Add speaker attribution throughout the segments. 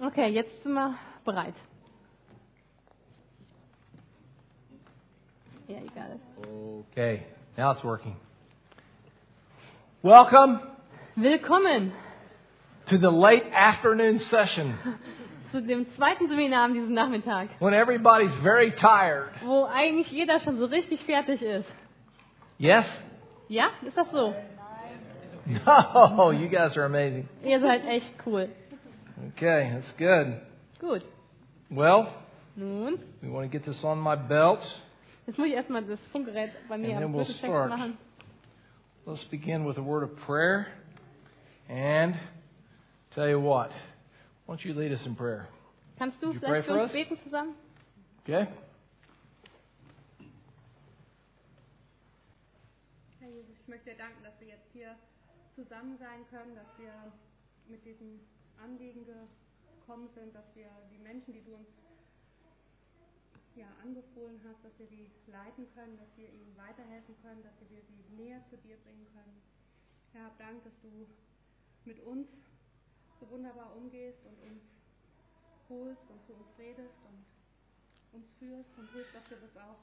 Speaker 1: Okay, jetzt sind wir bereit. Yeah, you got it.
Speaker 2: Okay, now it's working. Welcome
Speaker 1: Willkommen
Speaker 2: to the late afternoon session
Speaker 1: zu dem zweiten Seminar an diesem Nachmittag,
Speaker 2: when everybody's very tired.
Speaker 1: wo eigentlich jeder schon so richtig fertig ist.
Speaker 2: Yes?
Speaker 1: Ja, ist das so?
Speaker 2: No, you guys are amazing.
Speaker 1: Ihr seid echt cool.
Speaker 2: Okay, that's good.
Speaker 1: Gut.
Speaker 2: Well,
Speaker 1: Nun,
Speaker 2: we want to get this on my belt.
Speaker 1: jetzt muss ich erstmal das Funkgerät bei mir
Speaker 2: And then
Speaker 1: am
Speaker 2: we'll
Speaker 1: Rücken
Speaker 2: start.
Speaker 1: festmachen.
Speaker 2: Let's begin with a word of prayer. And tell you what, why don't you lead us in prayer?
Speaker 1: Kannst
Speaker 2: You
Speaker 1: du
Speaker 2: pray
Speaker 1: vielleicht
Speaker 2: for
Speaker 1: für
Speaker 2: us?
Speaker 1: uns beten zusammen?
Speaker 2: Okay?
Speaker 3: Herr Jesus, ich möchte dir danken, dass wir jetzt hier zusammen sein können, dass wir mit diesem Anliegen gekommen sind, dass wir die Menschen, die du uns ja, anbefohlen hast, dass wir die leiten können, dass wir ihnen weiterhelfen können, dass wir sie näher zu dir bringen können. Herr, hab Dank, dass du mit uns so wunderbar umgehst und uns holst und zu uns redest und uns führst und hilfst, dass wir das auch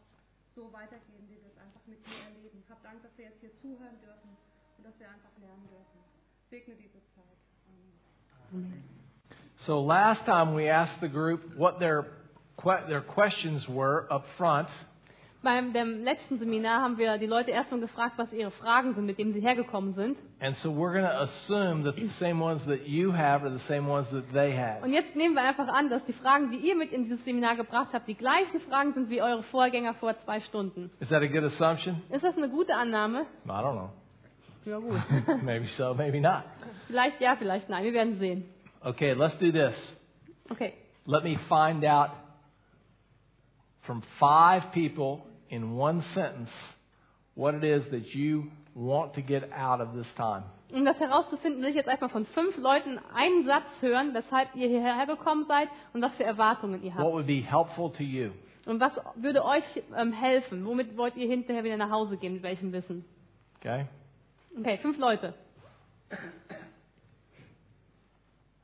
Speaker 3: so weitergeben, wie wir es einfach mit dir erleben. Hab Dank, dass wir jetzt hier zuhören dürfen und dass wir einfach lernen dürfen. Segne diese Zeit. Amen.
Speaker 2: So last time we asked the group what their que- their questions were up front,
Speaker 1: Beim dem letzten Seminar haben wir die Leute erstmal gefragt, was ihre Fragen sind, mit denen sie hergekommen sind.
Speaker 2: and so we're going to assume that the same ones that you have are the same ones that they have.
Speaker 1: Und jetzt nehmen wir einfach an, dass die Fragen, die ihr mit in dieses Seminar gebracht habt, die gleichen Fragen sind wie eure Vorgänger vor zwei Stunden.
Speaker 2: Is that a good assumption?
Speaker 1: Ist das eine gute Annahme?
Speaker 2: I don't know.
Speaker 1: Ja gut.
Speaker 2: Maybe so, maybe not.
Speaker 1: vielleicht ja, vielleicht nein. Wir werden sehen.
Speaker 2: Okay, let's do this.
Speaker 1: Okay.
Speaker 2: Let me find out from five people in one sentence what it is that you want to get out of this time.
Speaker 1: Um das herauszufinden, will ich jetzt einfach von fünf Leuten einen Satz hören, weshalb ihr hierher gekommen seid und was für Erwartungen ihr
Speaker 2: What
Speaker 1: habt.
Speaker 2: would be helpful to you?
Speaker 1: Und was würde euch ähm, helfen? Womit wollt ihr hinterher wieder nach Hause gehen? Mit welchem Wissen?
Speaker 2: Okay?
Speaker 1: Okay, fünf Leute.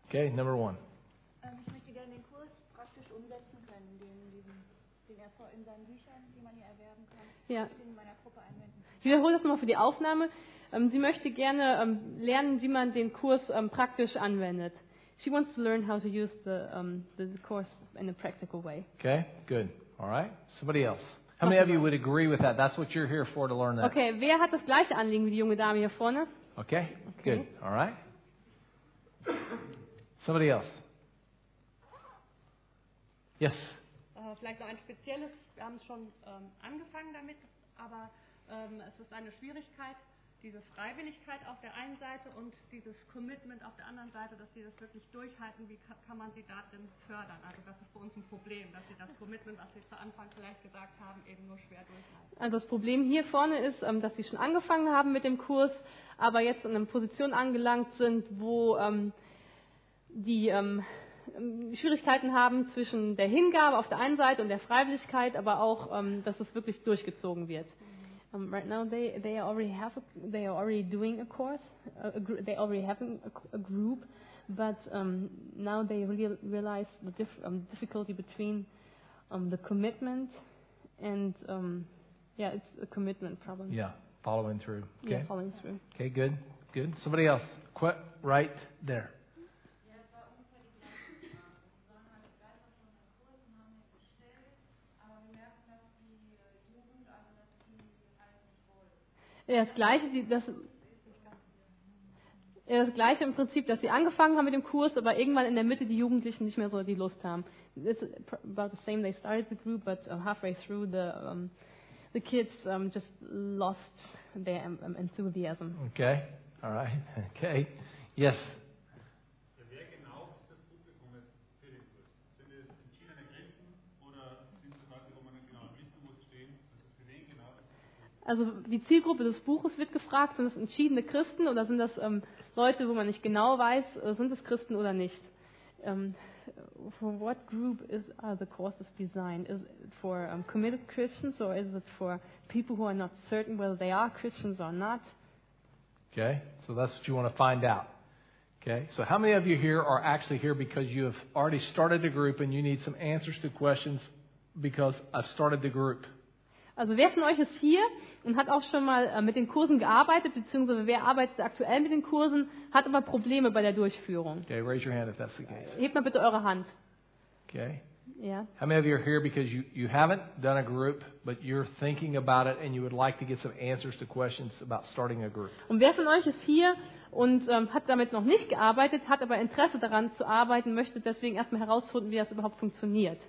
Speaker 2: Okay, number 1.
Speaker 4: Ähm, ich möchte gerne den Kurs praktisch umsetzen können, den, diesen, den er vor in seinen Büchern, die man hier erwerben kann,
Speaker 1: Ja.
Speaker 4: den in meiner Gruppe anwenden kann.
Speaker 1: Ich wiederhole das nochmal für die Aufnahme. Ähm, sie möchte gerne ähm, lernen, wie man den Kurs ähm, praktisch anwendet. She wants to learn how to use the, um, the, the course in a practical way.
Speaker 2: Okay? Good. All right. Somebody else. How many of you would agree with that? That's what you're here for to learn that.
Speaker 1: Okay, wer hat das gleiche Anliegen wie die junge Dame hier vorne?
Speaker 2: Okay? Good. All right. Somebody else. Yes.
Speaker 3: Äh, vielleicht noch ein spezielles, wir haben schon ähm, angefangen damit, aber ähm, es ist eine Schwierigkeit, diese Freiwilligkeit auf der einen Seite und dieses Commitment auf der anderen Seite, dass sie das wirklich durchhalten, wie ka kann man sie darin fördern? Also das ist bei uns ein Problem, dass sie das Commitment, was sie zu Anfang vielleicht gesagt haben, eben nur schwer durchhalten.
Speaker 1: Also das Problem hier vorne ist, ähm, dass sie schon angefangen haben mit dem Kurs, aber jetzt in einer Position angelangt sind, wo ähm, die ähm, ähm, Schwierigkeiten haben zwischen der Hingabe auf der einen Seite und der Freiwilligkeit, aber auch, ähm, dass es wirklich durchgezogen wird. Um, right now they they already have a, they are already doing a course, a, a gr- they already have a, a group, but um, now they real, realize the diff, um, difficulty between um, the commitment and um, yeah, it's a commitment problem.
Speaker 2: Yeah. Following through.
Speaker 1: Yeah,
Speaker 2: Okay.
Speaker 1: following through.
Speaker 2: Okay, good. Good. Somebody else. Quit right there.
Speaker 1: Ja, das gleiche, die, das, ja, das gleiche im Prinzip, dass sie angefangen haben mit dem Kurs, aber irgendwann in der Mitte die Jugendlichen nicht mehr so die Lust haben. It's about the same. They started the group, but um, halfway through the um, the kids um, just lost their um, enthusiasm.
Speaker 2: Okay. All right. Okay. Yes.
Speaker 5: Ja, wer genau ist das Publikum jetzt für den Kurs? Sind es entschiedene Christen oder sind es Leute, wo man nicht genau wissen wo sie stehen? Also für wen genau ist das?
Speaker 1: Also die Zielgruppe des Buches wird gefragt, sind das entschiedene Christen oder sind das ähm, Leute, wo man nicht genau weiß, äh, sind es Christen oder nicht? Ähm, for what group is, are the courses designed? Is it for um, committed Christians or is it for people who are not certain whether they are Christians or not?
Speaker 2: Okay. So that's what you want to find out. Okay, so how many of you here are actually here because you have already started a group and you need some answers to questions because I've started the group?
Speaker 1: Also wer von euch ist hier und hat auch schon mal äh, mit den Kursen gearbeitet, beziehungsweise wer arbeitet aktuell mit den Kursen, hat aber Probleme bei der Durchführung.
Speaker 2: Okay, raise your hand if that's the case.
Speaker 1: Hebt mal bitte eure Hand.
Speaker 2: Okay.
Speaker 1: Ja.
Speaker 2: How many of you are here because you, you haven't done a group, but you're thinking about it and you would like to get some answers to questions about starting a group?
Speaker 1: Und wer von euch ist hier und ähm, hat damit noch nicht gearbeitet, hat aber Interesse daran zu arbeiten, möchte deswegen erstmal herausfinden, wie das überhaupt funktioniert.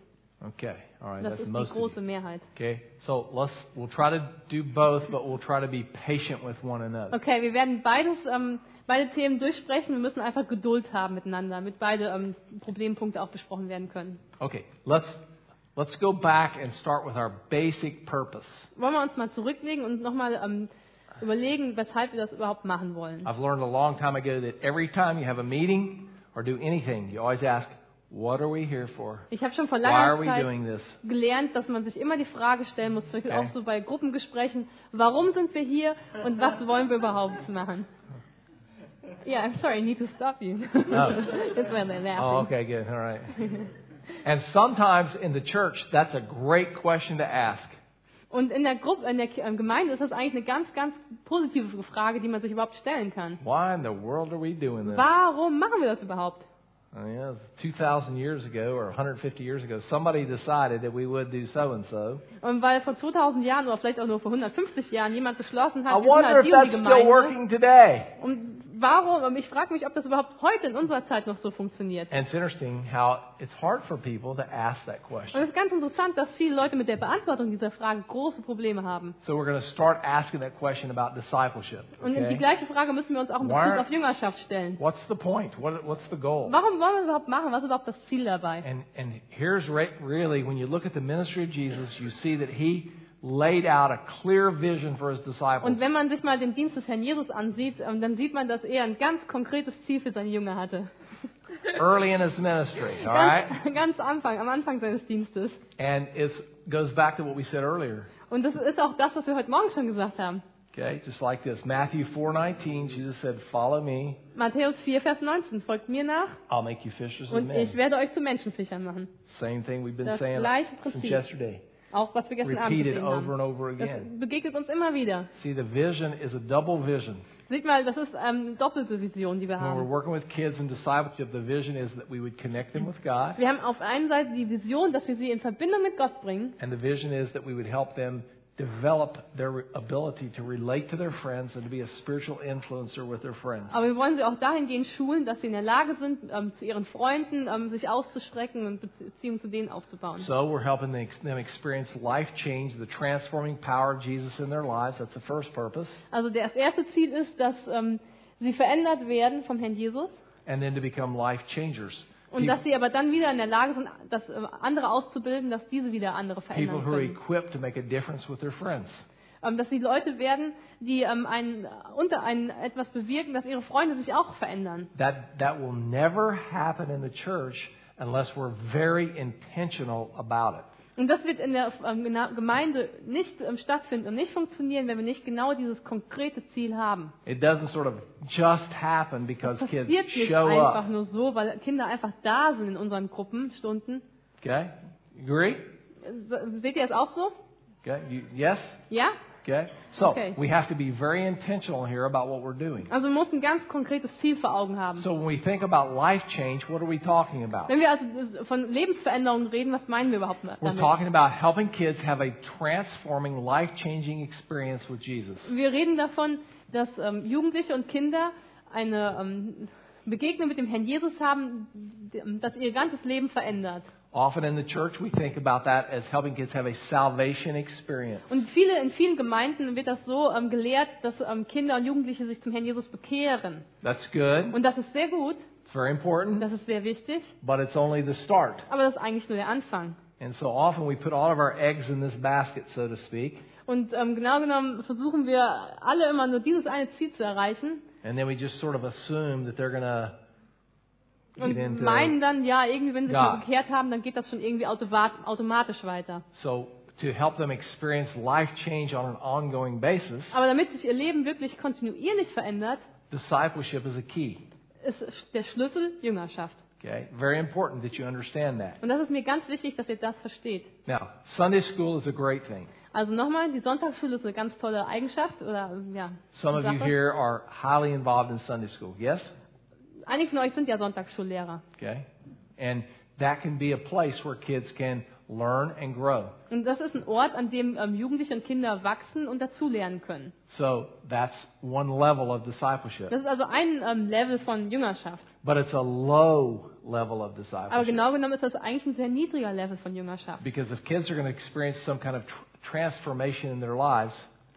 Speaker 2: Okay, all right,
Speaker 1: Das
Speaker 2: that's
Speaker 1: ist die
Speaker 2: most of
Speaker 1: große
Speaker 2: you.
Speaker 1: Mehrheit.
Speaker 2: Okay, so let's we'll try to do both, but we'll try to be patient with one another.
Speaker 1: Okay, wir werden beides, ähm, beide Themen durchsprechen. Wir müssen einfach Geduld haben miteinander, damit beide ähm, Problempunkte auch besprochen werden können.
Speaker 2: Okay, let's let's go back and start with our basic purpose.
Speaker 1: Wollen wir uns mal zurücklegen und nochmal ähm, überlegen, weshalb wir das überhaupt machen wollen.
Speaker 2: I've learned a long time ago that every time you have a meeting or do anything, you always ask, "What are we here for?
Speaker 1: Ich habe schon vor
Speaker 2: Why are
Speaker 1: langer
Speaker 2: we
Speaker 1: Zeit
Speaker 2: doing this?"
Speaker 1: gelernt, dass man sich immer die Frage stellen muss, zum Beispiel
Speaker 2: Okay.
Speaker 1: auch so bei Gruppengesprächen, warum sind wir hier und was wollen wir überhaupt machen? Yeah, I'm sorry, I need to stop you. That's why they're laughing.
Speaker 2: Oh, okay, good. All right. and sometimes in the church, that's a great question to ask.
Speaker 1: Und in der Gruppe, in der Ki- ähm, Gemeinde ist das eigentlich eine ganz, ganz positive Frage, die man sich überhaupt stellen kann.
Speaker 2: Why in the world are we doing this?
Speaker 1: Warum machen wir das überhaupt?
Speaker 2: Oh, Yeah, 2,000 years ago or 150 years ago, somebody decided that we would do so and so.
Speaker 1: Und weil vor 2000 Jahren oder vielleicht auch nur vor 150 Jahren jemand beschlossen
Speaker 2: I
Speaker 1: hat, wir sind
Speaker 2: wonder
Speaker 1: halt
Speaker 2: if
Speaker 1: die und
Speaker 2: that's
Speaker 1: die
Speaker 2: still
Speaker 1: Gemeinde.
Speaker 2: working today.
Speaker 1: Und warum, und ich frage mich, ob das überhaupt heute in unserer Zeit noch so funktioniert.
Speaker 2: And it's interesting how it's hard for people to ask that
Speaker 1: Und
Speaker 2: question.
Speaker 1: es ist ganz interessant, dass viele Leute mit der Beantwortung dieser Frage große Probleme haben.
Speaker 2: So we're going to start asking that question about discipleship.
Speaker 1: Und die
Speaker 2: okay?
Speaker 1: gleiche Frage müssen wir uns auch in
Speaker 2: Why-
Speaker 1: Bezug auf Jüngerschaft stellen.
Speaker 2: What's the point? What, what's the goal?
Speaker 1: Warum wollen wir das überhaupt machen? Was ist überhaupt das Ziel dabei?
Speaker 2: And, and here's re- really, when you look at the ministry of Jesus, you see that he laid out a clear vision for his disciples.
Speaker 1: Und wenn man sich mal den Dienst des Herrn Jesus ansieht, ähm, dann sieht man, dass er ein ganz konkretes Ziel für seine Jünger hatte.
Speaker 2: early in his ministry, all right?
Speaker 1: Ganz, ganz Anfang, am Anfang seines Dienstes.
Speaker 2: And it goes back to what we said earlier.
Speaker 1: Und das ist auch das, was wir heute Morgen schon gesagt haben.
Speaker 2: Okay, just like this. Matthew 4:19, Jesus said, "Follow me.
Speaker 1: Matthäus 4, Vers 19, folgt mir nach
Speaker 2: I'll make you fishers of
Speaker 1: und ich
Speaker 2: men."
Speaker 1: werde euch zu Menschenfischern machen.
Speaker 2: Same thing we've been
Speaker 1: Das
Speaker 2: saying
Speaker 1: gleiche
Speaker 2: since
Speaker 1: Prinzip.
Speaker 2: yesterday,
Speaker 1: Auch was wir gestern Abend
Speaker 2: repeated
Speaker 1: gesehen
Speaker 2: over
Speaker 1: haben.
Speaker 2: and over
Speaker 1: Das
Speaker 2: again.
Speaker 1: begegnet uns immer wieder.
Speaker 2: See, the vision is a double vision.
Speaker 1: Seht mal, das ist ähm, doppelte Vision, die wir
Speaker 2: When we're
Speaker 1: haben.
Speaker 2: working with kids in discipleship, the vision is that we would connect them with God,
Speaker 1: Wir haben auf einer Seite die Vision, dass wir sie in Verbindung mit Gott bringen.
Speaker 2: and the vision is that we would help them develop their ability to relate to their friends and to be a spiritual influencer with their friends.
Speaker 1: Aber wir wollen sie auch dahingehend schulen, dass sie in der Lage sind, ähm, zu ihren Freunden ähm, sich auszustrecken und Beziehungen zu denen aufzubauen.
Speaker 2: So we're helping them them experience life change, the transforming power of Jesus in their lives. That's the first purpose.
Speaker 1: Also das erste Ziel ist, dass ähm, sie verändert werden vom Herrn Jesus
Speaker 2: And then to become life changers.
Speaker 1: und dass sie aber dann wieder in der Lage sind, das ähm, andere auszubilden, dass diese wieder andere
Speaker 2: People
Speaker 1: verändern
Speaker 2: who are
Speaker 1: können.
Speaker 2: equipped to make a difference with their friends.
Speaker 1: Ähm, dass sie Leute werden, die ähm, einen, unter einen etwas bewirken, dass ihre Freunde sich auch verändern.
Speaker 2: That, that will never happen in the church unless we're very intentional about it.
Speaker 1: Und das wird in der ähm, Gena- Gemeinde nicht ähm, stattfinden und nicht funktionieren, wenn wir nicht genau dieses konkrete Ziel haben.
Speaker 2: It doesn't sort of just happen because kids
Speaker 1: Passiert nicht
Speaker 2: show
Speaker 1: einfach
Speaker 2: up.
Speaker 1: nur so, weil Kinder einfach da sind in unseren Gruppenstunden.
Speaker 2: Okay? You agree?
Speaker 1: Äh, Seht ihr das auch so?
Speaker 2: Okay? You, yes?
Speaker 1: Ja?
Speaker 2: Okay? So
Speaker 1: Okay.
Speaker 2: we have to be very intentional here about what we're doing.
Speaker 1: Also man muss ein ganz konkretes Ziel vor Augen haben.
Speaker 2: So when we think about life change, what are we talking about?
Speaker 1: Wenn wir also äh, von Lebensveränderungen reden, was meinen wir überhaupt
Speaker 2: We're
Speaker 1: damit?
Speaker 2: talking about helping kids have a transforming, life-changing experience with Jesus.
Speaker 1: Wir reden davon, dass ähm, Jugendliche und Kinder eine ähm, Begegnung mit dem Herrn Jesus haben, d- das ihr ganzes Leben verändert.
Speaker 2: Often in the church, we think about that as helping kids have a salvation experience.
Speaker 1: Und viele, in vielen Gemeinden wird das so ähm, gelehrt, dass ähm, Kinder und Jugendliche sich zum Herrn Jesus bekehren.
Speaker 2: That's good.
Speaker 1: Und das ist sehr gut,
Speaker 2: It's very important,
Speaker 1: das ist sehr wichtig,
Speaker 2: but it's only the start.
Speaker 1: aber das ist eigentlich nur der Anfang.
Speaker 2: And so often we put all of our eggs in this basket, so to speak,
Speaker 1: Und ähm, genau genommen versuchen wir alle immer nur dieses eine Ziel zu erreichen
Speaker 2: and then we just sort of assume that they're going to get
Speaker 1: und
Speaker 2: into
Speaker 1: meinen dann, ja, irgendwie, wenn sie sich mal
Speaker 2: Ja.
Speaker 1: bekehrt haben, dann geht das schon irgendwie automat- automatisch weiter.
Speaker 2: So to help them experience life change on an ongoing basis,
Speaker 1: Aber damit sich ihr Leben wirklich kontinuierlich verändert,
Speaker 2: discipleship is a key.
Speaker 1: ist der Schlüssel Jüngerschaft.
Speaker 2: Okay? Very important that you understand that.
Speaker 1: Und das ist mir ganz wichtig, dass ihr das versteht.
Speaker 2: Now, Sunday school is a great thing.
Speaker 1: Also nochmal, die Sonntagsschule ist eine ganz tolle Eigenschaft oder ja.
Speaker 2: Some of you
Speaker 1: Sache.
Speaker 2: here are highly involved in Sunday school. Yes?
Speaker 1: Einige von euch sind ja Sonntagsschullehrer.
Speaker 2: Okay? And that can be a place where kids can learn and grow.
Speaker 1: Und das ist ein Ort, an dem ähm, Jugendliche und Kinder wachsen und dazulernen können.
Speaker 2: So that's one level of discipleship.
Speaker 1: Das ist also ein ähm, Level von Jüngerschaft.
Speaker 2: But it's a low level of
Speaker 1: Aber
Speaker 2: discipleship.
Speaker 1: genau genommen ist das eigentlich ein sehr niedriger Level von Jüngerschaft.
Speaker 2: Because if kids are going to experience some kind of tr- transformation in their lives,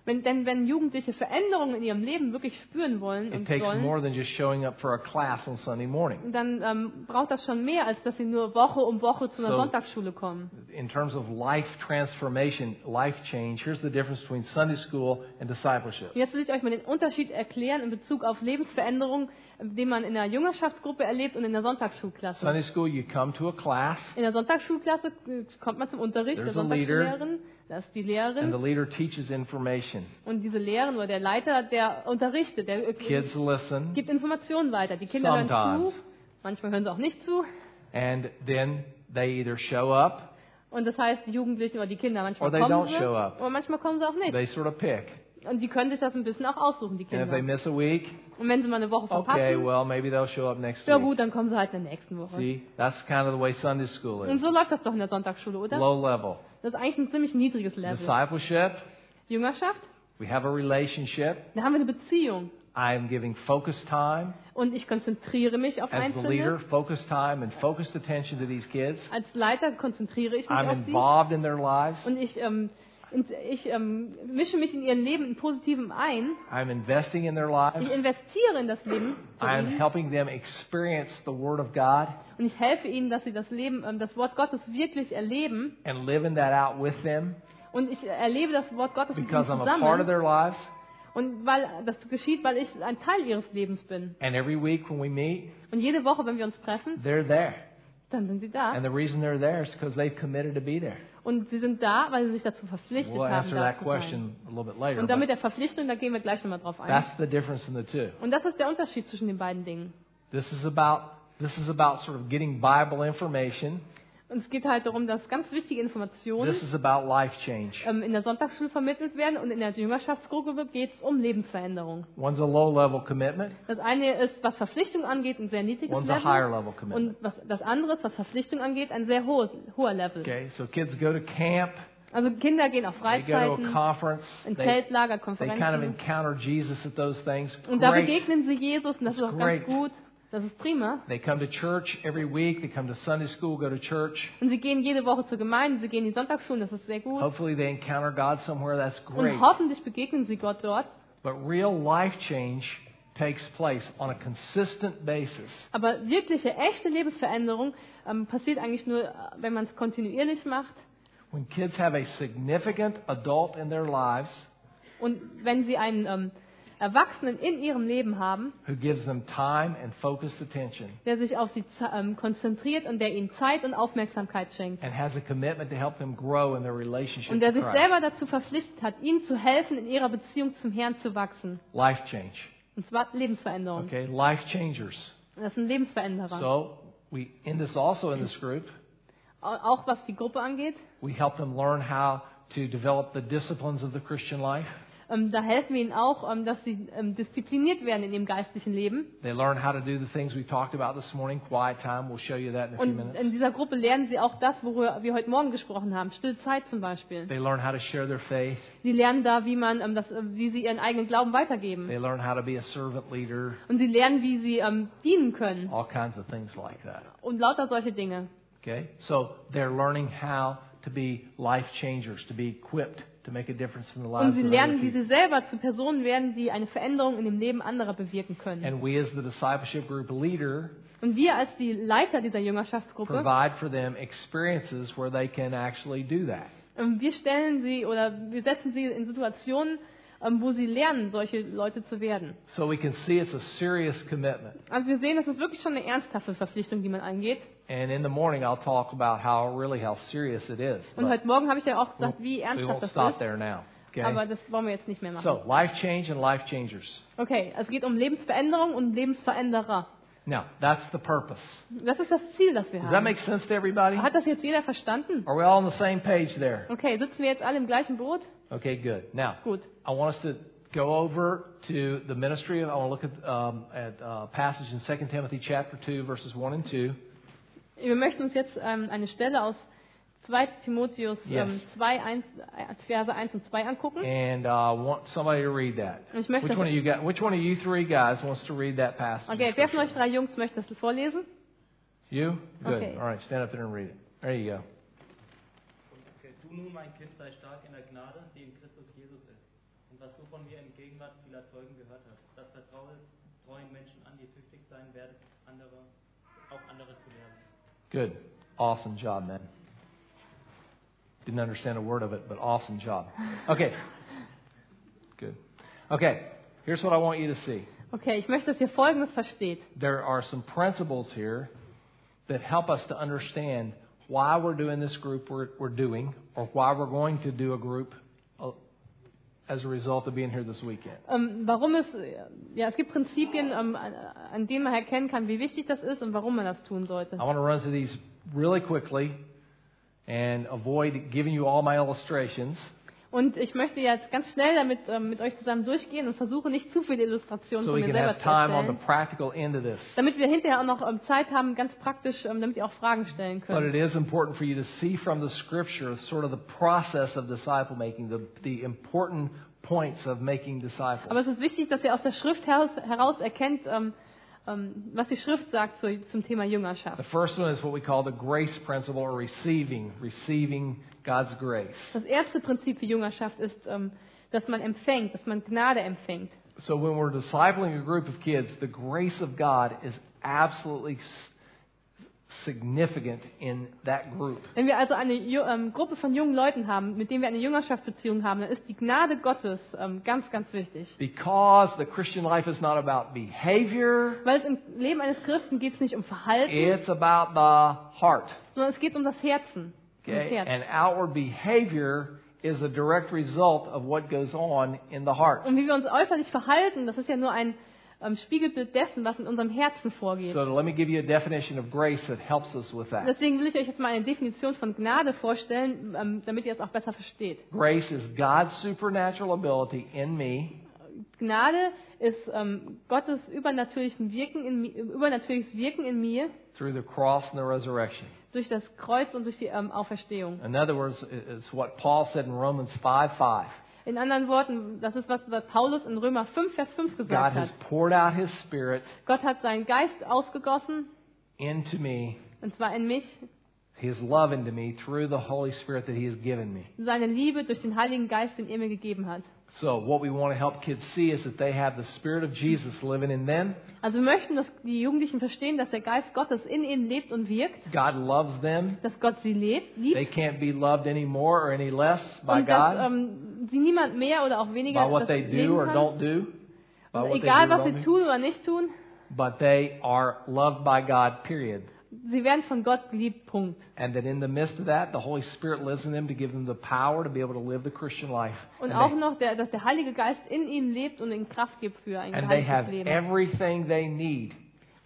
Speaker 1: Wenn, denn wenn Jugendliche Veränderungen in ihrem Leben wirklich spüren wollen
Speaker 2: it
Speaker 1: und
Speaker 2: takes
Speaker 1: sollen,
Speaker 2: more than just showing up for a class on Sunday morning.
Speaker 1: dann ähm, braucht das schon mehr, als dass sie nur Woche um Woche zu einer
Speaker 2: So-
Speaker 1: Sonntagsschule kommen.
Speaker 2: In terms of life transformation, life change, here's the difference between Sunday school and discipleship.
Speaker 1: Und Jetzt will ich euch mal den Unterschied erklären in Bezug auf Lebensveränderung, den man in der Jüngerschaftsgruppe erlebt und in der Sonntagsschulklasse.
Speaker 2: Sunday school, you come to a class,
Speaker 1: In der Sonntagsschulklasse äh, kommt man zum Unterricht der
Speaker 2: There's a leader.
Speaker 1: Sonntagsschullehrerin, da ist die
Speaker 2: and the
Speaker 1: Lehrerin
Speaker 2: leader teaches information.
Speaker 1: und diese Lehrerin oder der Leiter, der unterrichtet, der äh,
Speaker 2: Kids listen,
Speaker 1: gibt Informationen weiter. Die Kinder hören zu,
Speaker 2: Sometimes.
Speaker 1: manchmal hören sie auch nicht zu
Speaker 2: and then they either show up,
Speaker 1: und das heißt, die Jugendlichen oder die Kinder, manchmal
Speaker 2: Or they
Speaker 1: kommen
Speaker 2: don't
Speaker 1: sie
Speaker 2: show up.
Speaker 1: oder manchmal kommen sie auch nicht.
Speaker 2: they sort of pick.
Speaker 1: Und die können sich das ein bisschen auch aussuchen, die
Speaker 2: And if they
Speaker 1: Kinder.
Speaker 2: miss a week,
Speaker 1: Und wenn sie mal eine Woche
Speaker 2: okay,
Speaker 1: verpassen,
Speaker 2: well, maybe they'll show up next
Speaker 1: ja
Speaker 2: week.
Speaker 1: gut, dann kommen sie halt in der nächsten Woche.
Speaker 2: See, that's kind of the way Sunday school
Speaker 1: Und
Speaker 2: is.
Speaker 1: so läuft das doch in der Sonntagsschule, oder?
Speaker 2: Low level.
Speaker 1: Das ist eigentlich ein ziemlich niedriges Level.
Speaker 2: Discipleship,
Speaker 1: Jüngerschaft,
Speaker 2: we have a relationship.
Speaker 1: da haben wir eine Beziehung.
Speaker 2: I am giving focused time
Speaker 1: Und ich konzentriere mich auf
Speaker 2: as the
Speaker 1: Einzelne.
Speaker 2: leader, focused time and focused attention to these kids.
Speaker 1: Als Leiter konzentriere ich mich
Speaker 2: I'm
Speaker 1: auf
Speaker 2: involved in their lives.
Speaker 1: sie. Und ich, ähm, und ich ähm, mische mich in ihren Leben in Positivem ein.
Speaker 2: I'm investing in their lives.
Speaker 1: Ich investiere in das Leben von
Speaker 2: I am
Speaker 1: ihnen.
Speaker 2: helping them experience the Word of God
Speaker 1: Und ich helfe ihnen, dass sie das Leben, ähm, das Wort Gottes wirklich erleben.
Speaker 2: and living that out with them
Speaker 1: Und ich erlebe das Wort Gottes mit ihnen
Speaker 2: because I'm a part of
Speaker 1: zusammen.
Speaker 2: their lives.
Speaker 1: Und weil das geschieht, weil ich ein Teil ihres Lebens bin.
Speaker 2: And every week when we meet,
Speaker 1: Und jede Woche, wenn wir uns treffen,
Speaker 2: they're there.
Speaker 1: dann sind sie da.
Speaker 2: And the reason they're there is because they've committed to be there.
Speaker 1: Und sie sind da, weil sie sich dazu verpflichtet
Speaker 2: We'll
Speaker 1: haben,
Speaker 2: answer
Speaker 1: da
Speaker 2: that
Speaker 1: zu sein.
Speaker 2: question a little bit later.
Speaker 1: Und damit
Speaker 2: but
Speaker 1: der Verpflichtung, da gehen wir gleich nochmal drauf ein.
Speaker 2: That's the difference in the two.
Speaker 1: Und das ist der Unterschied zwischen den beiden Dingen.
Speaker 2: This is about this is about sort of getting Bible information.
Speaker 1: Und es geht halt darum, dass ganz wichtige Informationen
Speaker 2: This is about life change.
Speaker 1: ähm, in der Sonntagsschule vermittelt werden und in der Jüngerschaftsgruppe geht es um Lebensveränderung.
Speaker 2: One's a low level commitment.
Speaker 1: Das eine ist, was Verpflichtung angeht, ein sehr niedriges
Speaker 2: One's a higher
Speaker 1: Level.
Speaker 2: level commitment.
Speaker 1: Und was, das andere ist, was Verpflichtung angeht, ein sehr hohes, hoher Level.
Speaker 2: Okay, so kids go to camp.
Speaker 1: Also Kinder gehen auf
Speaker 2: They go to a
Speaker 1: Freizeiten,
Speaker 2: conference.
Speaker 1: in
Speaker 2: They, they
Speaker 1: Zeltlager,
Speaker 2: kind of
Speaker 1: Konferenzen.
Speaker 2: encounter Jesus at those things.
Speaker 1: Und da
Speaker 2: Great.
Speaker 1: begegnen sie Jesus und das ist auch ganz
Speaker 2: great.
Speaker 1: gut. Das ist prima.
Speaker 2: They come to church every week. They come to Sunday school. Go to church.
Speaker 1: Und sie gehen jede Woche zur Gemeinde, sie gehen in die Sonntagsschulen, das ist sehr gut.
Speaker 2: Hopefully they encounter God somewhere. That's great.
Speaker 1: Und hoffentlich begegnen sie Gott dort.
Speaker 2: But real life change takes place on a consistent basis.
Speaker 1: Aber wirkliche, echte Lebensveränderung ähm, passiert eigentlich nur, äh, wenn man es kontinuierlich macht.
Speaker 2: When kids have a significant adult in their lives
Speaker 1: Und wenn sie einen ähm, Erwachsenen in ihrem Leben haben,
Speaker 2: who gives them time and focused attention
Speaker 1: der sich auf sie ze- ähm, konzentriert und der ihnen Zeit und Aufmerksamkeit schenkt.
Speaker 2: and has a commitment to help them grow in their relationship
Speaker 1: Und
Speaker 2: to
Speaker 1: der sich
Speaker 2: Christ.
Speaker 1: selber dazu verpflichtet hat, ihnen zu helfen, in ihrer Beziehung zum Herrn zu wachsen.
Speaker 2: Life change.
Speaker 1: Und zwar Lebensveränderung.
Speaker 2: Okay, life changers.
Speaker 1: Das sind Lebensveränderer.
Speaker 2: So we in this also in this group,
Speaker 1: Au- Auch was die Gruppe angeht.
Speaker 2: we help them learn how to develop the disciplines of the Christian life.
Speaker 1: Ähm, da helfen wir ihnen auch, ähm, dass sie ähm, diszipliniert werden in ihrem geistlichen Leben.
Speaker 2: They learn how to do the things we talked about this morning, quiet time. We'll show you that in a few
Speaker 1: Und in
Speaker 2: minutes.
Speaker 1: dieser Gruppe lernen sie auch das, worüber wir heute Morgen gesprochen haben, stille Zeit zum Beispiel.
Speaker 2: They learn how to share their faith.
Speaker 1: Sie lernen da, wie man, ähm, das, äh, wie sie ihren eigenen Glauben weitergeben.
Speaker 2: They learn how to be a servant leader,
Speaker 1: Und sie lernen, wie sie ähm, dienen können
Speaker 2: all kinds of things like that.
Speaker 1: und lauter solche Dinge.
Speaker 2: Okay? So they're learning how to be life changers, to be equipped to make a difference in the
Speaker 1: Und
Speaker 2: lives
Speaker 1: sie
Speaker 2: of other
Speaker 1: lernen, wie
Speaker 2: people.
Speaker 1: sie selber zu Personen werden, die eine Veränderung in dem Leben anderer bewirken können.
Speaker 2: And we, as the discipleship group leader,
Speaker 1: Und wir als die Leiter dieser Jüngerschaftsgruppe,
Speaker 2: provide for them experiences where they can actually do that.
Speaker 1: ähm, wir stellen sie oder wir setzen sie in Situationen, ähm, wo sie lernen, solche Leute zu werden.
Speaker 2: So we can see it's a serious commitment.
Speaker 1: Also wir sehen, das ist wirklich schon eine ernsthafte Verpflichtung, die man angeht.
Speaker 2: And in the morning, I'll talk about how really how serious it is.
Speaker 1: Und
Speaker 2: But
Speaker 1: heute Morgen habe ich ja auch gesagt, wie
Speaker 2: we won't- we
Speaker 1: ernsthaft
Speaker 2: won't
Speaker 1: das
Speaker 2: stop
Speaker 1: ist.
Speaker 2: there now.
Speaker 1: Aber
Speaker 2: Okay?
Speaker 1: das wollen wir jetzt nicht mehr machen. also
Speaker 2: So life change and life changers.
Speaker 1: Okay, es geht um Lebensveränderung und Lebensveränderer.
Speaker 2: Now, that's the purpose.
Speaker 1: Das ist das Ziel, das wir
Speaker 2: Does that
Speaker 1: haben.
Speaker 2: make sense to everybody?
Speaker 1: Hat das jetzt jeder verstanden?
Speaker 2: Are we all on the same page there?
Speaker 1: Okay, sitzen wir jetzt alle im gleichen Boot?
Speaker 2: Okay, good. Now,
Speaker 1: Gut.
Speaker 2: I want us to go over to the ministry. I want to look at, um, at uh, passage in 2 Timothy chapter 2, verses 1 and 2.
Speaker 1: Wir möchten uns jetzt ähm, eine Stelle aus 2 Timotheus ähm,
Speaker 2: Yes.
Speaker 1: 2, 1, äh, Verse 1 und 2 angucken.
Speaker 2: And uh, I want somebody to read that.
Speaker 1: Ich möchte-
Speaker 2: Which one, of you guys, which one of you three guys wants to read that passage? of
Speaker 1: Okay, wer von euch
Speaker 2: Scripture?
Speaker 1: drei Jungs möchte das vorlesen?
Speaker 2: You? Good.
Speaker 1: Okay.
Speaker 2: All right, stand up there and read it. There you go.
Speaker 6: Du nun, mein Kind, sei stark in der Gnade, die in Christus Jesus ist. Und was du von mir in Gegenwart vieler Zeugen gehört hast, das vertraue treuen Menschen an, die tüchtig sein werden, andere, auch andere zu lernen.
Speaker 2: Good. Awesome job, man. Didn't understand a word of it, but awesome job. Okay. Good. Okay. Here's what I want you to see.
Speaker 1: Okay, ich möchte, dass ihr Folgendes versteht.
Speaker 2: There are some principles here that help us to understand why we're doing this group we're, we're doing or why we're going to do a group uh, as a result of being here this weekend.
Speaker 1: Ähm, warum es, äh, ja, es gibt Prinzipien, ähm, an- an denen man erkennen kann, wie wichtig das ist und warum man das tun sollte.
Speaker 2: I want to run through these really quickly and avoid giving you all my illustrations.
Speaker 1: Und ich möchte jetzt ganz schnell damit ähm, mit euch zusammen durchgehen und versuche nicht zu viele Illustrationen
Speaker 2: so
Speaker 1: von
Speaker 2: we can
Speaker 1: mir selber
Speaker 2: have
Speaker 1: zu
Speaker 2: time on the
Speaker 1: erzählen,
Speaker 2: practical end of this.
Speaker 1: damit wir hinterher auch noch ähm, Zeit haben, ganz praktisch, ähm, damit ihr auch Fragen stellen
Speaker 2: But
Speaker 1: könnt.
Speaker 2: it is important for you to see from the scripture sort of the process of disciple making, the, the important points of making
Speaker 1: Aber
Speaker 2: disciples.
Speaker 1: es ist wichtig, dass ihr aus der Schrift heraus, heraus erkennt, ähm, ähm, was die Schrift sagt zu, zum Thema Jüngerschaft.
Speaker 2: The first one is what we call the grace principle or receiving, receiving God's grace.
Speaker 1: Das erste Prinzip für Jüngerschaft ist, ähm, dass man empfängt, dass man Gnade empfängt.
Speaker 2: So when we're discipling a group of kids, the grace of God is absolutely s- significant in that group.
Speaker 1: Wenn wir also eine Ju- ähm, Gruppe von jungen Leuten haben, mit denen wir eine Jüngerschaftsbeziehung haben, dann ist die Gnade Gottes ähm, ganz, ganz wichtig.
Speaker 2: Because the Christian life is not about behavior,
Speaker 1: Weil es im Leben eines Christen geht es nicht um Verhalten,
Speaker 2: it's about the heart.
Speaker 1: sondern es geht um das Herzen. Um das
Speaker 2: Okay?
Speaker 1: Herz.
Speaker 2: And outward behavior is a direct result of what goes on in the heart.
Speaker 1: Und wie wir uns äußerlich verhalten, das ist ja nur ein ähm, Spiegelbild dessen, was in unserem Herzen vorgeht.
Speaker 2: So let me give you a definition of grace that helps us with that.
Speaker 1: Deswegen will ich euch jetzt mal eine Definition von Gnade vorstellen, ähm, damit ihr es auch besser versteht.
Speaker 2: Grace is God's supernatural ability in me
Speaker 1: Gnade ist ähm, Gottes übernatürlichen Wirken in, mi- übernatürliches Wirken in mir
Speaker 2: through the cross and the resurrection.
Speaker 1: durch das Kreuz und durch die ähm, Auferstehung.
Speaker 2: In other words, it's what Paul said in Romans 5 5.
Speaker 1: In anderen Worten, das ist was, was Paulus in Römer 5, Vers 5
Speaker 2: God
Speaker 1: gesagt
Speaker 2: has
Speaker 1: hat.
Speaker 2: poured out his spirit
Speaker 1: Gott hat seinen Geist ausgegossen,
Speaker 2: into me,
Speaker 1: und zwar in mich,
Speaker 2: his love into me through the Holy Spirit that he has given me.
Speaker 1: seine Liebe durch den Heiligen Geist, den er mir gegeben hat.
Speaker 2: So what we want to help kids see is that they have the spirit of Jesus living in them.
Speaker 1: Also wir möchten, dass die Jugendlichen verstehen, dass der Geist Gottes in ihnen lebt und wirkt,
Speaker 2: God loves them.
Speaker 1: dass Gott sie lebt,
Speaker 2: They
Speaker 1: liebt
Speaker 2: can't be loved any more or any less by
Speaker 1: und dass
Speaker 2: God,
Speaker 1: ähm, sie niemand mehr oder auch weniger
Speaker 2: by what
Speaker 1: das
Speaker 2: they do
Speaker 1: leben
Speaker 2: or
Speaker 1: kann.
Speaker 2: don't do, by what they do
Speaker 1: Egal,
Speaker 2: or
Speaker 1: was sie
Speaker 2: don't do.
Speaker 1: tun oder nicht tun,
Speaker 2: But they are loved by God, period.
Speaker 1: sie werden von Gott geliebt, Punkt.
Speaker 2: And that in the midst of that, the Holy Spirit lives in them to give them the power to be able to live the Christian life.
Speaker 1: Und
Speaker 2: and
Speaker 1: auch
Speaker 2: they,
Speaker 1: noch, der, dass der Heilige Geist in ihnen lebt und ihnen Kraft gibt für ein
Speaker 2: and they have
Speaker 1: geheiligtes Leben.
Speaker 2: everything they need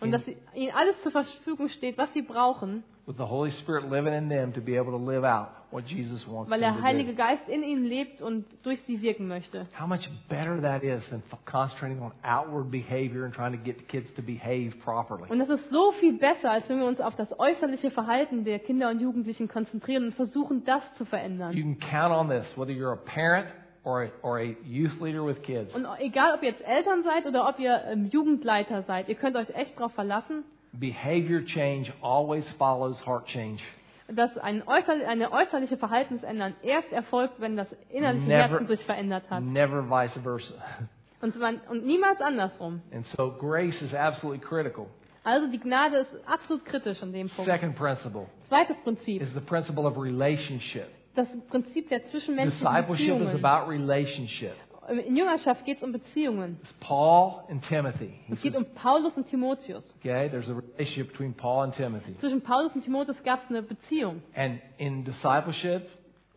Speaker 1: Und dass sie- ihnen alles zur Verfügung steht, was sie brauchen,
Speaker 2: with the Holy Spirit living in them to be able to live out what Jesus wants
Speaker 1: weil
Speaker 2: them
Speaker 1: der
Speaker 2: to do.
Speaker 1: Heilige Geist in ihnen lebt und durch sie wirken möchte.
Speaker 2: How much better that is than f- concentrating on outward behavior and trying to get the kids to behave properly.
Speaker 1: Und das ist so viel besser, als wenn wir uns auf das äußerliche Verhalten der Kinder und Jugendlichen konzentrieren und versuchen, das zu
Speaker 2: You
Speaker 1: verändern.
Speaker 2: can count on this, whether you're a parent or a, or a youth leader with kids.
Speaker 1: Und egal, ob ihr jetzt Eltern seid oder ob ihr ähm, Jugendleiter seid, ihr könnt euch echt darauf verlassen,
Speaker 2: Behavior change always follows heart change.
Speaker 1: dass ein äußer, eine äußerliche Verhaltensänderung erst erfolgt, wenn das innerliche
Speaker 2: Never-
Speaker 1: Herzen sich verändert hat.
Speaker 2: Never vice versa.
Speaker 1: Und, zwar, und niemals andersrum.
Speaker 2: And so grace is absolutely critical.
Speaker 1: Also die Gnade ist absolut kritisch an dem Punkt.
Speaker 2: Second principle
Speaker 1: Zweites Prinzip.
Speaker 2: is the principle of relationship.
Speaker 1: das Prinzip der zwischenmenschlichen
Speaker 2: Discipleship is
Speaker 1: Beziehungen.
Speaker 2: about relationship.
Speaker 1: In Jüngerschaft geht es um Beziehungen.
Speaker 2: It's Paul and Timothy. He
Speaker 1: Es geht
Speaker 2: says,
Speaker 1: um Paulus und Timotheus.
Speaker 2: okay, there's a relationship between Paul and Timothy.
Speaker 1: Zwischen Paulus und Timotheus gab es eine Beziehung.
Speaker 2: And in discipleship,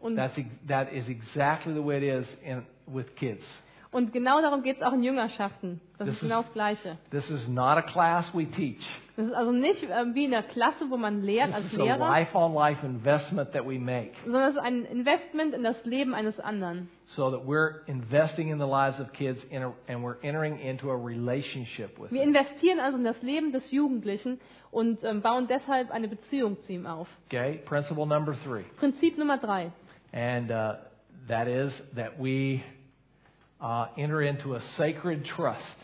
Speaker 1: Und,
Speaker 2: that's ex- that is exactly the way it is in, with kids.
Speaker 1: Und genau darum geht es auch in Jüngerschaften. Das
Speaker 2: Das
Speaker 1: ist genau
Speaker 2: ist-
Speaker 1: das Gleiche.
Speaker 2: This is not a class we teach.
Speaker 1: Das ist also nicht ähm, wie in der Klasse, wo man lehrt als
Speaker 2: This is a
Speaker 1: Lehrer,
Speaker 2: life on life investment that we make
Speaker 1: sondern es ist ein Investment in das Leben eines anderen.
Speaker 2: so that we're investing in the lives of kids in a, and we're entering into a relationship with
Speaker 1: Wir
Speaker 2: them.
Speaker 1: investieren also in das Leben des Jugendlichen und ähm, bauen deshalb eine Beziehung zu ihm auf.
Speaker 2: Okay, principle number three.
Speaker 1: Prinzip Nummer drei.
Speaker 2: And uh, that is that we uh, enter into a sacred trust.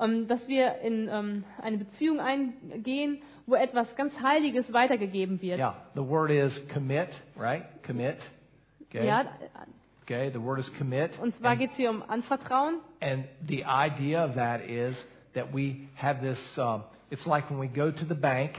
Speaker 1: ähm, dass wir in ähm, eine Beziehung eingehen, wo etwas ganz Heiliges weitergegeben wird.
Speaker 2: Yeah, the word is commit, right? Commit. Okay. Ähm,
Speaker 1: Ja,
Speaker 2: Okay, the word is commit.
Speaker 1: und zwar
Speaker 2: And-
Speaker 1: geht es hier um Anvertrauen.
Speaker 2: And the idea of that is that we have this, um, it's like when we go to the bank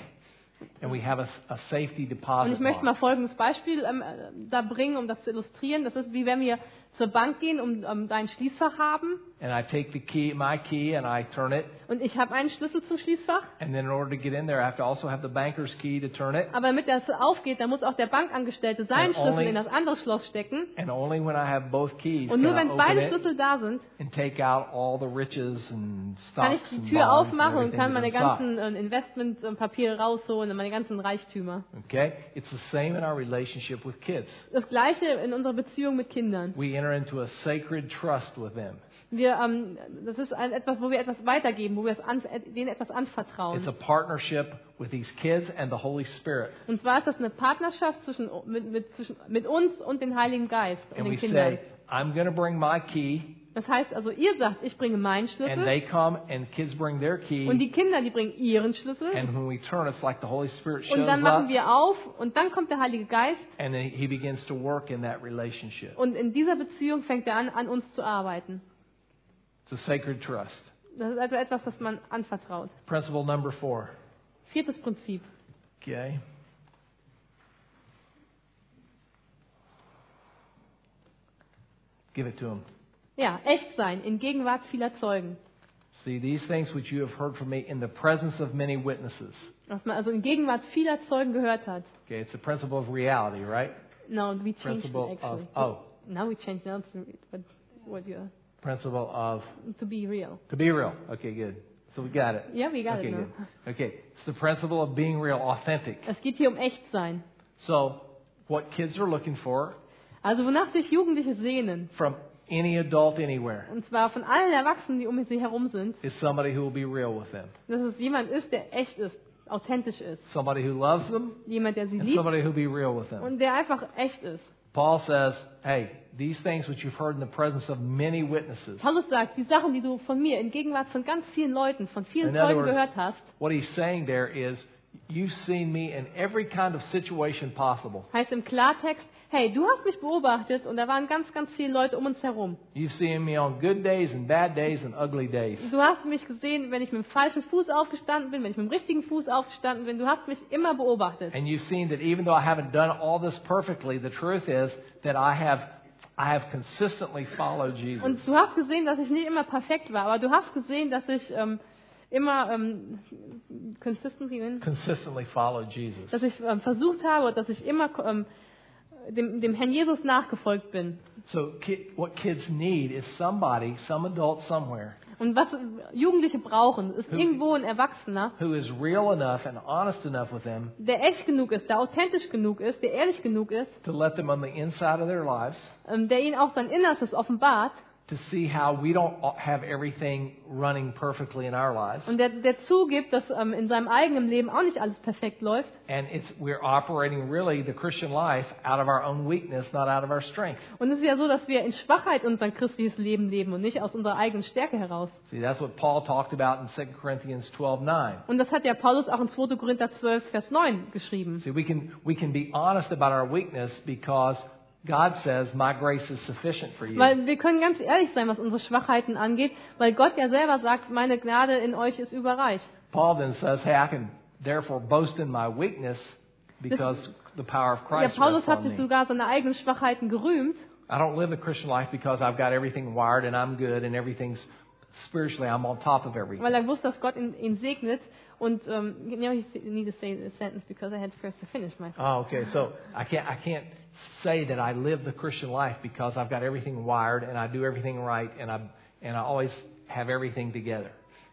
Speaker 2: and we have a, a safety
Speaker 1: Und
Speaker 2: deposit.
Speaker 1: ich möchte mal
Speaker 2: box.
Speaker 1: folgendes Beispiel ähm, äh, da bringen, um das zu illustrieren. Das ist wie wenn wir zur Bank gehen und ähm, da ein Schließfach haben.
Speaker 2: And I take the key, my key, and I turn it.
Speaker 1: Und ich habe einen Schlüssel zum Schließfach.
Speaker 2: And then in order to get in there, I have to also have the banker's key to turn it.
Speaker 1: Aber damit das aufgeht, dann muss auch der Bankangestellte
Speaker 2: And
Speaker 1: seinen Schlüssel
Speaker 2: Äh, only-
Speaker 1: in das andere Schloss stecken.
Speaker 2: And only when I have both keys can
Speaker 1: Und nur
Speaker 2: I
Speaker 1: wenn
Speaker 2: open
Speaker 1: beide
Speaker 2: it
Speaker 1: Schlüssel da sind,
Speaker 2: and take out all the riches and
Speaker 1: kann
Speaker 2: stocks
Speaker 1: ich die
Speaker 2: and
Speaker 1: Tür
Speaker 2: bonds and
Speaker 1: aufmachen und
Speaker 2: everything that's
Speaker 1: kann meine
Speaker 2: inside.
Speaker 1: ganzen äh, Investmentpapiere rausholen und meine ganzen Reichtümer.
Speaker 2: Okay? It's the same in our relationship with kids.
Speaker 1: Das Gleiche in unserer Beziehung mit Kindern.
Speaker 2: We enter into a sacred trust with them.
Speaker 1: Wir, ähm, das ist ein, etwas, wo wir etwas weitergeben, wo wir es an, denen etwas
Speaker 2: It's a
Speaker 1: anvertrauen.
Speaker 2: partnership with these kids and the Holy Spirit.
Speaker 1: Und zwar ist das eine Partnerschaft zwischen, mit, mit, zwischen, mit uns und dem Heiligen Geist und
Speaker 2: And
Speaker 1: den
Speaker 2: we
Speaker 1: Kindern.
Speaker 2: say, I'm going to bring my key,
Speaker 1: Das heißt also, ihr sagt, ich bringe meinen
Speaker 2: and
Speaker 1: Schlüssel
Speaker 2: they come, and kids bring their
Speaker 1: und
Speaker 2: key.
Speaker 1: die Kinder, die bringen ihren Schlüssel.
Speaker 2: And when we turn, it's like the Holy Spirit shows
Speaker 1: Und dann
Speaker 2: up,
Speaker 1: machen wir auf und dann kommt der Heilige Geist
Speaker 2: and then He begins to work in that relationship.
Speaker 1: und in dieser Beziehung fängt er an, an uns zu arbeiten.
Speaker 2: It's a sacred trust.
Speaker 1: Das ist also etwas, das man anvertraut.
Speaker 2: Principle number four.
Speaker 1: Viertes Prinzip.
Speaker 2: Okay. Give it to him.
Speaker 1: Ja, echt sein, in Gegenwart vieler Zeugen.
Speaker 2: See, these things which you have heard from me in the presence of many witnesses.
Speaker 1: Was man also in Gegenwart vieler Zeugen gehört hat.
Speaker 2: Okay, it's a principle of reality, right?
Speaker 1: No, we changed it
Speaker 2: Principle of
Speaker 1: actually.
Speaker 2: oh,
Speaker 1: Now we changed now to what, what you
Speaker 2: principle of
Speaker 1: to be real.
Speaker 2: to be real. Okay, good. So we got it.
Speaker 1: Yeah, we got
Speaker 2: okay,
Speaker 1: it now.
Speaker 2: good. Okay, it's the principle of being real, authentic.
Speaker 1: Es geht hier um Echtsein.
Speaker 2: So, what kids are looking for
Speaker 1: Also wonach sich Jugendliche sehnen,
Speaker 2: from any adult anywhere
Speaker 1: und zwar von allen Erwachsenen, die um sie herum sind,
Speaker 2: is somebody who will be real with them,
Speaker 1: dass es jemand ist, der echt ist, authentisch ist.
Speaker 2: somebody who loves them,
Speaker 1: Jemand, der sie
Speaker 2: and
Speaker 1: liebt
Speaker 2: somebody who will be real with them.
Speaker 1: und der einfach echt ist.
Speaker 2: Paul says, "Hey, these things which you've heard in the presence of many witnesses."
Speaker 1: Paulus sagt, die Sachen, die du von mir in Gegenwart von ganz vielen Leuten, von vielen
Speaker 2: In other
Speaker 1: Zeugen
Speaker 2: words,
Speaker 1: gehört hast,
Speaker 2: what he's saying there is, you've seen me in every kind of situation possible.
Speaker 1: heißt im Klartext, hey, du hast mich beobachtet und da waren ganz, ganz viele Leute um uns herum.
Speaker 2: You've seen me on good days and bad days and ugly days.
Speaker 1: Du hast mich gesehen, wenn ich mit dem falschen Fuß aufgestanden bin, wenn ich mit dem richtigen Fuß aufgestanden bin. Du hast mich immer beobachtet.
Speaker 2: And you've seen that even though I haven't done all this perfectly, the truth is that I have, I have consistently followed Jesus.
Speaker 1: Und du hast gesehen, dass ich nicht immer perfekt war, aber du hast gesehen, dass ich ähm, immer ähm, consistent bin,
Speaker 2: Consistently followed Jesus.
Speaker 1: dass ich ähm, versucht habe, und dass ich immer ähm, dem, dem Herrn Jesus nachgefolgt bin.
Speaker 2: So ki- what kids need is somebody, some adult somewhere,
Speaker 1: Und was Jugendliche brauchen, ist irgendwo ein Erwachsener,
Speaker 2: who is real enough and honest enough with them
Speaker 1: der echt genug ist, der authentisch genug ist, der ehrlich genug ist,
Speaker 2: to let them on the inside of their lives
Speaker 1: ähm, der ihnen auch sein Innerstes offenbart
Speaker 2: to see how we don't a- have everything running perfectly in our lives.
Speaker 1: und der, der zugibt, dass ähm, in seinem eigenen Leben auch nicht alles perfekt läuft.
Speaker 2: And it's, we're operating really the Christian life out of our own weakness, not out of our strength.
Speaker 1: Und es ist ja so, dass wir in Schwachheit unser christliches Leben leben und nicht aus unserer eigenen Stärke heraus.
Speaker 2: See, that's what Paul talked about in 2 Corinthians 12:9.
Speaker 1: Und das hat ja Paulus auch in 2. Korinther 12, Vers 9 geschrieben.
Speaker 2: See, we can we can be honest about our weakness because God says, "My grace is sufficient for you."
Speaker 1: Weil wir können ganz ehrlich sein, was unsere Schwachheiten angeht, weil Gott ja selber sagt, meine Gnade in euch ist überreich.
Speaker 2: Paul then says, "Hey, I can therefore boast in my weakness because the power of
Speaker 1: Ja,
Speaker 2: Christ
Speaker 1: Paulus
Speaker 2: rests
Speaker 1: hat
Speaker 2: on
Speaker 1: sich
Speaker 2: me."
Speaker 1: sogar seine eigenen Schwachheiten gerühmt.
Speaker 2: I don't live the Christian life because I've got everything wired and I'm good and everything's spiritually I'm on top of
Speaker 1: weil
Speaker 2: everything.
Speaker 1: er wusste, dass Gott ihn, ihn segnet. Und ähm, um, you know, you need to say the sentence because I had first to finish my.
Speaker 2: Oh, okay. So I can't I can't say that I live the Christian life because I've got everything wired and I do everything right and I and I always have everything together.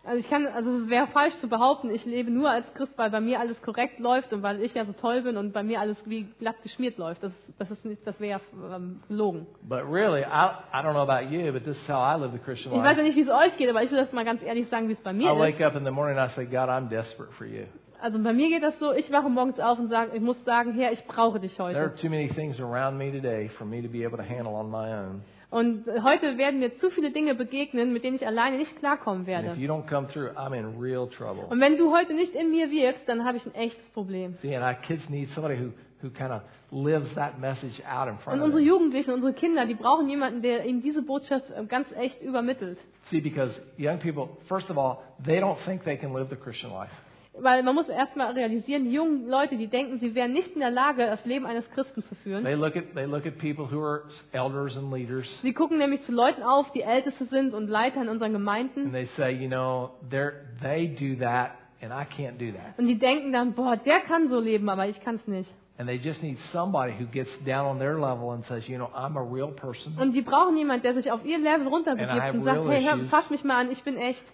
Speaker 1: Also ich kann, also es wäre falsch zu behaupten, ich lebe nur als Christ, weil bei mir alles korrekt läuft und weil ich ja so toll bin und bei mir alles wie glatt geschmiert läuft. Das, das ist nicht, das wäre ja ähm, gelogen.
Speaker 2: But really, I I don't know about you, but this is how I live the Christian
Speaker 1: Ich weiß
Speaker 2: life.
Speaker 1: ja nicht, wie es euch geht, aber ich will das mal ganz ehrlich sagen, wie es bei
Speaker 2: I
Speaker 1: mir ist.
Speaker 2: wake up in the morning and I say, God, I'm desperate for you.
Speaker 1: Also bei mir geht das so, ich wache morgens auf und sage, ich muss sagen, Herr, ich brauche dich
Speaker 2: There
Speaker 1: heute.
Speaker 2: are too many things around me today for me to be able to handle on my own.
Speaker 1: Und heute werden mir zu viele Dinge begegnen, mit denen ich alleine nicht klarkommen
Speaker 2: And if
Speaker 1: werde.
Speaker 2: you don't come through, I'm in real trouble.
Speaker 1: Und wenn du heute nicht in mir wirkst, dann habe ich ein echtes Problem.
Speaker 2: See, and our kids need somebody who, who kind of lives that message out in front
Speaker 1: Und
Speaker 2: of
Speaker 1: unsere
Speaker 2: them.
Speaker 1: Jugendlichen, unsere Kinder, die brauchen jemanden, der ihnen diese Botschaft äh, ganz echt übermittelt.
Speaker 2: See, because young people, first of all, they don't think they can live the Christian life.
Speaker 1: Weil man muss erstmal realisieren, die jungen Leute, die denken, sie wären nicht in der Lage, das Leben eines Christen zu führen.
Speaker 2: They look at they look at people who are elders and leaders,
Speaker 1: Sie gucken nämlich zu Leuten auf, die Älteste sind und Leiter in unseren
Speaker 2: and
Speaker 1: Gemeinden.
Speaker 2: they say, you know, they they do that, and I can't do that.
Speaker 1: Und die denken dann, boah, der kann so leben, aber ich kann's nicht.
Speaker 2: And they just need somebody who gets down on their level and says, you know, I'm a real person,
Speaker 1: Und die brauchen jemanden, der sich auf ihr
Speaker 2: And
Speaker 1: Level
Speaker 2: I
Speaker 1: runterbegibt
Speaker 2: have
Speaker 1: und sagt,
Speaker 2: real
Speaker 1: hey, hör,
Speaker 2: issues.
Speaker 1: fass mich mal an, ich bin echt.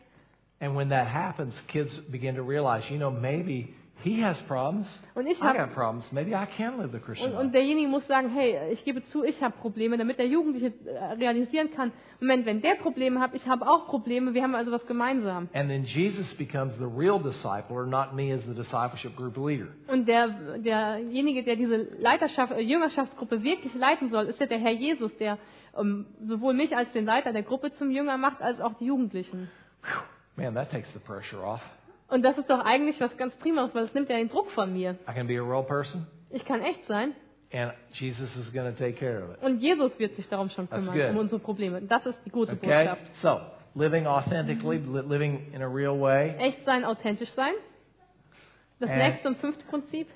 Speaker 2: and when that happens, kids begin to realize, you know, maybe he has problems,
Speaker 1: Und ich
Speaker 2: I
Speaker 1: habe
Speaker 2: got problems, maybe I can live the Christian
Speaker 1: und,
Speaker 2: life.
Speaker 1: und derjenige muss sagen, hey, ich gebe zu, ich habe Probleme, damit der Jugendliche äh, realisieren kann, Moment, wenn der Probleme hat, ich habe auch Probleme, wir haben also was gemeinsam.
Speaker 2: And then Jesus becomes the real discipler, not me as the discipleship group leader.
Speaker 1: Und der, derjenige, der diese Leiterschaft, äh, Jüngerschaftsgruppe wirklich leiten soll, ist ja der Herr Jesus, der ähm, sowohl mich als den Leiter der Gruppe zum Jünger macht, als auch die Jugendlichen.
Speaker 2: Man, that takes the pressure off.
Speaker 1: Und das ist doch eigentlich was ganz Primas, weil es nimmt ja den Druck von mir.
Speaker 2: I can be a real person,
Speaker 1: Ich kann echt sein
Speaker 2: and Jesus is going to take care of it.
Speaker 1: und Jesus wird sich darum schon
Speaker 2: That's
Speaker 1: kümmern,
Speaker 2: good.
Speaker 1: um unsere Probleme. Das ist die gute
Speaker 2: Okay?
Speaker 1: Botschaft.
Speaker 2: So, living authentically, li- living in a real way,
Speaker 1: Echt sein, authentisch sein. Das
Speaker 2: Äh.
Speaker 1: nächste und fünfte Prinzip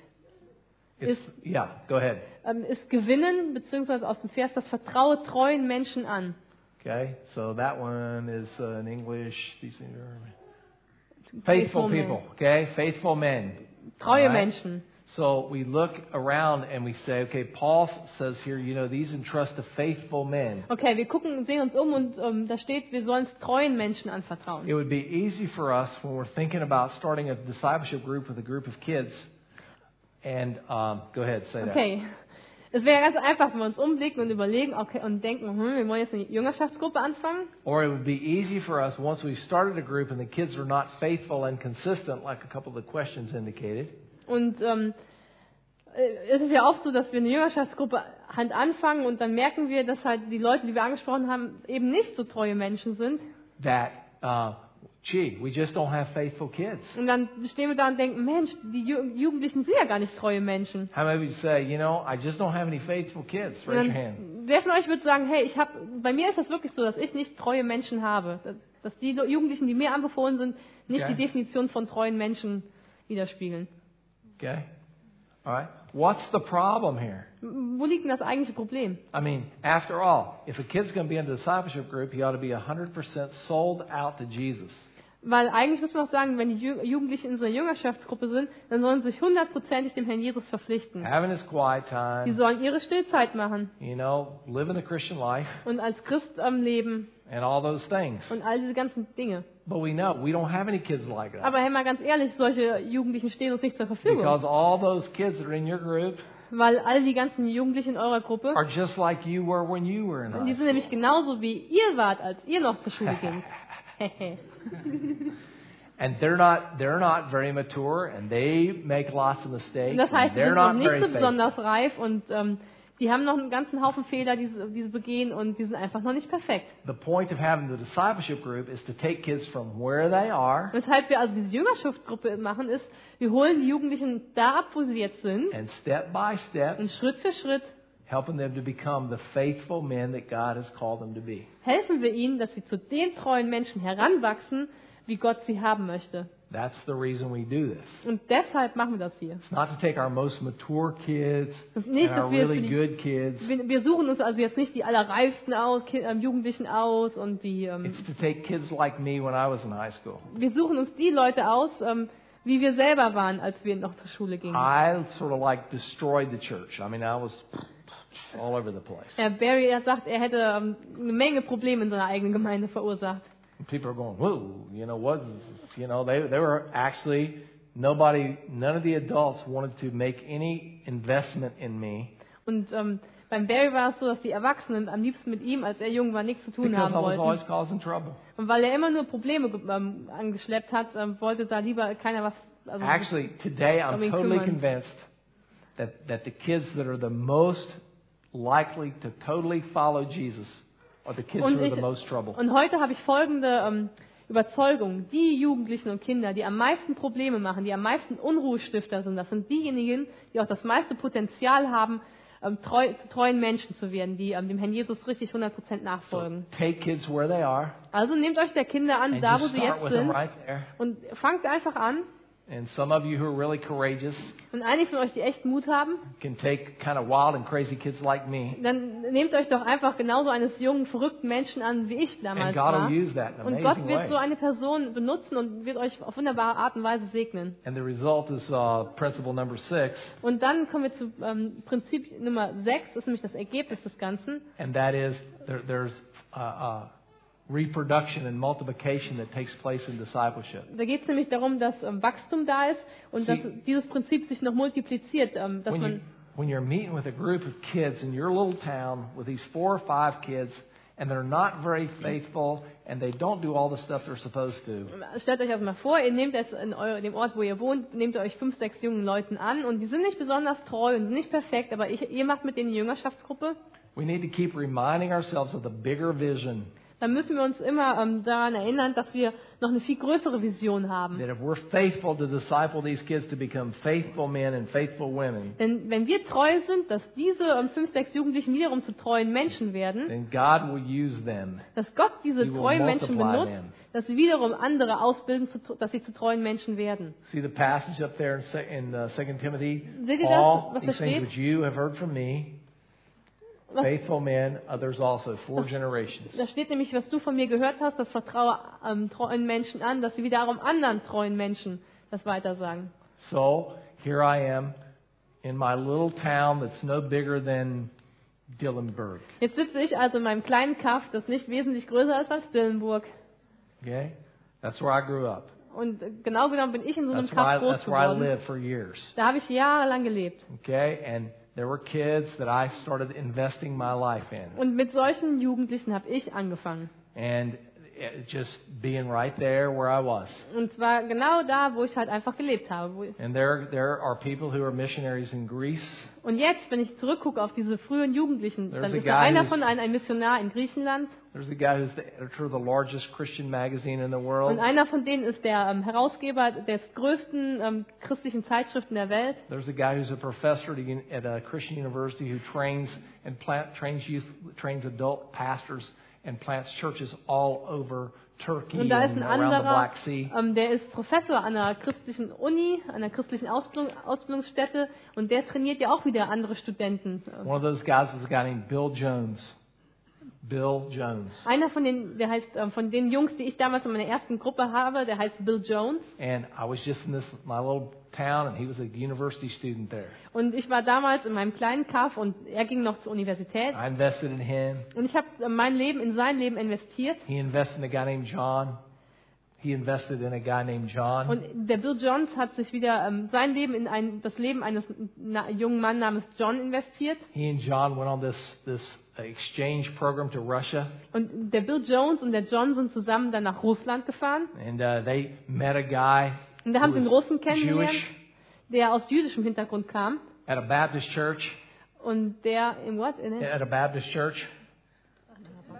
Speaker 2: it's, yeah, go ahead.
Speaker 1: ähm, ist Gewinnen, beziehungsweise aus dem Vers, das Vertraue treuen Menschen an.
Speaker 2: Okay? So that one is uh, in English. These things are- Faithful
Speaker 1: men.
Speaker 2: people, okay? Faithful men.
Speaker 1: Treue
Speaker 2: Alright.
Speaker 1: Menschen.
Speaker 2: So we look around and we say, okay, Paul says here, you know, these entrust to faithful men.
Speaker 1: Okay, wir gucken, sehen uns um und ähm, da steht, wir sollen es treuen Menschen anvertrauen.
Speaker 2: It would be easy for us when we're thinking about starting a discipleship group with a group of kids. And um, go ahead, say that.
Speaker 1: Okay. Es wäre ganz einfach, wenn wir uns umblicken und überlegen okay, und denken, hm, wir wollen jetzt eine Jüngerschaftsgruppe anfangen.
Speaker 2: Or it would be easy for us once we've started a group and the kids are not faithful and consistent, like a couple of the questions indicated.
Speaker 1: Und ähm, äh, es ist ja oft so, dass wir eine Jüngerschaftsgruppe halt anfangen und dann merken wir, dass halt die Leute, die wir angesprochen haben, eben nicht so treue Menschen sind.
Speaker 2: That, uh, gee, we just don't have faithful kids.
Speaker 1: Und dann stehen wir da und denken, Mensch, die Ju Jugendlichen sind ja gar nicht treue Menschen.
Speaker 2: How many of you say, you know, I just don't have any faithful kids?
Speaker 1: Und
Speaker 2: Raise your hand.
Speaker 1: dann, wer von euch würde sagen, hey, ich hab, bei mir ist das wirklich so, dass ich nicht treue Menschen habe. Dass- Dass die Jugendlichen, die mir anbefohlen sind, nicht
Speaker 2: Okay.
Speaker 1: die Definition von treuen Menschen widerspiegeln.
Speaker 2: Okay? All right. What's the problem here?
Speaker 1: Wo liegt denn das eigentliche Problem?
Speaker 2: I mean, after all, if a kid's going to be in a discipleship group, he ought to be 100% sold out to Jesus.
Speaker 1: Weil eigentlich muss man auch sagen, wenn die Ju- Jugendlichen in so einer Jüngerschaftsgruppe sind, dann sollen sie sich hundertprozentig dem Herrn Jesus verpflichten.
Speaker 2: Having his quiet
Speaker 1: Die
Speaker 2: time,
Speaker 1: sollen ihre Stillzeit machen
Speaker 2: you know, living the Christian life,
Speaker 1: und als Christ am Leben
Speaker 2: and all those things.
Speaker 1: und all diese ganzen Dinge.
Speaker 2: But we know we don't have any kids like that.
Speaker 1: Aber hey, mal ganz ehrlich, solche Jugendlichen stehen uns nicht zur Verfügung.
Speaker 2: Because all those kids that are in your group
Speaker 1: Weil all die ganzen Jugendlichen in eurer Gruppe,
Speaker 2: are just like you were when you were in
Speaker 1: Und die
Speaker 2: high
Speaker 1: sind
Speaker 2: school.
Speaker 1: nämlich genauso wie ihr wart, als ihr noch zur Schule ging.
Speaker 2: And they're not they're not very mature and they make lots of mistakes.
Speaker 1: und das heißt,
Speaker 2: and
Speaker 1: die
Speaker 2: they're
Speaker 1: sind noch
Speaker 2: not
Speaker 1: nicht
Speaker 2: very
Speaker 1: so
Speaker 2: faithful.
Speaker 1: besonders reif und ähm, die haben noch einen ganzen Haufen Fehler, die, sie- die sie begehen und die sind einfach noch nicht perfekt.
Speaker 2: The point of having the discipleship group is to take kids from where they are
Speaker 1: Weshalb wir also diese Jüngerschaftsgruppe machen, ist, wir holen die Jugendlichen da ab, wo sie jetzt sind
Speaker 2: and step by step
Speaker 1: und Schritt für Schritt
Speaker 2: helping them to become the faithful men that God has called them to be.
Speaker 1: helfen wir ihnen, dass sie zu den treuen Menschen heranwachsen, wie Gott sie haben möchte.
Speaker 2: That's the reason we do this.
Speaker 1: Und deshalb machen wir das hier.
Speaker 2: It's not to take our most mature kids
Speaker 1: Das ist
Speaker 2: and
Speaker 1: nicht,
Speaker 2: our
Speaker 1: dass wir für
Speaker 2: really
Speaker 1: die
Speaker 2: good kids.
Speaker 1: Wir, wir suchen uns also jetzt nicht die allerreifsten aus, Ki- ähm, Jugendlichen aus und die. Ähm,
Speaker 2: It's to take kids like me when I was in high school.
Speaker 1: wir suchen uns die Leute aus, ähm, wie wir
Speaker 2: Ah.
Speaker 1: selber waren, als wir noch zur Schule gingen.
Speaker 2: I sort of like destroyed the church. I mean, I was all over the place.
Speaker 1: Herr Barry er sagt, er hätte ähm, eine Menge Probleme in seiner eigenen Gemeinde verursacht.
Speaker 2: And people are going, whoa, you know, what, is this?" you know, they, they were actually, nobody, none of the adults wanted to make any investment in me
Speaker 1: Und ähm, beim Barry war es so, dass die Erwachsenen am liebsten mit ihm, als er jung war, nichts zu tun
Speaker 2: because
Speaker 1: haben
Speaker 2: I was
Speaker 1: wollten.
Speaker 2: always causing trouble.
Speaker 1: Und weil er immer nur Probleme ge- ähm, angeschleppt hat, ähm, wollte da lieber keiner was. Also
Speaker 2: Actually, today
Speaker 1: I
Speaker 2: I'm
Speaker 1: mean,
Speaker 2: totally
Speaker 1: come on.
Speaker 2: convinced that, that the kids that are the most likely to totally follow Jesus are the kids
Speaker 1: Und
Speaker 2: who are
Speaker 1: ich-
Speaker 2: the most trouble.
Speaker 1: Und heute habe ich folgende ähm, Überzeugung. Die Jugendlichen und Kinder, die am meisten Probleme machen, die am meisten Unruhestifter sind, das sind diejenigen, die auch das meiste Potenzial haben, ähm, treu, zu treuen Menschen zu werden, die ähm, dem Herrn Jesus richtig 100%
Speaker 2: So
Speaker 1: nachfolgen.
Speaker 2: take kids where they are
Speaker 1: Also nehmt euch der Kinder an,
Speaker 2: and
Speaker 1: da wo
Speaker 2: just
Speaker 1: sie
Speaker 2: start
Speaker 1: jetzt
Speaker 2: with them
Speaker 1: sind,
Speaker 2: right there.
Speaker 1: und fangt einfach an.
Speaker 2: And some of you who are really courageous
Speaker 1: Und einige von euch, die echt Mut haben,
Speaker 2: can take kind of wild and crazy kids like me.
Speaker 1: dann nehmt euch doch einfach genauso eines jungen, verrückten Menschen an, wie ich
Speaker 2: And
Speaker 1: damals
Speaker 2: God
Speaker 1: war.
Speaker 2: will use that in an
Speaker 1: Und
Speaker 2: amazing
Speaker 1: Gott wird so
Speaker 2: way.
Speaker 1: eine Person benutzen und wird euch auf wunderbare Art und Weise segnen.
Speaker 2: And the result is uh, principle number six,
Speaker 1: Und dann kommen wir zu ähm, Prinzip Nummer 6, das ist nämlich das Ergebnis des Ganzen.
Speaker 2: and that is there, there's uh, uh, reproduction and multiplication that takes place in discipleship.
Speaker 1: Da geht es nämlich darum, dass ähm, Wachstum da ist und
Speaker 2: Sie-
Speaker 1: dass dieses Prinzip sich noch multipliziert, ähm, dass
Speaker 2: When, you,
Speaker 1: man
Speaker 2: when you're meeting with a group of kids in your little town with these four or five kids, and they're not very faithful, and they don't do all the stuff they're supposed to,
Speaker 1: äh, Stellt euch das mal vor, ihr nehmt jetzt in eu- dem Ort, wo ihr wohnt, nehmt ihr euch fünf, sechs jungen Leuten an und die sind nicht besonders treu und sind nicht perfekt, aber ich, ihr macht mit denen eine Jüngerschaftsgruppe,
Speaker 2: we need to keep reminding ourselves of the bigger vision
Speaker 1: dann müssen wir uns immer ähm, daran erinnern, dass wir noch eine viel größere Vision haben.
Speaker 2: that if we're faithful to disciple these kids to become faithful men and faithful women,
Speaker 1: Denn wenn wir treu sind, dass diese ähm, fünf, sechs Jugendlichen wiederum zu treuen Menschen werden,
Speaker 2: then God will use them.
Speaker 1: dass Gott diese
Speaker 2: He will
Speaker 1: treuen Menschen
Speaker 2: multiply
Speaker 1: benutzt,
Speaker 2: them.
Speaker 1: dass sie wiederum andere ausbilden, zu, dass sie zu treuen Menschen werden.
Speaker 2: See the passage up there in, Se- in uh, 2 Timothy?
Speaker 1: Seht ihr das,
Speaker 2: All
Speaker 1: was da
Speaker 2: these things
Speaker 1: steht?
Speaker 2: which you have heard from me,
Speaker 1: Was,
Speaker 2: faithful men, others also, four generations.
Speaker 1: Da steht nämlich, was du von mir gehört hast, das vertraue ähm, treuen Menschen an, dass sie wiederum anderen treuen Menschen das weitersagen.
Speaker 2: So here I am in my little town that's no bigger than Dillenburg.
Speaker 1: Jetzt sitze ich also in meinem kleinen Kaff, das nicht wesentlich größer ist als Dillenburg.
Speaker 2: Okay? That's where I grew up.
Speaker 1: Und äh, genau genommen bin ich in so einem
Speaker 2: That's where I,
Speaker 1: Kaff groß
Speaker 2: that's where I
Speaker 1: geworden.
Speaker 2: lived for years.
Speaker 1: Da habe ich jahrelang gelebt.
Speaker 2: Okay? And there were kids that I started investing my life in.
Speaker 1: Und mit solchen Jugendlichen habe ich angefangen.
Speaker 2: And it- just being right there where I was.
Speaker 1: Und zwar genau da, wo ich halt einfach gelebt habe. wo-
Speaker 2: And there, there are people who are missionaries in Greece.
Speaker 1: Und jetzt, wenn ich zurückgucke auf diese frühen Jugendlichen,
Speaker 2: There's
Speaker 1: dann
Speaker 2: a
Speaker 1: ist da
Speaker 2: guy
Speaker 1: einer
Speaker 2: who's-
Speaker 1: von einem ein Missionar in Griechenland
Speaker 2: There's a guy who's the editor of the largest Christian magazine in the world.
Speaker 1: und einer von denen ist der ähm, Herausgeber des größten ähm, christlichen Zeitschriften der Welt.
Speaker 2: There's a guy who's a professor at a uni- at a Christian university who trains and plant, trains youth, trains adult pastors and plants churches all over Turkey
Speaker 1: Und da ist
Speaker 2: and
Speaker 1: ein
Speaker 2: around the
Speaker 1: anderer,
Speaker 2: Black Sea.
Speaker 1: ähm, der ist Professor an einer christlichen Uni, an einer christlichen Ausbildung, Ausbildungsstätte und der trainiert ja auch wieder andere Studenten.
Speaker 2: One of those guys is a guy named Bill Jones. Bill Jones.
Speaker 1: Einer von den, der heißt, ähm, von den Jungs, die ich damals in meiner ersten Gruppe habe, der heißt Bill Jones.
Speaker 2: And I was just in this my little town, and he was a university student there.
Speaker 1: Und ich war damals in meinem kleinen Kaff und er ging noch zur Universität.
Speaker 2: I invested in him.
Speaker 1: Und ich habe äh, mein Leben in sein Leben investiert.
Speaker 2: He invested in a guy named John. He invested in a guy named John.
Speaker 1: Und der Bill Jones hat sich wieder ähm, sein Leben in ein, das Leben eines na, jungen Mann namens John investiert.
Speaker 2: He and John went on this this exchange program to Russia,
Speaker 1: Und der Bill Jones und der John sind zusammen dann nach Russland gefahren.
Speaker 2: and uh, they met a guy
Speaker 1: Und da haben
Speaker 2: who
Speaker 1: sie einen
Speaker 2: was
Speaker 1: Russen kennengelernt,
Speaker 2: Jewish
Speaker 1: der aus jüdischem Hintergrund kam.
Speaker 2: at a Baptist church.
Speaker 1: Und der in what? In
Speaker 2: At a Baptist church,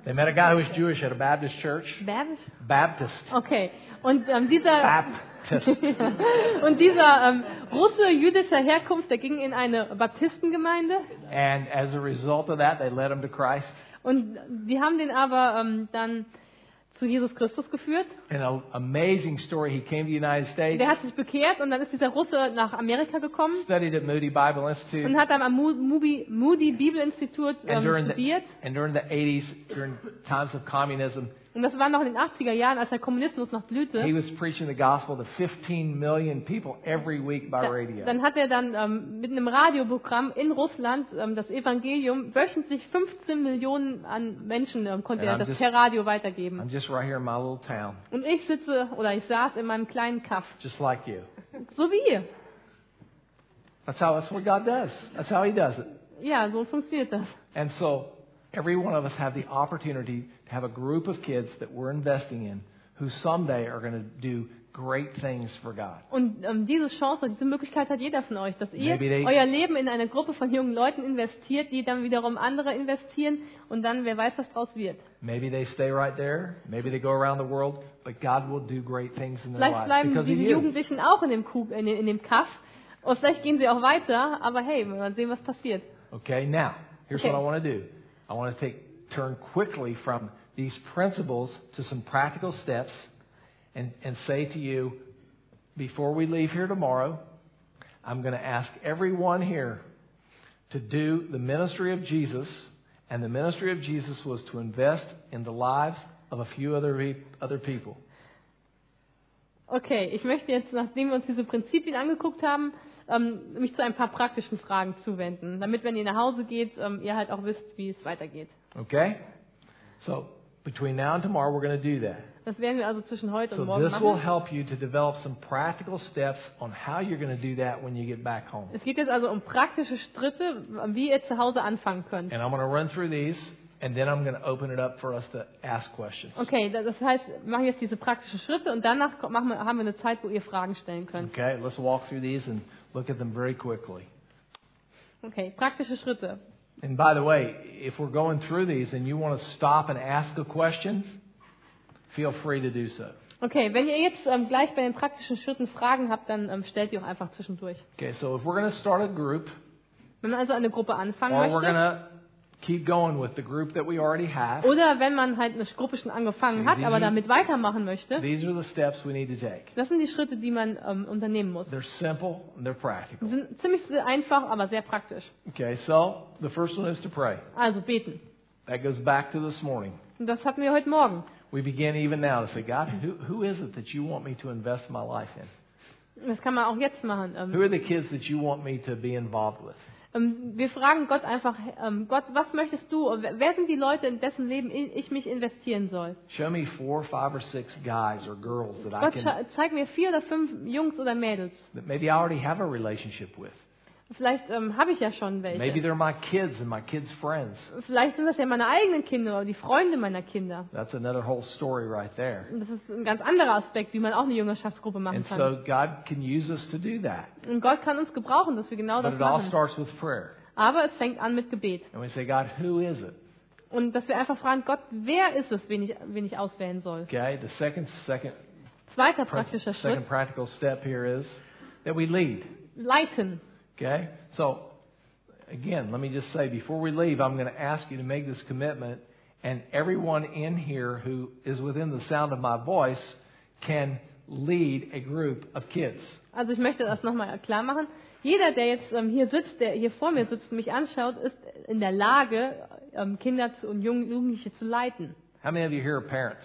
Speaker 2: they met a guy who was Jewish at a Baptist church.
Speaker 1: Bärisch?
Speaker 2: Baptist,
Speaker 1: Okay. Und ähm, dieser
Speaker 2: Baptist.
Speaker 1: und dieser ähm, Russe jüdischer Herkunft, der ging in eine Baptistengemeinde.
Speaker 2: and as a result of that, they led him to Christ.
Speaker 1: Und die haben den aber ähm, dann zu Jesus Christus geführt.
Speaker 2: and an amazing story. He came to the United States,
Speaker 1: Der hat sich bekehrt und dann ist dieser Russe nach Amerika gekommen
Speaker 2: studied at Moody Bible Institute,
Speaker 1: und hat am Mu- Moody, Moody Bibelinstitut
Speaker 2: and
Speaker 1: ähm,
Speaker 2: during
Speaker 1: studiert.
Speaker 2: the and during the 80s, during times of communism,
Speaker 1: Und das war noch in den 80er Jahren, als der Kommunismus noch blühte.
Speaker 2: he was preaching the gospel to 15 million people every week by
Speaker 1: Da-
Speaker 2: radio.
Speaker 1: Dann hat er dann ähm, mit einem Radioprogramm in Russland ähm, das Evangelium wöchentlich 15 Millionen an Menschen ähm, konnte
Speaker 2: Ja,
Speaker 1: er das
Speaker 2: das-
Speaker 1: per Radio
Speaker 2: I'm
Speaker 1: weitergeben.
Speaker 2: just right here in my little town,
Speaker 1: Und ich sitze oder ich saß in meinem kleinen Kaff,
Speaker 2: just like you.
Speaker 1: so wie ihr.
Speaker 2: That's how that's what God does. That's how He does it.
Speaker 1: Ja, so funktioniert das.
Speaker 2: And so every one of us have the opportunity to have a group of kids that we're investing in who someday are going to do great things for God.
Speaker 1: Und ähm, diese Chance, diese Möglichkeit hat jeder von euch, dass ihr
Speaker 2: Maybe they-
Speaker 1: euer Leben in eine Gruppe von jungen Leuten investiert, die dann wiederum andere investieren und dann wer weiß, was draus wird.
Speaker 2: Maybe they stay right there, maybe they go around the world, but God will do great things in their
Speaker 1: Vielleicht
Speaker 2: lives
Speaker 1: bleiben
Speaker 2: because of
Speaker 1: diese
Speaker 2: you.
Speaker 1: Jugendlichen auch in dem, Kuh, in, dem- in dem Kaff und vielleicht gehen sie auch weiter, aber hey, mal sehen, was passiert.
Speaker 2: Okay, now, here's
Speaker 1: Okay.
Speaker 2: what I want to do. I want to take turn quickly from these principles to some practical steps and, and say to you, before we leave here tomorrow, I'm going to ask everyone here to do the ministry of Jesus, and the ministry of Jesus was to invest in the lives of a few other, re- other people.
Speaker 1: Okay, ich möchte jetzt, nachdem wir uns diese Prinzipien angeguckt haben, ähm, mich zu ein paar praktischen Fragen zuwenden, damit, wenn ihr nach Hause geht, ähm, ihr halt auch wisst, wie es weitergeht.
Speaker 2: Okay? So, between now and tomorrow, we're going to do that.
Speaker 1: Das werden wir also zwischen heute und
Speaker 2: So,
Speaker 1: morgen
Speaker 2: this will
Speaker 1: machen.
Speaker 2: help you to develop some practical steps on how you're going to do that when you get back home.
Speaker 1: Es geht jetzt also um praktische Schritte, wie ihr zu Hause anfangen könnt.
Speaker 2: And I'm going to run through these, and then I'm going to open it up for us to ask questions.
Speaker 1: Okay, da- das heißt, wir machen jetzt diese praktischen Schritte und danach ko- machen wir, haben wir eine Zeit, wo ihr Fragen stellen könnt.
Speaker 2: Okay, let's walk through these and look at them very quickly. Mhm.
Speaker 1: Okay, praktische Schritte.
Speaker 2: And by the way, if we're going through these and you want to stop and ask a question, feel free to do so.
Speaker 1: Okay, wenn ihr jetzt ähm, gleich bei den praktischen Schritten Fragen habt, dann ähm, stellt die auch einfach zwischendurch.
Speaker 2: Okay, so if we're going to start a group
Speaker 1: Wenn man also eine Gruppe anfangen
Speaker 2: or we're going
Speaker 1: möchte,
Speaker 2: to keep going with the group that we already have,
Speaker 1: oder wenn man halt eine Gruppe schon angefangen hat,
Speaker 2: These
Speaker 1: aber
Speaker 2: are-
Speaker 1: damit weitermachen möchte,
Speaker 2: these are the steps we need to take.
Speaker 1: das sind die Schritte, die man ähm, unternehmen muss.
Speaker 2: They're simple and they're
Speaker 1: Die
Speaker 2: practical.
Speaker 1: sind ziemlich einfach, aber sehr praktisch.
Speaker 2: Okay, so the first one is to pray.
Speaker 1: Also beten.
Speaker 2: That goes back to this morning.
Speaker 1: Und das hatten wir heute Morgen.
Speaker 2: We begin even now to say, God, who, who is it that you want me to invest my life in?
Speaker 1: Das kann man auch jetzt machen. Ähm,
Speaker 2: Who are the kids that you want me to be involved with?
Speaker 1: Ähm, Wir fragen Gott einfach, ähm, Gott, was möchtest du? äh, Wer wer sind die Leute, in dessen Leben i- ich mich investieren soll?
Speaker 2: Show me four, five, or six guys or girls that I
Speaker 1: Gott,
Speaker 2: can
Speaker 1: scha- zeig mir vier oder fünf Jungs oder Mädels.
Speaker 2: that maybe I already have a relationship with.
Speaker 1: Vielleicht ähm, habe ich ja schon
Speaker 2: Maybe
Speaker 1: welche.
Speaker 2: they're my kids and my kids' friends.
Speaker 1: Vielleicht sind das ja meine eigenen Kinder oder die Freunde meiner Kinder.
Speaker 2: That's another whole story right there.
Speaker 1: Und das ist ein ganz anderer Aspekt, wie man auch eine Jüngerschaftsgruppe machen
Speaker 2: And
Speaker 1: kann.
Speaker 2: so God can use us to do that.
Speaker 1: Und Gott kann uns gebrauchen, dass wir genau
Speaker 2: But
Speaker 1: das
Speaker 2: it all
Speaker 1: machen.
Speaker 2: starts with prayer.
Speaker 1: Aber es fängt an mit Gebet.
Speaker 2: And we say, God, who is it?
Speaker 1: Und dass wir einfach fragen, Gott, wer ist es, wen ich, wen ich auswählen soll?
Speaker 2: Okay, the second second
Speaker 1: Zweiter
Speaker 2: prin-
Speaker 1: praktischer Schritt,
Speaker 2: second practical step here is that we lead.
Speaker 1: leiten.
Speaker 2: Okay? So, again, let me just say before we leave, I'm going to ask you to make this commitment, and everyone in here who is within the sound of my voice can lead a group of kids.
Speaker 1: Also ich möchte das nochmal klar machen. Jeder, der jetzt ähm, hier sitzt, der hier vor mir sitzt und mich anschaut, ist in der Lage, ähm, Kinder zu, und Jung- Jugendliche zu leiten.
Speaker 2: How many of you here are parents?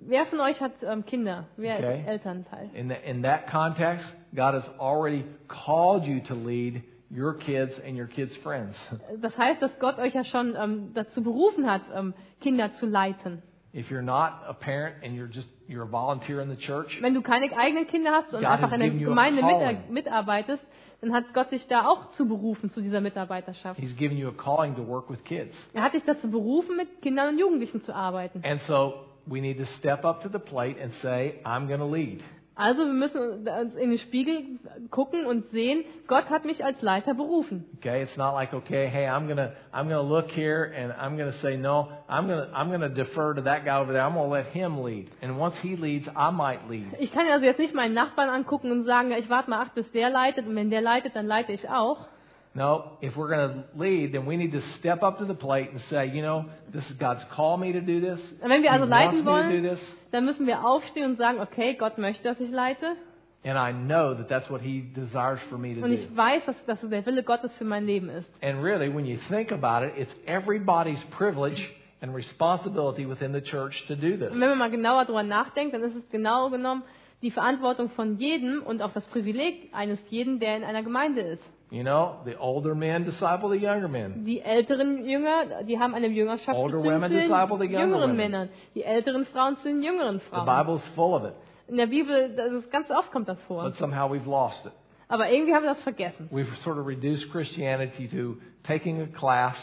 Speaker 1: Wer von euch hat ähm, Kinder? Wer
Speaker 2: Okay.
Speaker 1: ist Elternteil?
Speaker 2: In, the, in that context, God has already called you to lead your kids and your kids' friends.
Speaker 1: Das heißt, dass Gott euch ja schon ähm, dazu berufen hat, ähm, Kinder zu leiten.
Speaker 2: If you're not a parent and you're just you're a volunteer in the church,
Speaker 1: Wenn du keine eigenen Kinder hast und
Speaker 2: God
Speaker 1: einfach
Speaker 2: has
Speaker 1: in der
Speaker 2: given you a
Speaker 1: Gemeinde mit,
Speaker 2: calling.
Speaker 1: mitarbeitest, dann hat Gott dich da auch zu berufen zu dieser Mitarbeiterschaft.
Speaker 2: He's given you a calling to work with kids.
Speaker 1: Er hat dich dazu berufen, mit Kindern und Jugendlichen zu arbeiten.
Speaker 2: And so we need to step up to the plate and say, I'm going to lead.
Speaker 1: Also wir müssen uns in den Spiegel gucken und sehen, Gott hat mich als Leiter berufen.
Speaker 2: Okay, it's not like okay, hey, I'm gonna I'm gonna look here and I'm gonna say no, I'm gonna I'm gonna defer to that guy over there. I'm gonna let him lead, and once he leads, I might lead.
Speaker 1: Ich kann also jetzt nicht meinen Nachbarn angucken und sagen, ja, ich warte mal ab, bis der leitet und wenn der leitet, dann leite ich auch.
Speaker 2: No, if we're going to lead, then we need to step up to the plate and say, you know, this is God's call me to do this.
Speaker 1: Und wenn wir also
Speaker 2: He wants
Speaker 1: leiten
Speaker 2: me to do
Speaker 1: wollen,
Speaker 2: this,
Speaker 1: dann müssen wir aufstehen und sagen, okay, Gott möchte, dass ich leite.
Speaker 2: and I know that that's what He desires for me to
Speaker 1: Und
Speaker 2: do.
Speaker 1: ich weiß, dass das der Wille Gottes für mein Leben ist.
Speaker 2: And really, when you think about it, it's everybody's privilege and responsibility within the church to do
Speaker 1: Und wenn
Speaker 2: this.
Speaker 1: man mal genauer darüber nachdenkt, dann ist es genau genommen die Verantwortung von jedem und auch das Privileg eines jeden, der in einer Gemeinde ist.
Speaker 2: You know, the older men disciple the younger men.
Speaker 1: Die älteren Jünger, die haben eine Jüngerschaft
Speaker 2: Older
Speaker 1: zu den
Speaker 2: women disciple the younger
Speaker 1: jüngeren
Speaker 2: women.
Speaker 1: Männern. Die älteren Frauen zu den jüngeren
Speaker 2: The
Speaker 1: Frauen.
Speaker 2: Bible's full of it,
Speaker 1: In der Bibel, das ist ganz oft kommt das vor.
Speaker 2: but somehow we've lost it.
Speaker 1: Aber irgendwie haben wir das vergessen.
Speaker 2: We've sort of reduced Christianity to taking a class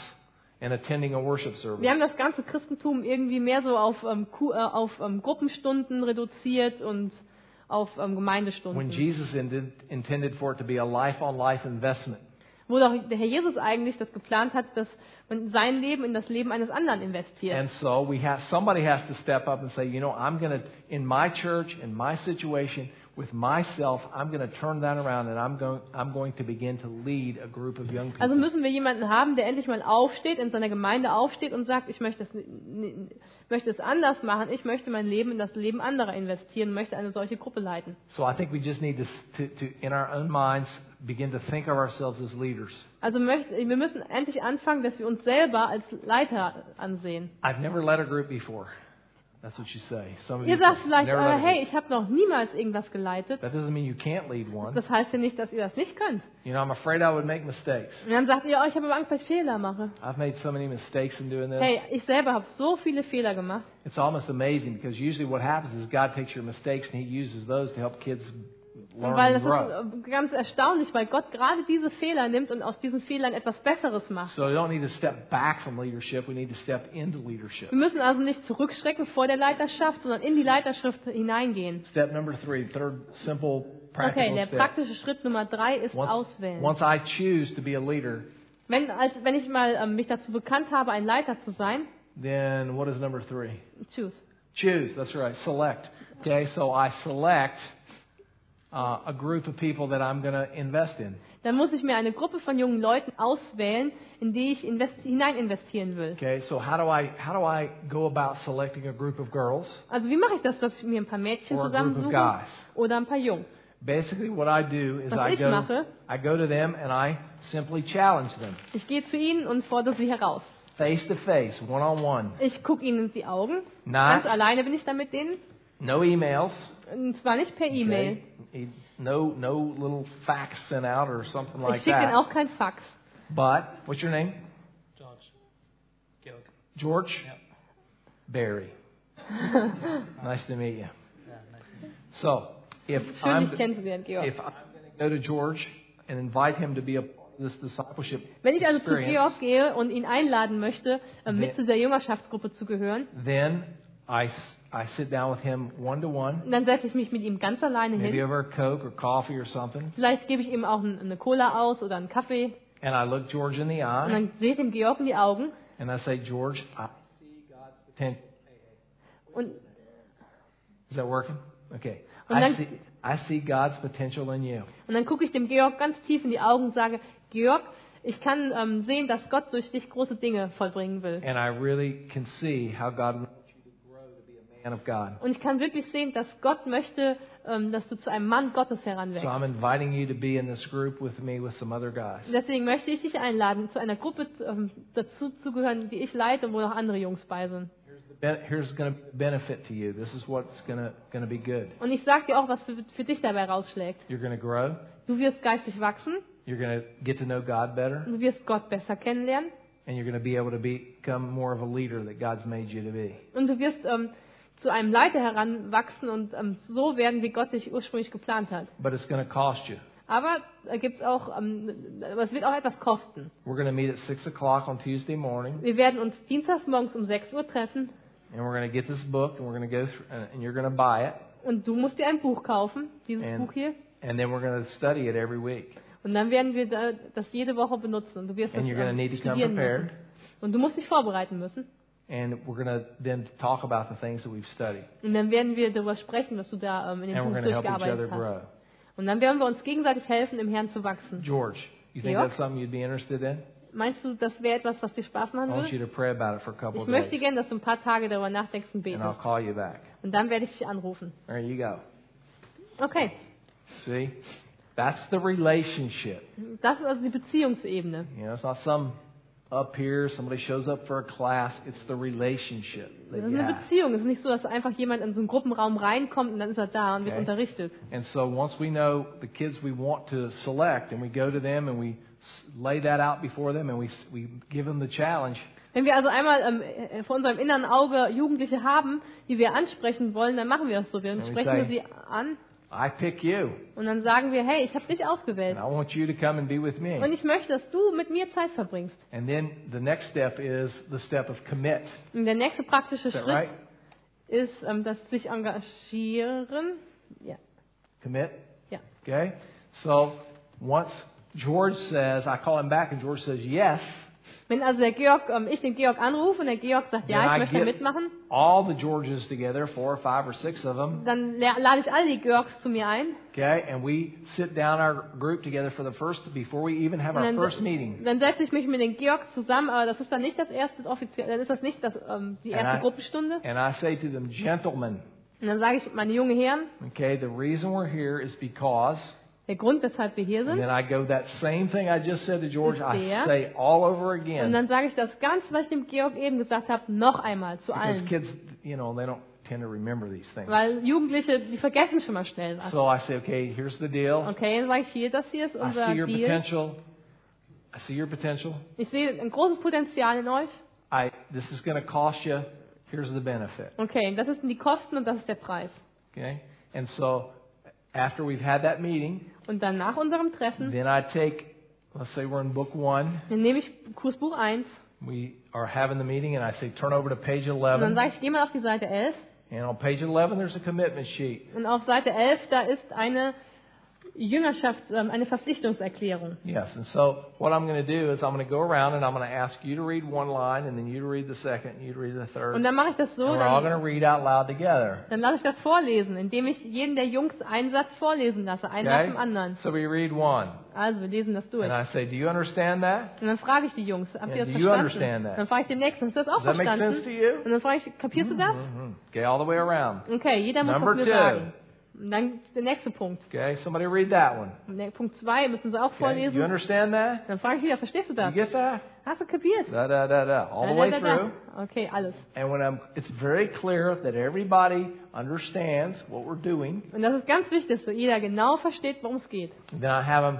Speaker 2: and attending a worship service.
Speaker 1: Wir haben das ganze Christentum irgendwie mehr so auf, ähm, Ku- äh, auf ähm, Gruppenstunden reduziert und auf ähm,
Speaker 2: When
Speaker 1: Gemeindestunden.
Speaker 2: Jesus intended, intended for it to be a life on life investment.
Speaker 1: Wo doch der Herr Jesus eigentlich das geplant hat, dass man sein Leben in das Leben eines anderen investiert.
Speaker 2: And so we have somebody has to step up and say, you know, I'm going to in my church, in my situation, with myself, I'm going to turn that around and I'm going I'm going to begin to lead a group of young people.
Speaker 1: Also müssen wir jemanden haben, der endlich mal aufsteht, in seiner Gemeinde aufsteht und sagt, ich möchte es, n- n- möchte es anders machen, ich möchte mein Leben in das Leben anderer investieren, möchte eine solche Gruppe leiten.
Speaker 2: so I think we just need to, s- to to in our own minds begin to think of ourselves as leaders.
Speaker 1: Also möchte, wir müssen endlich anfangen, dass wir uns selber als Leiter ansehen.
Speaker 2: I've never led a group before. That's what you say. Some of
Speaker 1: Ihr
Speaker 2: you
Speaker 1: sagt
Speaker 2: say,
Speaker 1: vielleicht,
Speaker 2: "Never led
Speaker 1: äh,
Speaker 2: a
Speaker 1: hey,
Speaker 2: group."
Speaker 1: ich habe noch niemals irgendwas geleitet.
Speaker 2: That doesn't mean you can't lead one.
Speaker 1: Das heißt ja nicht, dass ihr das nicht könnt.
Speaker 2: You know, I'm afraid I would make mistakes.
Speaker 1: Und dann sagt ihr, oh, ich habe aber Angst, dass ich Fehler mache.
Speaker 2: I've made so many mistakes in doing this.
Speaker 1: Hey, ich selber habe so viele Fehler gemacht.
Speaker 2: It's almost amazing because usually what happens is God takes your mistakes and He uses those to help kids
Speaker 1: Und
Speaker 2: learn
Speaker 1: weil
Speaker 2: and grow.
Speaker 1: das ist äh, ganz erstaunlich, weil Gott gerade diese Fehler nimmt und aus diesen Fehlern etwas Besseres macht.
Speaker 2: So we don't need to step back from leadership. We need to step into leadership.
Speaker 1: Wir müssen also nicht zurückschrecken vor der Leiterschaft, sondern in die Leiterschaft hineingehen.
Speaker 2: Step number three, third simple
Speaker 1: Okay,
Speaker 2: practical
Speaker 1: der
Speaker 2: step.
Speaker 1: praktische Schritt Nummer drei ist
Speaker 2: Once,
Speaker 1: auswählen.
Speaker 2: once I choose to be a leader,
Speaker 1: wenn, als, wenn ich mal ähm, mich dazu bekannt habe, ein Leiter zu sein,
Speaker 2: then what is number three?
Speaker 1: choose.
Speaker 2: Choose. That's right. Select. Okay, so I select uh, a group of people that I'm going to invest in.
Speaker 1: Dann muss ich mir eine Gruppe von jungen Leuten auswählen, in die ich invest hinein investieren will.
Speaker 2: Okay, so how do I how do I go about selecting a group of girls?
Speaker 1: Also wie mache ich das, dass ich mir ein paar Mädchen
Speaker 2: Or a group of
Speaker 1: zusammensuche
Speaker 2: guys.
Speaker 1: oder ein paar Jungs?
Speaker 2: Basically, what I do is
Speaker 1: Was
Speaker 2: I
Speaker 1: ich
Speaker 2: go,
Speaker 1: mache?
Speaker 2: I go to them and I simply challenge them
Speaker 1: Ich gehe zu ihnen und fordere sie heraus.
Speaker 2: face to face, one on one.
Speaker 1: Ich gucke ihnen in die Augen.
Speaker 2: Nein.
Speaker 1: Ganz alleine bin ich da mit denen.
Speaker 2: No emails.
Speaker 1: Und zwar nicht per E-Mail.
Speaker 2: okay? E, No, no little fax sent out or something
Speaker 1: ich
Speaker 2: like
Speaker 1: schicke
Speaker 2: that.
Speaker 1: ihnen auch kein Fax.
Speaker 2: But what's your name?
Speaker 6: George. Georg.
Speaker 2: George.
Speaker 6: Yep.
Speaker 2: Barry. nice to meet you.
Speaker 6: Ja, nice.
Speaker 2: So if
Speaker 1: Schön,
Speaker 2: I'm
Speaker 1: dich kennenzulernen, Georg.
Speaker 2: if I'm going to go to George and invite him to be a part of this discipleship
Speaker 1: Wenn ich also zu
Speaker 2: experience,
Speaker 1: Georg gehe und ihn einladen möchte, äh,
Speaker 2: Wer-
Speaker 1: mit zu der Jüngerschaftsgruppe zu gehören,
Speaker 2: then I, s- I sit down with him one to one,
Speaker 1: dann setze ich mich mit ihm ganz alleine
Speaker 2: maybe
Speaker 1: hin.
Speaker 2: over a Coke or coffee or something,
Speaker 1: Vielleicht gebe ich ihm auch n- eine Cola aus oder einen Kaffee.
Speaker 2: and I look George in the
Speaker 1: Und
Speaker 2: eye
Speaker 1: dann sehe ich dem Georg in die Augen.
Speaker 2: and I say, George, I see God's potential.
Speaker 1: Und,
Speaker 2: Is that working? Okay.
Speaker 1: Und
Speaker 2: I
Speaker 1: dann-
Speaker 2: see, I see God's potential in you.
Speaker 1: und dann gucke ich dem Georg ganz tief in die Augen und sage, Georg, ich kann ähm, sehen, dass Gott durch dich große Dinge vollbringen will.
Speaker 2: And I really can see how God wants you to grow to be a man of God.
Speaker 1: Und ich kann wirklich sehen, dass Gott möchte, ähm, dass du zu einem Mann Gottes
Speaker 2: So
Speaker 1: heranwächst.
Speaker 2: I'm inviting you to be in this group with me with some other guys.
Speaker 1: Deswegen möchte ich dich einladen, zu einer Gruppe ähm, dazu zu gehören, die ich leite und wo noch andere Jungs bei sind.
Speaker 2: Ben- Here's going to benefit to you. This is what's going to going to be good.
Speaker 1: Und ich sage dir auch, was für, für dich dabei rausschlägt.
Speaker 2: You're going to grow.
Speaker 1: Du wirst geistig wachsen,
Speaker 2: You're going to get to know God better.
Speaker 1: du wirst Gott besser kennenlernen
Speaker 2: and you're going to be able to become more of a leader that God's made you to be.
Speaker 1: und du wirst ähm, zu einem Leiter heranwachsen und ähm, so werden, wie Gott dich ursprünglich geplant hat.
Speaker 2: But it's going to cost you.
Speaker 1: Aber da gibt's auch, ähm, aber es wird auch etwas kosten.
Speaker 2: We're going to meet at six o'clock on Tuesday morning,
Speaker 1: Wir werden uns dienstags morgens um 6 Uhr treffen
Speaker 2: and we're going to get this book, and we're going to go through, and you're going to buy it,
Speaker 1: und du musst dir ein Buch kaufen, dieses
Speaker 2: And-
Speaker 1: Buch hier.
Speaker 2: and then we're going to study it every week.
Speaker 1: Und dann werden wir da- das jede Woche benutzen und du wirst das
Speaker 2: And you're going
Speaker 1: ähm,
Speaker 2: to need to come
Speaker 1: studieren müssen.
Speaker 2: prepared,
Speaker 1: Und du musst dich vorbereiten müssen.
Speaker 2: and we're going to then talk about the things that we've studied,
Speaker 1: Und dann werden wir darüber sprechen, was du da ähm, in
Speaker 2: and
Speaker 1: dem
Speaker 2: we're
Speaker 1: Buch
Speaker 2: going to help each other
Speaker 1: durchgearbeitet hast.
Speaker 2: grow.
Speaker 1: Und dann werden wir uns gegenseitig helfen, im Herrn zu wachsen.
Speaker 2: George, You think
Speaker 1: Georg?
Speaker 2: that's something you'd be interested in?
Speaker 1: Meinst du, das wäre etwas, was dir Spaß
Speaker 2: I
Speaker 1: machen
Speaker 2: want you
Speaker 1: würde?
Speaker 2: to pray about it for a couple of
Speaker 1: Ich möchte
Speaker 2: days,
Speaker 1: gern, dass du ein paar Tage darüber nachdenkst und
Speaker 2: and I'll
Speaker 1: betest.
Speaker 2: call you back.
Speaker 1: Und dann werde ich dich anrufen.
Speaker 2: There you go.
Speaker 1: Okay,
Speaker 2: See, that's the relationship.
Speaker 1: das ist also die Beziehungsebene.
Speaker 2: You know, it's not some up here. Somebody shows up for a class. It's the relationship that
Speaker 1: Das
Speaker 2: you
Speaker 1: ist eine
Speaker 2: have.
Speaker 1: Beziehung. Es ist nicht so, dass einfach jemand in so einen Gruppenraum reinkommt und dann ist er da und wird
Speaker 2: Okay.
Speaker 1: unterrichtet.
Speaker 2: And so once we know the kids we want to select, and we go to them and we s- lay that out before them, and we s- we give them the challenge.
Speaker 1: Wenn wir also einmal ähm, äh, vor unserem inneren Auge Jugendliche haben, die wir ansprechen wollen, dann machen wir das so. Wir
Speaker 2: we
Speaker 1: sprechen wir
Speaker 2: say-
Speaker 1: sie an
Speaker 2: I pick you,
Speaker 1: und dann sagen wir, hey, ich habe dich ausgewählt.
Speaker 2: and I want you to come and be with
Speaker 1: Und
Speaker 2: me.
Speaker 1: ich möchte, dass du mit mir Zeit verbringst.
Speaker 2: And then the next step is the step of commit.
Speaker 1: Und der nächste praktische
Speaker 2: Is that
Speaker 1: Schritt
Speaker 2: right?
Speaker 1: ist ähm, das sich engagieren. Ja.
Speaker 2: Commit.
Speaker 1: Ja.
Speaker 2: Okay. So once George says, I call him back, and George says yes.
Speaker 1: Wenn also der Georg, ähm, ich den Georg anrufe und der Georg sagt,
Speaker 2: Then
Speaker 1: ja,
Speaker 2: I
Speaker 1: ich
Speaker 2: get-
Speaker 1: möchte mitmachen,
Speaker 2: All the Georges together, four or five or six of them,
Speaker 1: dann la- lade ich all die Georgs zu mir ein.
Speaker 2: Okay, and we sit down our group together for the first before we even have
Speaker 1: Und
Speaker 2: our
Speaker 1: dann,
Speaker 2: first meeting.
Speaker 1: dann setze ich mich mit den Georgs zusammen, aber das ist dann nicht das erste offizielle, dann ist das nicht das, ähm, die
Speaker 2: And
Speaker 1: erste
Speaker 2: I-
Speaker 1: Gruppenstunde.
Speaker 2: And I say to them, gentlemen,
Speaker 1: Und dann sage ich, meine jungen Herren,
Speaker 2: okay, the reason we're here is because.
Speaker 1: der Grund, weshalb wir hier
Speaker 2: And
Speaker 1: sind.
Speaker 2: then I go that same thing I just said to George. I
Speaker 1: Mm-hmm. Yeah.
Speaker 2: say all over
Speaker 1: Und
Speaker 2: again
Speaker 1: dann sage ich das ganz, was ich dem Georg eben gesagt habe, noch einmal zu
Speaker 2: because
Speaker 1: allen.
Speaker 2: kids, you know, they don't tend to remember these things.
Speaker 1: Weil Jugendliche, die vergessen schon mal schnell was.
Speaker 2: So I say, okay, here's the deal.
Speaker 1: Okay, dann sage ich hier, das hier ist
Speaker 2: I
Speaker 1: unser
Speaker 2: see your
Speaker 1: Deal.
Speaker 2: potential. I see your potential.
Speaker 1: Ich sehe ein großes Potenzial in euch.
Speaker 2: I this is going to cost you. Here's the benefit.
Speaker 1: Okay, das sind die Kosten und das ist der Preis.
Speaker 2: Okay, and so after we've had that meeting.
Speaker 1: Und dann nach unserem Treffen,
Speaker 2: Then I take, let's say we're in book one,
Speaker 1: dann nehme ich Kursbuch 1
Speaker 2: we are having the meeting, and I say turn over to page
Speaker 1: und dann
Speaker 2: 11.
Speaker 1: sage ich, geh mal auf die Seite 11
Speaker 2: And on page 11, there's a commitment sheet.
Speaker 1: und auf Seite 11, da ist eine Jüngerschaft, ähm, eine Verpflichtungserklärung.
Speaker 2: Yes, and so what I'm going to do is I'm going to go around and I'm going to ask you to read one line, and then you to read the second, and you to read the third.
Speaker 1: Und
Speaker 2: And
Speaker 1: dann mache ich das so,
Speaker 2: we're all
Speaker 1: dann
Speaker 2: going to read out loud together.
Speaker 1: Dann lasse ich das vorlesen, indem ich jeden der Jungs einen Satz vorlesen lasse, einen nach
Speaker 2: Okay?
Speaker 1: dem anderen.
Speaker 2: So we read one,
Speaker 1: Also, wir lesen das durch.
Speaker 2: and I say, do you understand that?
Speaker 1: Und dann frage ich die Jungs, habt
Speaker 2: Yeah,
Speaker 1: ihr
Speaker 2: do
Speaker 1: das
Speaker 2: you understand
Speaker 1: verstanden?
Speaker 2: that?
Speaker 1: Dann frage ich den nächsten, hast du das auch
Speaker 2: Does that make sense to
Speaker 1: verstanden?
Speaker 2: you?
Speaker 1: Und dann frage ich, kapierst du das?
Speaker 2: Mhm. Okay, all the way around.
Speaker 1: Okay, jeder muss
Speaker 2: Number
Speaker 1: das
Speaker 2: two.
Speaker 1: mir sagen. Und dann der nächste Punkt.
Speaker 2: Okay, somebody read that one.
Speaker 1: Und der Punkt 2 müssen sie auch
Speaker 2: Okay, do you
Speaker 1: vorlesen.
Speaker 2: understand that?
Speaker 1: Dann frage ich wieder, verstehst du
Speaker 2: You
Speaker 1: das?
Speaker 2: get that?
Speaker 1: Hast du kapiert?
Speaker 2: Da da da da, all the way
Speaker 1: Da, da, da,
Speaker 2: through.
Speaker 1: da. Okay, alles.
Speaker 2: And when I'm, it's very clear that everybody understands what we're doing,
Speaker 1: Und das ist ganz wichtig, dass jeder genau versteht, worum es geht.
Speaker 2: then I have them,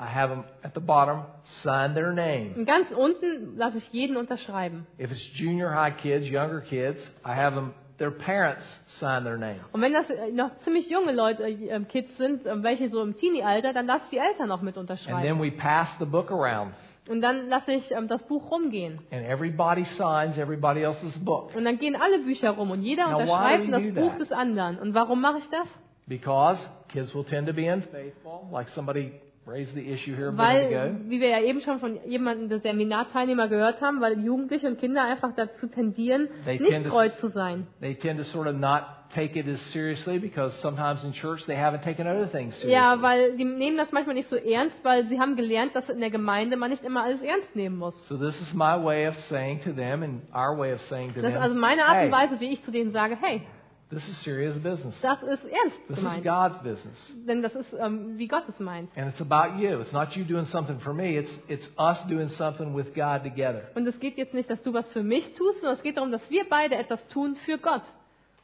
Speaker 2: I have 'em at the bottom sign their name.
Speaker 1: Und ganz unten lasse ich jeden unterschreiben.
Speaker 2: If it's junior high kids, younger kids, I have them, their parents sign their name.
Speaker 1: Und wenn das äh, noch ziemlich junge Leute, äh, äh, Kids sind, äh, welche so im Teenie-Alter, dann lasse ich die Eltern noch mit
Speaker 2: And then
Speaker 1: unterschreiben.
Speaker 2: we pass the book around,
Speaker 1: Und dann lasse ich ähm, das Buch rumgehen.
Speaker 2: and everybody signs everybody else's book
Speaker 1: Und dann gehen alle Bücher rum und jeder
Speaker 2: Now, why
Speaker 1: unterschreibt
Speaker 2: do you
Speaker 1: das
Speaker 2: do
Speaker 1: Buch
Speaker 2: that?
Speaker 1: des anderen. Und warum mache ich das?
Speaker 2: because kids will tend to be unfaithful, like somebody raised the issue here a minute ago.
Speaker 1: Weil, wie wir ja eben schon von jemandem, der Seminarteilnehmer gehört haben, weil Jugendliche und Kinder einfach dazu tendieren,
Speaker 2: They
Speaker 1: nicht
Speaker 2: tend to-
Speaker 1: treu zu sein.
Speaker 2: They tend to sort of not take it as seriously because sometimes in church they haven't taken other things seriously.
Speaker 1: Ja, weil die nehmen das manchmal nicht so ernst, weil sie haben gelernt, dass in der Gemeinde man nicht immer alles ernst nehmen muss.
Speaker 2: So this is my way of saying to them and our way of saying to
Speaker 1: Das
Speaker 2: them,
Speaker 1: ist also meine Art
Speaker 2: hey,
Speaker 1: und Weise, wie ich zu denen sage, hey,
Speaker 2: this is serious business.
Speaker 1: das ist ernst
Speaker 2: This
Speaker 1: gemeint.
Speaker 2: is God's business.
Speaker 1: Denn das ist, ähm, wie Gott es meint.
Speaker 2: And it's about you. It's not you doing something for me. It's, it's us doing something with God together.
Speaker 1: Und es geht jetzt nicht, dass du was für mich tust, sondern es geht darum, dass wir beide etwas tun für Gott.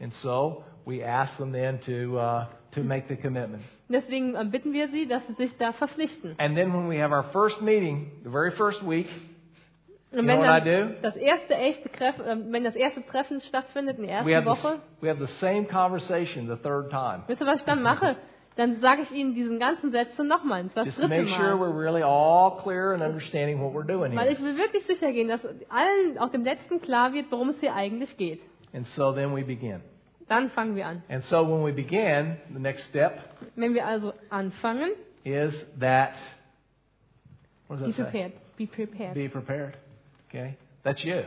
Speaker 2: And so we ask them then to, uh, to make the commitment.
Speaker 1: Und deswegen ähm, bitten wir sie, dass sie sich da verpflichten.
Speaker 2: And then when we have our first meeting, the very first week, You
Speaker 1: Und
Speaker 2: know
Speaker 1: wenn
Speaker 2: what I
Speaker 1: dann
Speaker 2: do?
Speaker 1: das erste echte Treff, ähm, wenn das erste Treffen stattfindet in der
Speaker 2: we have,
Speaker 1: ersten
Speaker 2: the,
Speaker 1: Woche,
Speaker 2: we have the same conversation the third time.
Speaker 1: wisst ihr, was ich dann mache? Dann sage ich ihnen diesen ganzen Sätze nochmal, das
Speaker 2: Just to
Speaker 1: dritte
Speaker 2: make sure
Speaker 1: Mal.
Speaker 2: we're really all clear and understanding what we're doing
Speaker 1: Weil
Speaker 2: here.
Speaker 1: ich will wirklich sicher gehen, dass allen auf dem letzten klar wird, worum es hier eigentlich geht.
Speaker 2: And so then we begin.
Speaker 1: Dann fangen wir an.
Speaker 2: And so when we begin, the next step
Speaker 1: Wenn wir also anfangen,
Speaker 2: is that what
Speaker 1: be
Speaker 2: does that say?
Speaker 1: prepared, be prepared.
Speaker 2: Be prepared. Okay, that's you.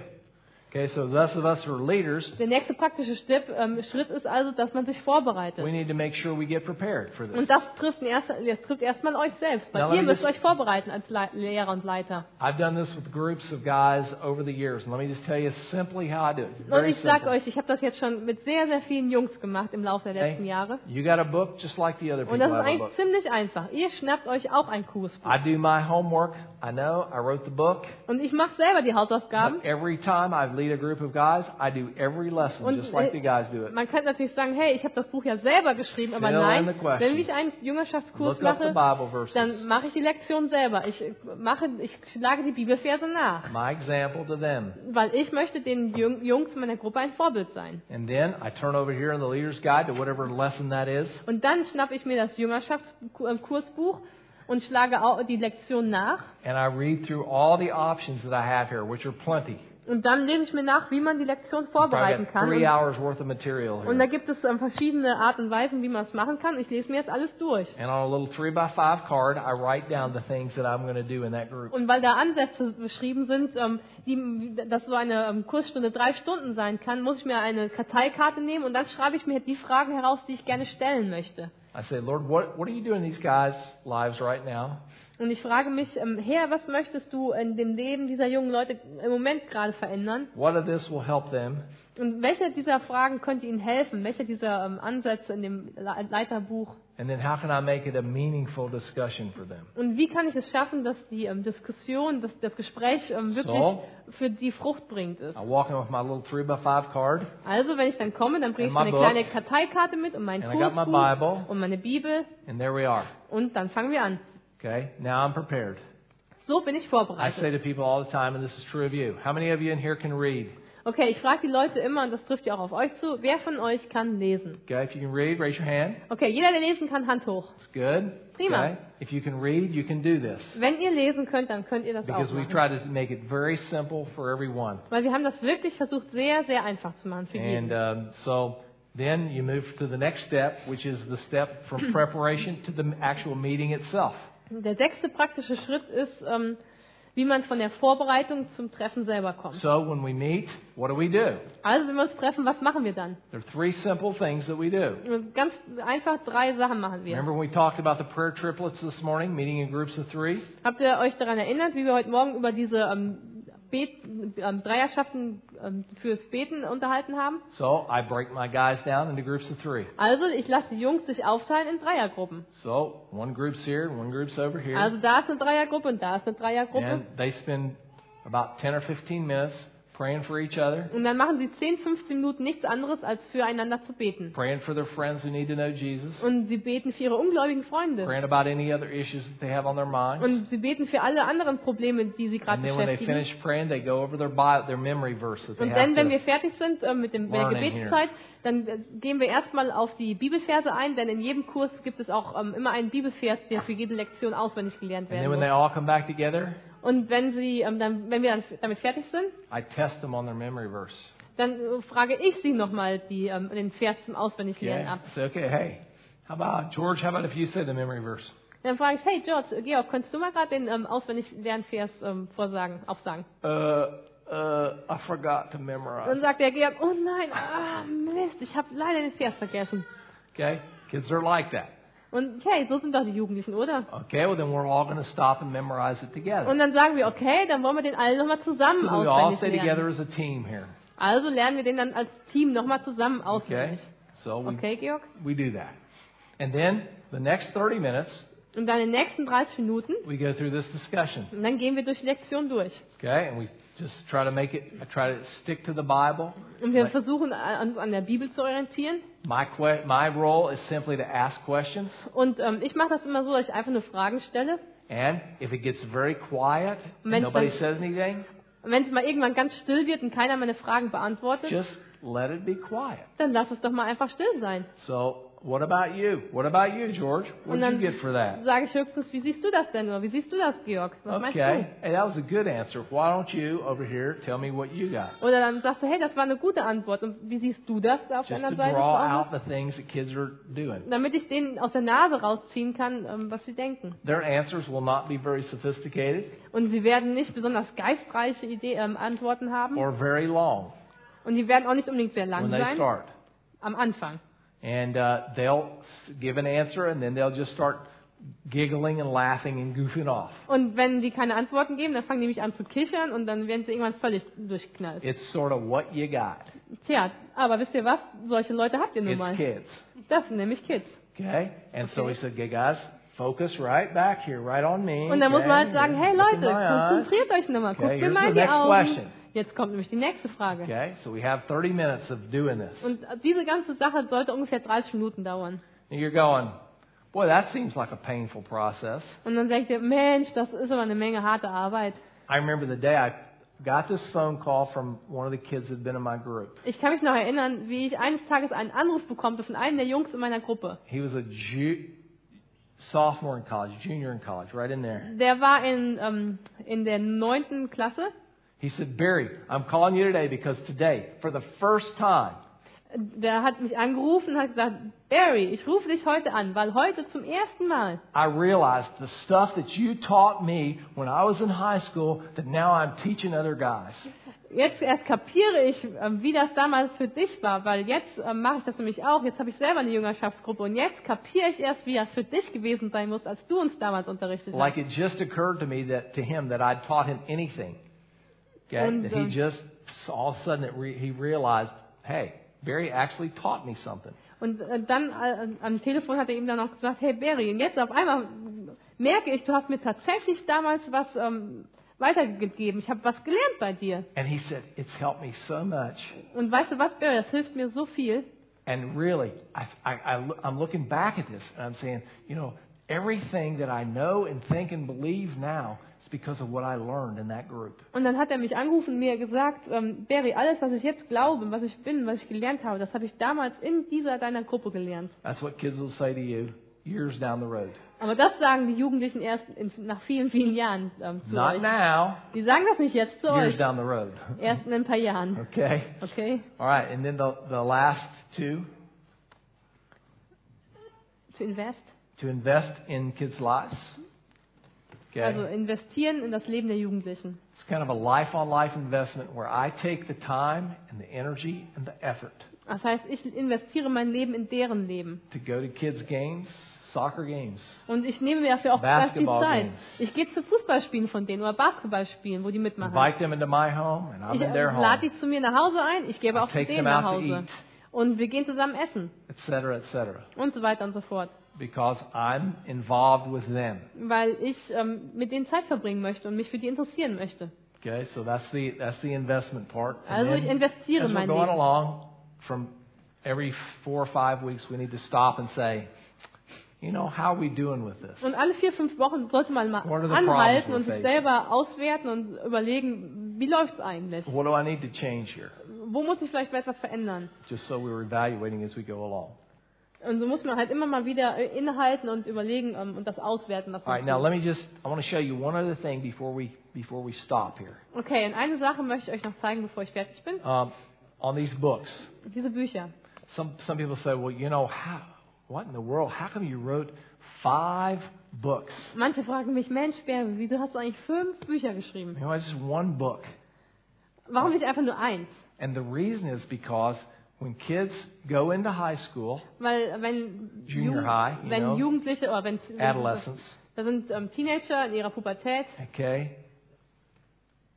Speaker 2: Okay, so those of us who are leaders,
Speaker 1: Der nächste praktische Step, ähm, Schritt ist also, dass man sich vorbereitet.
Speaker 2: we need to make sure we get prepared for this.
Speaker 1: Und das trifft, in erster, das trifft erstmal euch selbst,
Speaker 2: Ja,
Speaker 1: weil
Speaker 2: aber
Speaker 1: ihr
Speaker 2: das-
Speaker 1: müsst euch vorbereiten als Le Lehrer und Leiter.
Speaker 2: I've done this with groups of guys over the years, and let me just tell you simply how I do it. It's
Speaker 1: Und
Speaker 2: very
Speaker 1: ich sag
Speaker 2: simple.
Speaker 1: euch, ich habe das jetzt schon mit sehr, sehr vielen Jungs gemacht im Laufe der
Speaker 2: Okay?
Speaker 1: letzten Jahre.
Speaker 2: You got a book just like the other
Speaker 1: Und
Speaker 2: people
Speaker 1: das Ah. ist
Speaker 2: have a book.
Speaker 1: eigentlich ziemlich einfach. Ihr schnappt euch auch einen Kurs.
Speaker 2: I do my homework. I know I wrote the book.
Speaker 1: Und ich mache selber die Hausaufgaben.
Speaker 2: But every time I lead a group of guys, I do every lesson
Speaker 1: Und,
Speaker 2: just like
Speaker 1: äh,
Speaker 2: the guys do it.
Speaker 1: Man könnte natürlich sagen, hey, ich habe das Buch ja selber geschrieben, aber
Speaker 2: Fill in
Speaker 1: nein,
Speaker 2: the questions.
Speaker 1: wenn ich einen Jüngerschaftskurs
Speaker 2: Look up the
Speaker 1: mache,
Speaker 2: Bible
Speaker 1: dann
Speaker 2: verses.
Speaker 1: mache ich die Lektion selber. Ich äh, mache, ich schlage die Bibelverse nach,
Speaker 2: My example to them.
Speaker 1: weil ich möchte den Jüng- Jungs in meiner Gruppe ein Vorbild sein.
Speaker 2: And then I turn over here in the leader's guide to whatever lesson that is.
Speaker 1: Und dann schnappe ich mir das Jüngerschaftskursbuch und schlage au- die Lektion nach.
Speaker 2: And I read through all the options that I have here, which are plenty.
Speaker 1: Und dann lese ich mir nach, wie man die Lektion
Speaker 2: Probably
Speaker 1: vorbereiten
Speaker 2: got
Speaker 1: kann.
Speaker 2: three
Speaker 1: Und,
Speaker 2: hours worth of material
Speaker 1: und da
Speaker 2: here.
Speaker 1: gibt es ähm, verschiedene Arten und Weisen, wie man es machen kann. Ich lese mir jetzt alles durch.
Speaker 2: And on a little three by five card, I write down the things that I'm going to do in that group.
Speaker 1: Und weil da Ansätze beschrieben sind, ähm, die, dass so eine ähm, Kursstunde drei Stunden sein kann, muss ich mir eine Karteikarte nehmen und dann schreibe ich mir die Fragen heraus, die ich gerne stellen möchte.
Speaker 2: I say, Lord, what, what are you doing in these guys' lives right now?
Speaker 1: Und ich frage mich, ähm, Herr, was möchtest du in dem Leben dieser jungen Leute im Moment gerade verändern?
Speaker 2: What of this will help them?
Speaker 1: Und welche dieser Fragen könnte Ihnen helfen? Welche dieser ähm, Ansätze in dem Le- Leiterbuch?
Speaker 2: And then how can I make it a meaningful discussion for them?
Speaker 1: Und wie kann ich es schaffen, dass die ähm, Diskussion, dass das Gespräch ähm, wirklich
Speaker 2: So.
Speaker 1: für die Frucht bringend ist?
Speaker 2: I walk in with my little three by five card,
Speaker 1: Also, wenn ich dann komme, dann bringe
Speaker 2: And my
Speaker 1: ich eine
Speaker 2: book.
Speaker 1: kleine Karteikarte mit und meinen
Speaker 2: And I got my Bible.
Speaker 1: Kursbuch und meine Bibel
Speaker 2: and there we are.
Speaker 1: und dann fangen wir an.
Speaker 2: Okay, now I'm prepared.
Speaker 1: So bin
Speaker 2: I
Speaker 1: ich
Speaker 2: say
Speaker 1: vorbereitet.
Speaker 2: to people all the time, and this is true of you. How many of you in here can read?
Speaker 1: Okay, ich frage die Leute immer, und das trifft ja auch auf euch zu, wer von euch kann lesen?
Speaker 2: Okay, if you can read, raise your hand.
Speaker 1: Okay, jeder, der lesen kann, Hand hoch.
Speaker 2: It's good.
Speaker 1: Prima. Oh,
Speaker 2: Okay, if you can read, you can do this
Speaker 1: Wenn ihr lesen könnt, dann könnt ihr das auch
Speaker 2: because we
Speaker 1: machen.
Speaker 2: try to make it very simple for everyone.
Speaker 1: Weil wir haben das wirklich versucht, sehr, sehr einfach zu machen für jeden.
Speaker 2: And um, so then you move to the next step, which is the step from preparation to the actual meeting itself.
Speaker 1: Der sechste praktische Schritt ist, ähm, wie man von der Vorbereitung zum Treffen selber kommt.
Speaker 2: So when we meet, what do we do?
Speaker 1: Also wenn wir uns treffen, was machen wir dann?
Speaker 2: There are three simple things that we do.
Speaker 1: Ganz einfach drei Sachen machen wir.
Speaker 2: Remember when we talked about the prayer triplets this morning, meeting in groups of three?
Speaker 1: Habt ihr euch daran erinnert, wie wir heute Morgen über diese ähm, Bet ähm, Dreierschaften ähm, fürs Beten unterhalten haben?
Speaker 2: So I break my guys down into groups of three.
Speaker 1: Also ich lasse die Jungs sich aufteilen in Dreiergruppen.
Speaker 2: So one group's here, one group's over here.
Speaker 1: Also da ist eine Dreiergruppe und da ist eine Dreiergruppe.
Speaker 2: and they spend about 10 or 15 minutes praying for each other,
Speaker 1: Und dann machen sie 10, 15 Minuten nichts anderes, als füreinander zu beten.
Speaker 2: praying for their friends who need to know Jesus,
Speaker 1: Und sie beten für ihre ungläubigen Freunde.
Speaker 2: praying about any other issues that they have on their minds.
Speaker 1: Und sie beten für alle anderen Probleme, die sie gerade
Speaker 2: and then when they
Speaker 1: beschäftigen.
Speaker 2: finish praying, they go over their Bible, their memory verse that they
Speaker 1: Und
Speaker 2: have
Speaker 1: dann, wenn
Speaker 2: to-
Speaker 1: wir fertig sind äh, mit, dem, mit der
Speaker 2: Learning here.
Speaker 1: Gebetszeit, dann äh, gehen wir erstmal auf die Bibelverse ein, denn in jedem Kurs gibt es auch ähm, immer einen Bibelvers, der für jede Lektion auswendig gelernt
Speaker 2: and then when
Speaker 1: werden
Speaker 2: they all
Speaker 1: muss.
Speaker 2: come back together,
Speaker 1: Und wenn, sie, ähm, dann, wenn wir dann f- damit fertig sind,
Speaker 2: I test them on their memory verse.
Speaker 1: dann äh, frage ich sie nochmal ähm, den Vers zum Auswendiglernen
Speaker 2: Yeah.
Speaker 1: ab.
Speaker 2: Say, okay, hey, how about George? How about if you say the memory verse?
Speaker 1: Dann frage ich, hey George, äh, Georg, könntest du mal gerade den ähm, Auswendiglernvers ähm, vorsagen, aufsagen?
Speaker 2: Uh, uh, I forgot to
Speaker 1: Dann
Speaker 2: memorize.
Speaker 1: sagt der Georg, oh nein, ah, Mist, ich habe leider den Vers vergessen.
Speaker 2: Okay, kids are like that.
Speaker 1: Und hey, so sind doch die Jugendlichen, oder?
Speaker 2: Okay, well then we're all going to stop and memorize it together.
Speaker 1: Und dann sagen wir, okay, dann wollen wir den alle nochmal zusammen
Speaker 2: we all
Speaker 1: auswendig
Speaker 2: stay together
Speaker 1: lernen.
Speaker 2: as a team here.
Speaker 1: Also lernen wir den dann als Team nochmal zusammen
Speaker 2: Okay,
Speaker 1: auswendig.
Speaker 2: so we
Speaker 1: Okay, Georg?
Speaker 2: we do that, and then the next 30 minutes
Speaker 1: Und dann in den nächsten 30 Minuten,
Speaker 2: we go through this discussion.
Speaker 1: und dann gehen wir durch die Lektion durch.
Speaker 2: Okay, and we just try to make it. I try to stick to the Bible.
Speaker 1: Und wir
Speaker 2: Right.
Speaker 1: versuchen, äh, uns an der Bibel zu orientieren.
Speaker 2: My que- my role is simply to ask questions,
Speaker 1: Und ähm, ich mache das immer so, dass ich einfach nur Fragen stelle.
Speaker 2: and if it gets very quiet, and
Speaker 1: Mensch,
Speaker 2: nobody
Speaker 1: dann-
Speaker 2: says anything,
Speaker 1: Und wenn es mal irgendwann ganz still wird und keiner meine Fragen beantwortet,
Speaker 2: just let it be quiet.
Speaker 1: dann lass es doch mal einfach still sein.
Speaker 2: So What about you? What about you, George? What
Speaker 1: Und
Speaker 2: did you
Speaker 1: dann
Speaker 2: get for that?
Speaker 1: sage ich höchstens, wie siehst du das denn nur? Wie siehst du das, Georg? Was meinst
Speaker 2: Okay. Hey, that was a good answer. Why don't you over here tell me what you got?
Speaker 1: du? Oder dann sagst du, hey, das war eine gute Antwort. Und wie siehst du das da auf der
Speaker 2: Just to
Speaker 1: anderen Seite?
Speaker 2: draw
Speaker 1: Auch noch?
Speaker 2: out the things that kids are doing.
Speaker 1: Damit ich denen aus der Nase rausziehen kann, ähm, was sie denken.
Speaker 2: Their answers will not be very sophisticated
Speaker 1: Und sie werden nicht besonders geistreiche Idee, ähm, Antworten haben.
Speaker 2: or very long
Speaker 1: Und die werden auch nicht unbedingt sehr lang
Speaker 2: when they
Speaker 1: sein.
Speaker 2: start.
Speaker 1: Am Anfang.
Speaker 2: And uh, they'll s- give an answer and then they'll just start giggling and laughing and goofing off.
Speaker 1: Und wenn die keine Antworten geben, dann fangen die mich an zu kichern und dann werden sie irgendwann völlig durchknallt.
Speaker 2: It's sort of what you got.
Speaker 1: Tja, aber wisst ihr was? Solche Leute habt ihr nun
Speaker 2: It's
Speaker 1: mal.
Speaker 2: kids.
Speaker 1: Das sind nämlich Kids.
Speaker 2: Okay? And so he
Speaker 1: Okay.
Speaker 2: said, okay, guys, focus right back here, right on me.
Speaker 1: Und dann muss
Speaker 2: okay?
Speaker 1: man halt sagen, hey
Speaker 2: Look in
Speaker 1: Leute,
Speaker 2: my eyes.
Speaker 1: konzentriert euch nochmal,
Speaker 2: Okay,
Speaker 1: guckt mir
Speaker 2: here's
Speaker 1: mal
Speaker 2: the
Speaker 1: in die
Speaker 2: next
Speaker 1: Augen.
Speaker 2: question.
Speaker 1: Jetzt kommt nämlich die nächste Frage.
Speaker 2: Okay, so we have 30 minutes of doing this.
Speaker 1: Und diese ganze Sache sollte ungefähr 30 Minuten dauern.
Speaker 2: And you're going, boy, that seems like a painful process.
Speaker 1: Und dann denkt ihr, Mensch, das ist aber eine Menge harte Arbeit.
Speaker 2: I remember the day I got this phone call from one of the kids that had been in my group.
Speaker 1: Ich kann mich noch erinnern, wie ich eines Tages einen Anruf bekommte von einem der Jungs in meiner Gruppe.
Speaker 2: He was a ju- sophomore in college, junior in college, right in there.
Speaker 1: Der war in, ähm, in der neunten Klasse.
Speaker 2: He said, Barry, I'm calling you today because today, for the first time,
Speaker 1: Der hat mich angerufen und hat gesagt, Barry, ich rufe dich heute an, weil heute zum ersten Mal
Speaker 2: I realized the stuff that you taught me when I was in high school that now I'm teaching other guys.
Speaker 1: Jetzt erst kapiere ich, ähm, wie das damals für dich war, weil jetzt ähm, mache ich das nämlich auch. Jetzt habe ich selber eine Jüngerschaftsgruppe und jetzt kapiere ich erst, wie das für dich gewesen sein muss, als du uns damals unterrichtet hast.
Speaker 2: Like it just occurred to me that to him that I'd taught him anything. Okay,
Speaker 1: And,
Speaker 2: that
Speaker 1: um,
Speaker 2: he just all of a sudden it re- he realized, hey, Barry actually taught me something.
Speaker 1: Und äh, dann äh, am Telefon hat er ihm dann noch gesagt, hey Barry, und jetzt auf einmal merke ich, du hast mir tatsächlich damals was ähm, weitergegeben. Ich habe was gelernt bei dir.
Speaker 2: And he said, it's helped me so much.
Speaker 1: Und weißt du was, Barry, das hilft mir so viel.
Speaker 2: And really, I, I, I, lo- I'm looking back at this and I'm saying, you know, everything that I know and think and believe now is because of what I learned in that group.
Speaker 1: Und dann hat er mich angerufen und mir gesagt, ähm, Barry, alles, was ich jetzt glaube, was ich bin, was ich gelernt habe, das habe ich damals in dieser deiner Gruppe gelernt.
Speaker 2: That's what kids will say to you years down the road.
Speaker 1: Aber das sagen die Jugendlichen erst in, nach vielen, vielen Jahren ähm, zu
Speaker 2: Not
Speaker 1: euch.
Speaker 2: now,
Speaker 1: Die sagen das nicht jetzt zu
Speaker 2: years
Speaker 1: euch,
Speaker 2: down the road.
Speaker 1: erst in ein paar Jahren.
Speaker 2: Okay?
Speaker 1: Okay?
Speaker 2: All right, and then the, the last two
Speaker 1: To invest.
Speaker 2: to invest in kids' lives.
Speaker 1: Also
Speaker 2: Okay?
Speaker 1: investieren in das Leben der Jugendlichen.
Speaker 2: It's kind of a life on life investment where I take the time and the energy and the effort
Speaker 1: Das heißt, ich investiere mein Leben in deren Leben.
Speaker 2: to go to kids' games, soccer games.
Speaker 1: Und ich nehme mir dafür auch ganz viel
Speaker 2: Basketball
Speaker 1: Zeit.
Speaker 2: games.
Speaker 1: Ich gehe zu Fußballspielen von denen oder Basketballspielen, wo die mitmachen.
Speaker 2: Invite them into my home, and I'm
Speaker 1: Ich
Speaker 2: in their
Speaker 1: ähm, lade
Speaker 2: home,
Speaker 1: die zu mir nach Hause ein, ich
Speaker 2: I
Speaker 1: gebe auch zu
Speaker 2: take them
Speaker 1: denen nach
Speaker 2: out to
Speaker 1: Hause.
Speaker 2: eat.
Speaker 1: Und wir gehen zusammen essen
Speaker 2: etc., etc.,
Speaker 1: und so weiter und so fort.
Speaker 2: because I'm involved with them.
Speaker 1: Weil ich ähm, mit denen Zeit verbringen möchte und mich für die interessieren möchte.
Speaker 2: Okay, so that's the that's the investment part.
Speaker 1: Also ich investiere
Speaker 2: as we're
Speaker 1: mein
Speaker 2: going
Speaker 1: Leben.
Speaker 2: along, from every four or five weeks, we need to stop and say, you know, how are we doing with this?
Speaker 1: Und alle vier, fünf Wochen sollte man mal
Speaker 2: What are the problems
Speaker 1: anhalten
Speaker 2: we're
Speaker 1: und sich
Speaker 2: facing?
Speaker 1: selber auswerten und überlegen, wie läuft's eigentlich?
Speaker 2: What do I need to change here?
Speaker 1: Wo muss ich vielleicht etwas verändern?
Speaker 2: Just so we're evaluating as we go along.
Speaker 1: Und so muss man halt immer mal wieder äh, innehalten und überlegen ähm, und das auswerten, was
Speaker 2: All
Speaker 1: man
Speaker 2: right, now
Speaker 1: tut.
Speaker 2: let me just I want to show you one other thing before we before we stop here.
Speaker 1: Okay, und eine Sache möchte ich euch noch zeigen, bevor ich fertig bin.
Speaker 2: Um, on these books,
Speaker 1: Diese Bücher.
Speaker 2: some some people say, well, you know, how what in the world? How come you wrote five books?
Speaker 1: Manche fragen mich, Mensch, Bärbel, wieso hast du eigentlich fünf Bücher geschrieben?
Speaker 2: You know, it's just one book.
Speaker 1: Warum nicht einfach nur eins?
Speaker 2: And the reason is because when kids go into high school,
Speaker 1: Weil wenn,
Speaker 2: Junior
Speaker 1: Jugend-
Speaker 2: high, you
Speaker 1: wenn
Speaker 2: know.
Speaker 1: Jugendliche oder wenn
Speaker 2: adolescence,
Speaker 1: da sind ähm, Teenager in ihrer Pubertät,
Speaker 2: okay,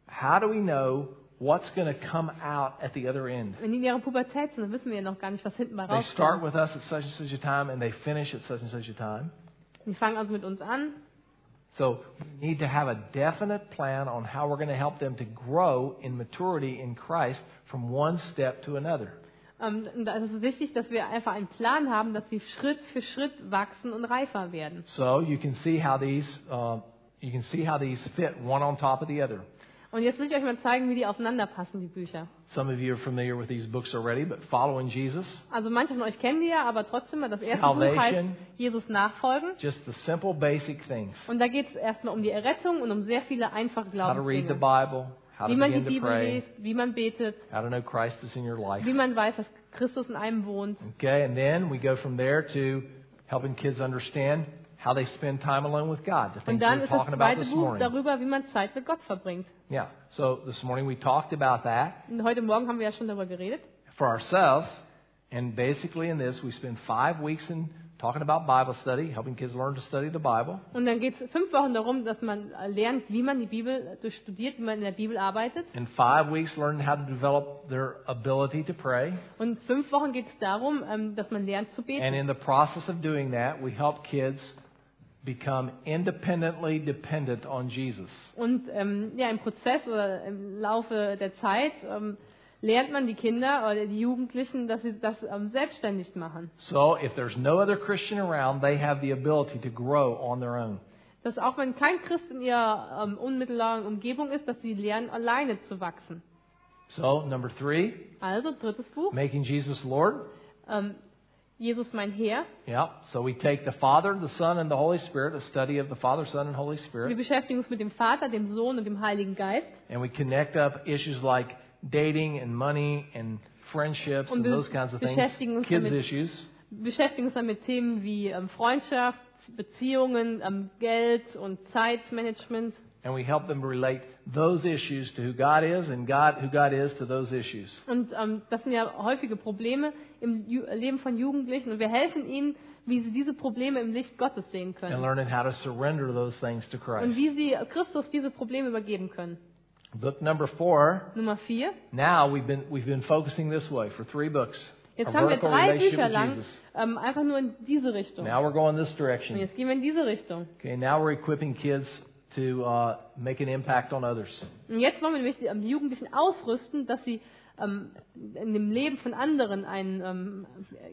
Speaker 2: how do we know what's going to come out at the other end?
Speaker 1: wenn die in ihrer Pubertät sind, dann wissen wir ja noch gar nicht, was hinten mal
Speaker 2: They start
Speaker 1: rauskommt.
Speaker 2: with us at such and such a time and they finish at such and such a time.
Speaker 1: Die fangen also mit uns an.
Speaker 2: So we need to have a definite plan on how we're going to help them to grow in maturity in Christ from one step to another.
Speaker 1: Ähm, und da ist es wichtig, dass wir einfach einen Plan haben, dass sie Schritt für Schritt wachsen und reifer werden.
Speaker 2: So you can see how these uh, you can see how these fit one on top of the other.
Speaker 1: Und jetzt will ich euch mal zeigen, wie die aufeinander passen, die Bücher.
Speaker 2: Some of you are familiar with these books already, but Following Jesus,
Speaker 1: Also manche von euch kennen die ja, aber trotzdem mal das erste Buch heißt
Speaker 2: Salvation.
Speaker 1: Jesus nachfolgen.
Speaker 2: just the simple basic things.
Speaker 1: Und da geht es erstmal um die Errettung und um sehr viele einfache
Speaker 2: How to read the
Speaker 1: Glaubensdinge.
Speaker 2: Bible, how to
Speaker 1: Wie man die
Speaker 2: begin to
Speaker 1: Bibel
Speaker 2: pray,
Speaker 1: liest, wie man betet,
Speaker 2: how to know Christ is in your life.
Speaker 1: wie man weiß, dass Christus in einem wohnt.
Speaker 2: Okay, and then we go from there to helping kids understand how they spend time alone with God, the
Speaker 1: Und
Speaker 2: things
Speaker 1: dann
Speaker 2: we were
Speaker 1: ist das
Speaker 2: talking about
Speaker 1: zweite
Speaker 2: this
Speaker 1: Buch
Speaker 2: morning.
Speaker 1: darüber, wie man Zeit mit Gott verbringt.
Speaker 2: Yeah, so this morning we talked about that
Speaker 1: Und heute Morgen haben wir ja schon darüber geredet.
Speaker 2: for ourselves, and basically in this, we spend five weeks in talking about Bible study, helping kids learn to study the Bible.
Speaker 1: Und dann geht es fünf Wochen darum, dass man lernt, wie man die Bibel durchstudiert, wie man in der Bibel arbeitet.
Speaker 2: In five weeks, learn how to develop their ability to pray.
Speaker 1: Und fünf Wochen geht es darum, ähm, dass man lernt zu
Speaker 2: And
Speaker 1: beten.
Speaker 2: in the process of doing that, we help kids become independently dependent on Jesus.
Speaker 1: Und ähm, ja, im Prozess oder im Laufe der Zeit ähm, lernt man die Kinder oder die Jugendlichen, dass sie das ähm, selbstständig machen.
Speaker 2: So if there's no other Christian around, they have the ability to grow on their own.
Speaker 1: Dass auch wenn kein Christ in ihrer ähm, unmittelbaren Umgebung ist, dass sie lernen, alleine zu wachsen.
Speaker 2: So, number three,
Speaker 1: Also drittes Buch,
Speaker 2: making Jesus Lord.
Speaker 1: ähm, Jesus mein Herr.
Speaker 2: Yeah. So we take the Father, the Son, and the Holy Spirit, a study of the Father, Son, and Holy
Speaker 1: Wir
Speaker 2: Spirit,
Speaker 1: beschäftigen uns mit dem Vater, dem Sohn und dem Heiligen Geist.
Speaker 2: and we connect up issues like dating and money and friendships and
Speaker 1: Und wir
Speaker 2: those kinds of
Speaker 1: beschäftigen
Speaker 2: things,
Speaker 1: uns
Speaker 2: kids'
Speaker 1: damit.
Speaker 2: issues.
Speaker 1: Wir beschäftigen uns dann mit Themen wie ähm, Freundschaft, Beziehungen, ähm, Geld und Zeitmanagement.
Speaker 2: And we help them relate those issues to who God is and God who God is to those issues.
Speaker 1: Und ähm, das sind ja häufige Probleme im Ju Leben von Jugendlichen. Und wir helfen ihnen, wie sie diese Probleme im Licht Gottes sehen
Speaker 2: and
Speaker 1: können.
Speaker 2: learning how to surrender those things to
Speaker 1: Und
Speaker 2: Christ.
Speaker 1: wie sie Christus diese Probleme übergeben können.
Speaker 2: Book number four.
Speaker 1: Nummer vier.
Speaker 2: Now we've been we've been focusing this way for three books.
Speaker 1: Jetzt
Speaker 2: a
Speaker 1: haben wir
Speaker 2: vertical
Speaker 1: drei
Speaker 2: relationship
Speaker 1: Bücher
Speaker 2: with
Speaker 1: lang
Speaker 2: Jesus.
Speaker 1: ähm, einfach nur in diese Richtung.
Speaker 2: Now we're going this
Speaker 1: Und
Speaker 2: direction.
Speaker 1: jetzt gehen wir in diese Richtung.
Speaker 2: Okay, now we're equipping kids to uh, make an impact on others.
Speaker 1: Und jetzt wollen wir nämlich die ähm, die Jugendlichen ausrüsten, dass sie ähm, in dem Leben von anderen einen, ähm,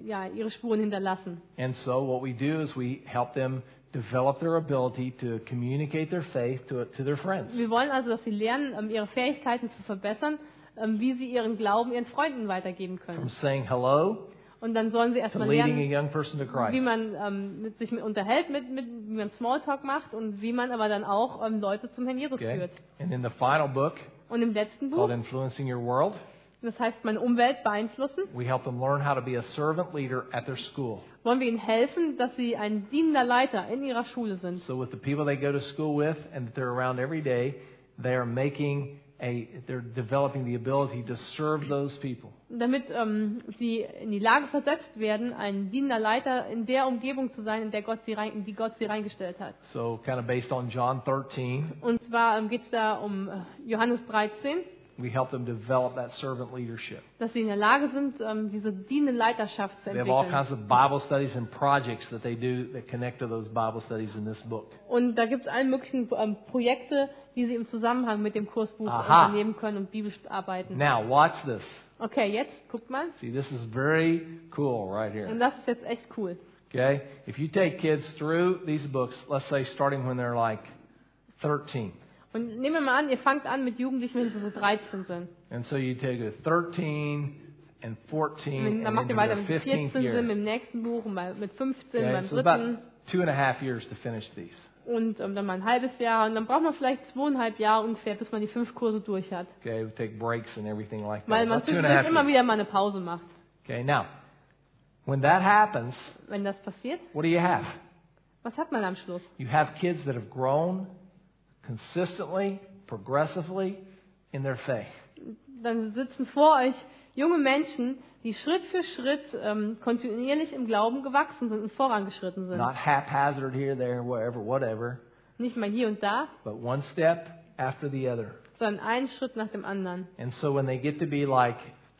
Speaker 1: ja, ihre Spuren hinterlassen.
Speaker 2: And so what we do is we help them develop their ability to communicate their faith to to their friends.
Speaker 1: Wir wollen also, dass sie lernen, ähm, ihre Fähigkeiten zu verbessern, ähm, wie sie ihren Glauben ihren Freunden weitergeben
Speaker 2: From
Speaker 1: können.
Speaker 2: saying hello
Speaker 1: Und dann sollen sie
Speaker 2: to
Speaker 1: erstmal
Speaker 2: leading a
Speaker 1: lernen,
Speaker 2: young person to
Speaker 1: wie
Speaker 2: Christ.
Speaker 1: man ähm, mit sich mit unterhält, mit, mit, wie man Smalltalk macht und wie man aber dann auch ähm, Leute zum Herrn Jesus
Speaker 2: Okay.
Speaker 1: führt.
Speaker 2: And in the final book
Speaker 1: Und im letzten Buch,
Speaker 2: called Influencing Your World,
Speaker 1: das heißt meine Umwelt beeinflussen,
Speaker 2: we help them learn how to be a servant leader at their school.
Speaker 1: wollen wir ihnen helfen, dass sie ein dienender Leiter in ihrer Schule sind.
Speaker 2: So with the people they go to school with and that they're around every day, they are making a they're developing the ability to serve those people.
Speaker 1: damit ähm, sie in die Lage versetzt werden, ein dienender Leiter in der Umgebung zu sein, in der Gott sie rein, in die Gott sie reingestellt hat.
Speaker 2: So kind of based on John 13,
Speaker 1: Und zwar ähm, geht es da um äh, Johannes 13,
Speaker 2: we help them develop that servant leadership.
Speaker 1: dass sie in der Lage sind, ähm, diese dienende Leiterschaft zu
Speaker 2: They have all
Speaker 1: entwickeln.
Speaker 2: kinds of Bible studies and projects that they do that connect to those Bible studies in this book.
Speaker 1: Und da gibt es alle möglichen ähm, Projekte, die sie im Zusammenhang mit dem Kursbuch
Speaker 2: Aha. Ne.
Speaker 1: unternehmen können und biblisch arbeiten.
Speaker 2: Now watch this.
Speaker 1: Okay, jetzt guckt mal.
Speaker 2: See, this is very cool right
Speaker 1: Und
Speaker 2: here.
Speaker 1: das ist jetzt echt cool.
Speaker 2: Okay? If you take kids through these books, let's say starting when they're like 13.
Speaker 1: Und nehmen wir mal an, ihr fangt an mit Jugendlichen, wenn sie so 13 sind.
Speaker 2: And so you take a 13 and 14
Speaker 1: Und
Speaker 2: and
Speaker 1: dann macht
Speaker 2: into
Speaker 1: ihr weiter
Speaker 2: your
Speaker 1: mit 14
Speaker 2: 15th
Speaker 1: sind
Speaker 2: year.
Speaker 1: im nächsten Buch, und bei- mit 15
Speaker 2: Okay,
Speaker 1: beim
Speaker 2: so about
Speaker 1: dritten
Speaker 2: two and a half years to finish these.
Speaker 1: und ähm, dann mal ein halbes Jahr und dann braucht man vielleicht zweieinhalb Jahre ungefähr, bis man die fünf Kurse durch hat.
Speaker 2: Okay, we take breaks and everything like that.
Speaker 1: Weil man
Speaker 2: About two and a half
Speaker 1: zwischendurch immer
Speaker 2: years.
Speaker 1: wieder mal eine Pause macht.
Speaker 2: Okay, now when that happens,
Speaker 1: Wenn das passiert,
Speaker 2: what do you have?
Speaker 1: was hat man am Schluss?
Speaker 2: You have kids that have grown consistently, progressively in their faith.
Speaker 1: Dann sitzen vor euch junge Menschen, die Schritt für Schritt ähm, kontinuierlich im Glauben gewachsen sind und vorangeschritten sind.
Speaker 2: Not haphazard here, there, wherever, whatever,
Speaker 1: Nicht mal hier und da,
Speaker 2: but one step after the other.
Speaker 1: sondern einen Schritt nach dem anderen.
Speaker 2: And so when they get to be like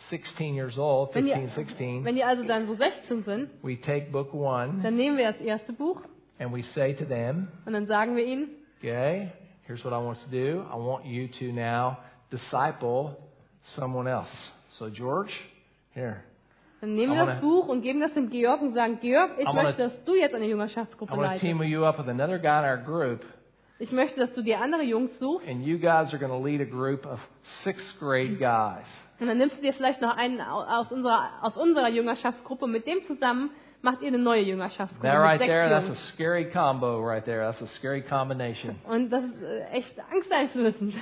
Speaker 2: 16 years old,
Speaker 1: Wenn die-
Speaker 2: 15, 16,
Speaker 1: Wenn die also dann so 16 sind,
Speaker 2: We take book one
Speaker 1: dann nehmen wir das erste Buch
Speaker 2: and we say to them,
Speaker 1: und dann sagen wir ihnen,
Speaker 2: okay, here's what I want to do. I want you to now disciple someone else. So, George, here,
Speaker 1: Dann nehmen
Speaker 2: I
Speaker 1: wir
Speaker 2: wanna-
Speaker 1: das Buch und geben das dem Georg und sagen, Georg, ich
Speaker 2: I wanna-
Speaker 1: möchte, dass du jetzt eine
Speaker 2: I
Speaker 1: Jüngerschaftsgruppe
Speaker 2: want to
Speaker 1: leitest.
Speaker 2: team you up with another guy in our group
Speaker 1: Ich möchte, dass du dir andere Jungs suchst
Speaker 2: and you guys are going to lead a group of sixth grade guys.
Speaker 1: und dann nimmst du dir vielleicht noch einen au- aus unserer, aus unserer Jüngerschaftsgruppe. Mit dem zusammen macht ihr eine neue Jüngerschaftsgruppe.
Speaker 2: That
Speaker 1: mit
Speaker 2: right
Speaker 1: sechs
Speaker 2: there, that's a
Speaker 1: Jungs.
Speaker 2: scary combo right there. That's a scary combination.
Speaker 1: Und das ist äh, echt angsteinflößend.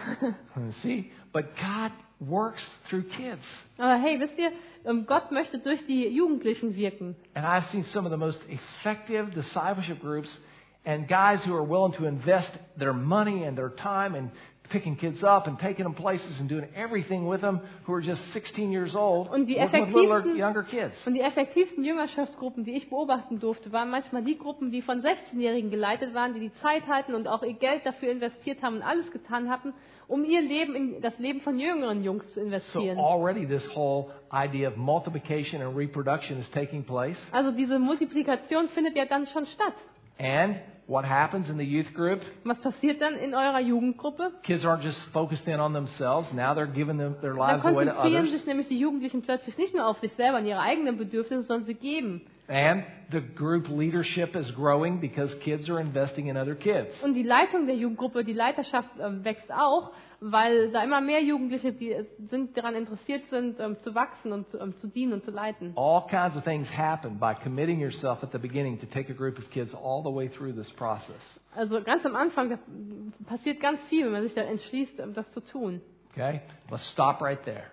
Speaker 2: See? But God works through kids.
Speaker 1: Aber hey, wisst ihr, ähm, Gott möchte durch die Jugendlichen wirken.
Speaker 2: And I've seen some of the most effective discipleship groups and guys who are willing to invest their money and their time and picking kids up and taking them places and doing everything with them who are just 16 years old
Speaker 1: Und die
Speaker 2: working with littler,
Speaker 1: effektivsten-
Speaker 2: younger kids.
Speaker 1: Und die effektivsten Jüngerschaftsgruppen, die ich beobachten durfte, waren manchmal die Gruppen, die von 16-Jährigen geleitet waren, die die Zeit hatten und auch ihr Geld dafür investiert haben und alles getan hatten, um ihr Leben in das Leben von jüngeren Jungs zu
Speaker 2: So oh.
Speaker 1: investieren.
Speaker 2: already this whole idea of multiplication and reproduction is taking place.
Speaker 1: Also diese Multiplikation findet ja dann schon statt.
Speaker 2: And what happens in the youth group?
Speaker 1: Was passiert dann in eurer Jugendgruppe?
Speaker 2: Kids aren't just focused in on themselves. Now they're giving them, their
Speaker 1: Da
Speaker 2: lives away to
Speaker 1: konzentrieren
Speaker 2: others.
Speaker 1: sich nämlich die Jugendlichen plötzlich nicht nur auf sich selber und ihre eigenen Bedürfnisse, sondern sie geben.
Speaker 2: And the group leadership is growing because kids are investing in other kids.
Speaker 1: Und die Leitung der Jugendgruppe, die Leiterschaft ähm, wächst auch, weil da immer mehr Jugendliche die äh, sind, daran interessiert sind, ähm, zu wachsen und zu- ähm, zu dienen und zu leiten.
Speaker 2: All kinds of things happen by committing yourself at the beginning to take a group of kids all the way through this process.
Speaker 1: Also ganz am Anfang das m, passiert ganz viel, wenn man sich dann entschließt, ähm, das zu tun.
Speaker 2: Okay? Let's stop right there.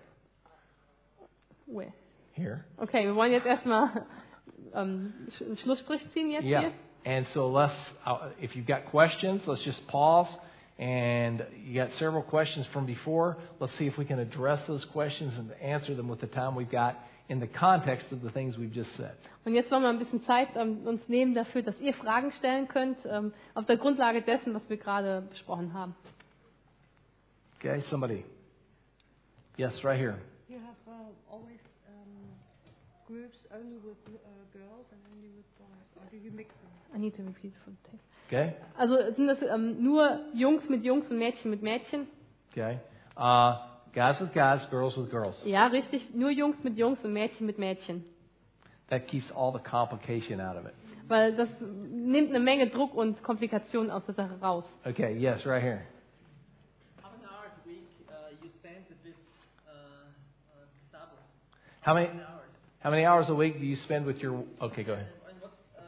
Speaker 1: Ui.
Speaker 2: Here.
Speaker 1: Okay, wir wollen jetzt erstmal ähm, Sch- einen Schlussstrich ziehen jetzt
Speaker 2: Yeah.
Speaker 1: hier.
Speaker 2: And so let's, uh, if you've got questions, let's just pause. And you got several questions from before. Let's see if we can address those questions and answer them with the time we've got in the context of the things we've just said.
Speaker 1: Und jetzt wollen wir ein bisschen Zeit ähm, uns nehmen dafür, dass ihr Fragen stellen könnt, ähm, auf der Grundlage dessen, was wir gerade besprochen haben.
Speaker 2: Okay, somebody. Yes, right here.
Speaker 3: You have uh, always um, groups only with uh, girls and only with boys, or do you mix them?
Speaker 1: I need to repeat from the tape.
Speaker 2: Okay,
Speaker 1: Also sind das ähm, nur Jungs mit Jungs und Mädchen mit Mädchen?
Speaker 2: okay. Uh, guys with guys, girls with girls.
Speaker 1: Ja, richtig, nur Jungs mit Jungs und Mädchen mit Mädchen.
Speaker 2: That keeps all the complication out of it.
Speaker 1: Weil das nimmt eine Menge Druck und Komplikationen aus der Sache raus.
Speaker 2: Okay, yes, right here.
Speaker 6: How many hours a week uh, you spend with this uh, uh, Sabbath?
Speaker 2: How many
Speaker 6: How many hours?
Speaker 2: how many hours a week do you spend with your? Okay, go ahead.
Speaker 6: And, and what's uh,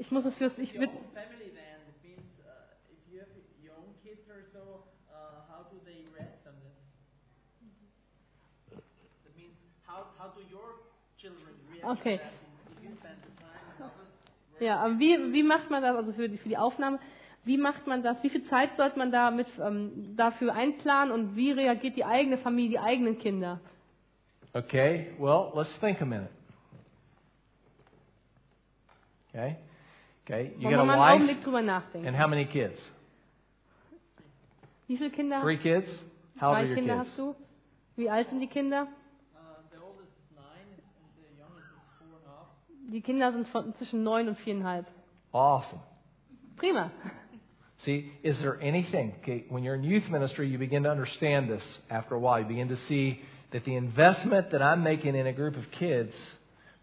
Speaker 1: Ich muss es jetzt, ich
Speaker 6: your
Speaker 1: will,
Speaker 6: own family then? It means uh, if you have your own kids or so, uh, how do they raise them then? That means how, how do your children react
Speaker 1: Okay.
Speaker 6: to that? If you spend the time with others,
Speaker 1: ja, aber wie, wie macht man das, also für die, für die Aufnahme, wie macht man das, wie viel Zeit sollte man damit, ähm, dafür einplanen und wie reagiert die eigene Familie, die eigenen Kinder?
Speaker 2: Okay, well, let's think a minute. Okay, okay. You
Speaker 1: Wollen wir
Speaker 2: got a
Speaker 1: mal einen
Speaker 2: wife
Speaker 1: Augenblick drüber nachdenken.
Speaker 2: and how many kids?
Speaker 1: Wie viele Kinder?
Speaker 2: Three kids. How old
Speaker 1: drei
Speaker 2: are
Speaker 1: Kinder
Speaker 2: your kids?
Speaker 1: hast du? Wie alt sind die Kinder?
Speaker 6: uh, the oldest is nine and the youngest is four and a half.
Speaker 1: Die Kinder sind von, zwischen neun und viereinhalb.
Speaker 2: Awesome.
Speaker 1: Prima.
Speaker 2: See, is there anything, okay, when you're in youth ministry, you begin to understand this after a while. You begin to see that the investment that I'm making in a group of kids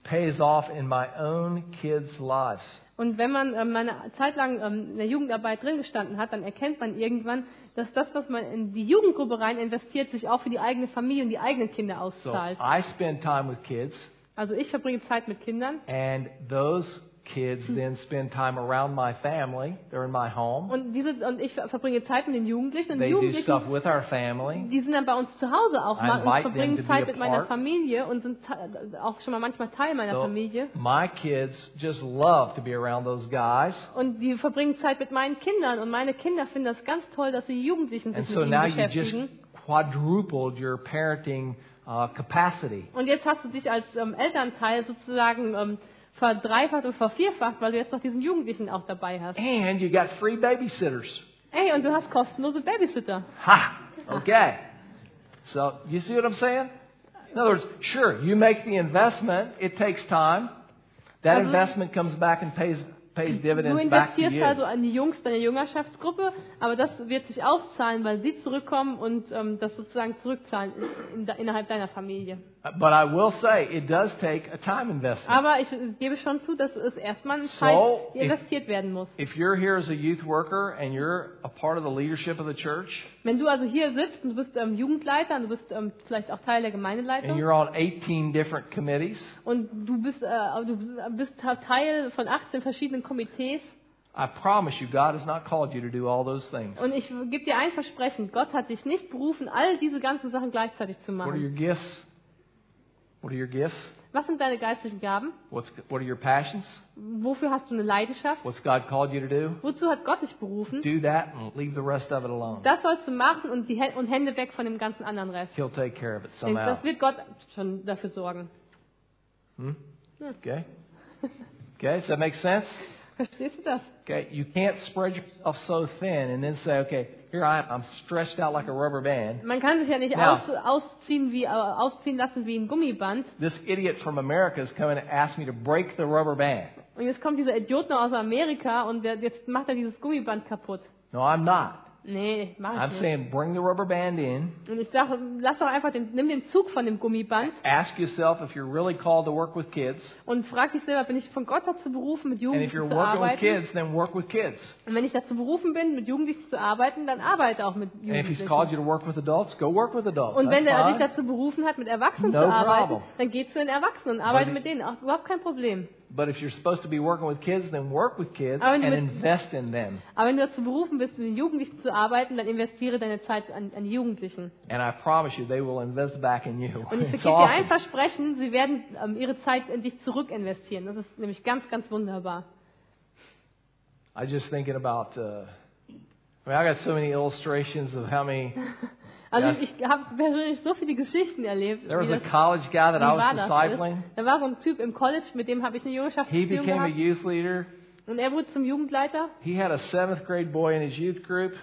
Speaker 2: pays off in my own kids' lives.
Speaker 1: Und wenn man ähm, mal eine Zeit lang ähm, in der Jugendarbeit drin gestanden hat, dann erkennt man irgendwann, dass das, was man in die Jugendgruppe rein investiert, sich auch für die eigene Familie und die eigenen Kinder
Speaker 2: So
Speaker 1: auszahlt.
Speaker 2: I spend time with kids,
Speaker 1: Also ich verbringe Zeit mit Kindern
Speaker 2: and those kids then spend time around my family. They're in my home.
Speaker 1: und diese und ich verbringe Zeit mit den Jugendlichen und die
Speaker 2: They do stuff
Speaker 1: Jugendlichen.
Speaker 2: with our family.
Speaker 1: Die sind dann bei uns zu Hause auch
Speaker 2: I
Speaker 1: mal
Speaker 2: invite them to
Speaker 1: und verbringen
Speaker 2: be
Speaker 1: Zeit
Speaker 2: a
Speaker 1: mit meiner
Speaker 2: part.
Speaker 1: Familie und sind te- auch schon mal manchmal Teil meiner
Speaker 2: So
Speaker 1: Familie.
Speaker 2: my kids just love to be around those guys.
Speaker 1: Und die verbringen Zeit mit meinen Kindern und meine Kinder finden das ganz toll, dass die Jugendlichen
Speaker 2: And
Speaker 1: sich
Speaker 2: so
Speaker 1: mit
Speaker 2: now
Speaker 1: ihnen
Speaker 2: you just
Speaker 1: beschäftigen.
Speaker 2: quadrupled your parenting uh, capacity.
Speaker 1: Und jetzt hast du dich als ähm, Elternteil sozusagen ähm, verdreifacht und vervierfacht, weil du jetzt noch diesen Jugendlichen auch dabei hast.
Speaker 2: And you got free babysitters.
Speaker 1: Ey, und du hast kostenlose Babysitter.
Speaker 2: Ha! Okay. So, you see what I'm saying? In other words, sure, you make the investment, it takes time. That
Speaker 1: Mhm.
Speaker 2: investment comes back and pays, pays
Speaker 1: Du
Speaker 2: dividends back to
Speaker 1: investierst
Speaker 2: you.
Speaker 1: also an die Jungs deiner Jüngerschaftsgruppe, aber das wird sich auszahlen, weil sie zurückkommen und ähm, das sozusagen zurückzahlen in, in, innerhalb deiner Familie.
Speaker 2: Uh, But I will say it does take a time investment.
Speaker 1: Aber ich gebe schon zu, dass es erstmal eine
Speaker 2: So,
Speaker 1: Zeit die
Speaker 2: if-
Speaker 1: investiert werden muss.
Speaker 2: If you're here as a youth worker and you're a part of the leadership of the church
Speaker 1: Wenn du also hier sitzt und du bist ähm, Jugendleiter und du bist ähm, vielleicht auch Teil
Speaker 2: and
Speaker 1: der Gemeindeleitung
Speaker 2: you're on 18 different committees,
Speaker 1: und du bist, äh, du bist Teil von 18 verschiedenen Komitees
Speaker 2: I promise you God has not called you to do all those things.
Speaker 1: und ich gebe dir ein Versprechen, Gott hat dich nicht berufen, all diese ganzen Sachen gleichzeitig zu
Speaker 2: What are your
Speaker 1: machen.
Speaker 2: gifts? What are your gifts?
Speaker 1: Was sind deine geistlichen Gaben?
Speaker 2: What's, what are your passions?
Speaker 1: Wofür hast du eine Leidenschaft?
Speaker 2: What's God called you to do?
Speaker 1: Wozu hat Gott dich berufen?
Speaker 2: Do that and leave the rest of it alone.
Speaker 1: Das sollst du machen und, die Hä- und Hände weg von dem ganzen anderen Rest.
Speaker 2: He'll take care of it
Speaker 1: Denn
Speaker 2: somehow. Hmm?
Speaker 1: das wird Gott schon dafür sorgen.
Speaker 2: Okay? Okay, does that make sense?
Speaker 1: Verstehst du das?
Speaker 2: Okay, you can't spread yourself so thin and then say, okay, here I am, I'm stretched out like a rubber band.
Speaker 1: Man kann sich ja nicht
Speaker 2: Ja.
Speaker 1: aus, ausziehen, wie, äh, ausziehen lassen wie ein Gummiband.
Speaker 2: This idiot from America is coming to ask me to break the rubber band.
Speaker 1: Und jetzt kommt dieser Idiot noch aus Amerika und der, jetzt macht er dieses Gummiband kaputt.
Speaker 2: No, I'm not.
Speaker 1: Nee, mach
Speaker 2: I'm
Speaker 1: ich nicht.
Speaker 2: saying bring the rubber band in.
Speaker 1: Und ich sage, lass doch einfach den, nimm den Zug von dem Gummiband
Speaker 2: Ask yourself if you're really called to work with kids.
Speaker 1: und frag dich selber, bin ich von Gott dazu berufen, mit
Speaker 2: And if you're
Speaker 1: Jugendlichen zu
Speaker 2: working with
Speaker 1: arbeiten?
Speaker 2: kids, then work with kids.
Speaker 1: Und wenn ich dazu berufen bin, mit Jugendlichen zu arbeiten, dann arbeite auch mit
Speaker 2: And if he's
Speaker 1: Jugendlichen.
Speaker 2: called you to work with adults, go work with adults.
Speaker 1: Und wenn
Speaker 2: That's
Speaker 1: er dich
Speaker 2: fine.
Speaker 1: dazu berufen hat, mit Erwachsenen
Speaker 2: No
Speaker 1: zu arbeiten,
Speaker 2: problem.
Speaker 1: dann geh zu den Erwachsenen und arbeite
Speaker 2: Weil-
Speaker 1: mit denen. Auch überhaupt kein Problem.
Speaker 2: But if you're supposed to be working with kids, then work with kids
Speaker 1: Aber wenn
Speaker 2: Oh, and
Speaker 1: du mit-
Speaker 2: invest in them.
Speaker 1: Aber wenn du dazu berufen bist, mit den Jugendlichen zu arbeiten, dann investiere deine Zeit an, an die Jugendlichen.
Speaker 2: And I promise you, they will invest back in you.
Speaker 1: Und ich
Speaker 2: It's
Speaker 1: gebe dir ein
Speaker 2: awesome.
Speaker 1: Versprechen, sie werden ähm, ihre Zeit in dich zurück investieren. Das ist nämlich ganz, ganz wunderbar.
Speaker 2: I was just thinking about. Uh, I mean, I got so many illustrations of how many.
Speaker 1: Also
Speaker 2: Ja.
Speaker 1: ich, ich habe persönlich so viele Geschichten erlebt.
Speaker 2: There
Speaker 1: wie
Speaker 2: was a
Speaker 1: das-
Speaker 2: college guy that I
Speaker 1: wie war
Speaker 2: was
Speaker 1: das
Speaker 2: discipling.
Speaker 1: alles. Da war so ein Typ im College, mit dem habe ich eine
Speaker 2: He
Speaker 1: Jüngerschaftsbeziehung
Speaker 2: became a
Speaker 1: gehabt.
Speaker 2: youth leader.
Speaker 1: Und er wurde zum Jugendleiter.
Speaker 2: He had a seventh grade boy in his youth group.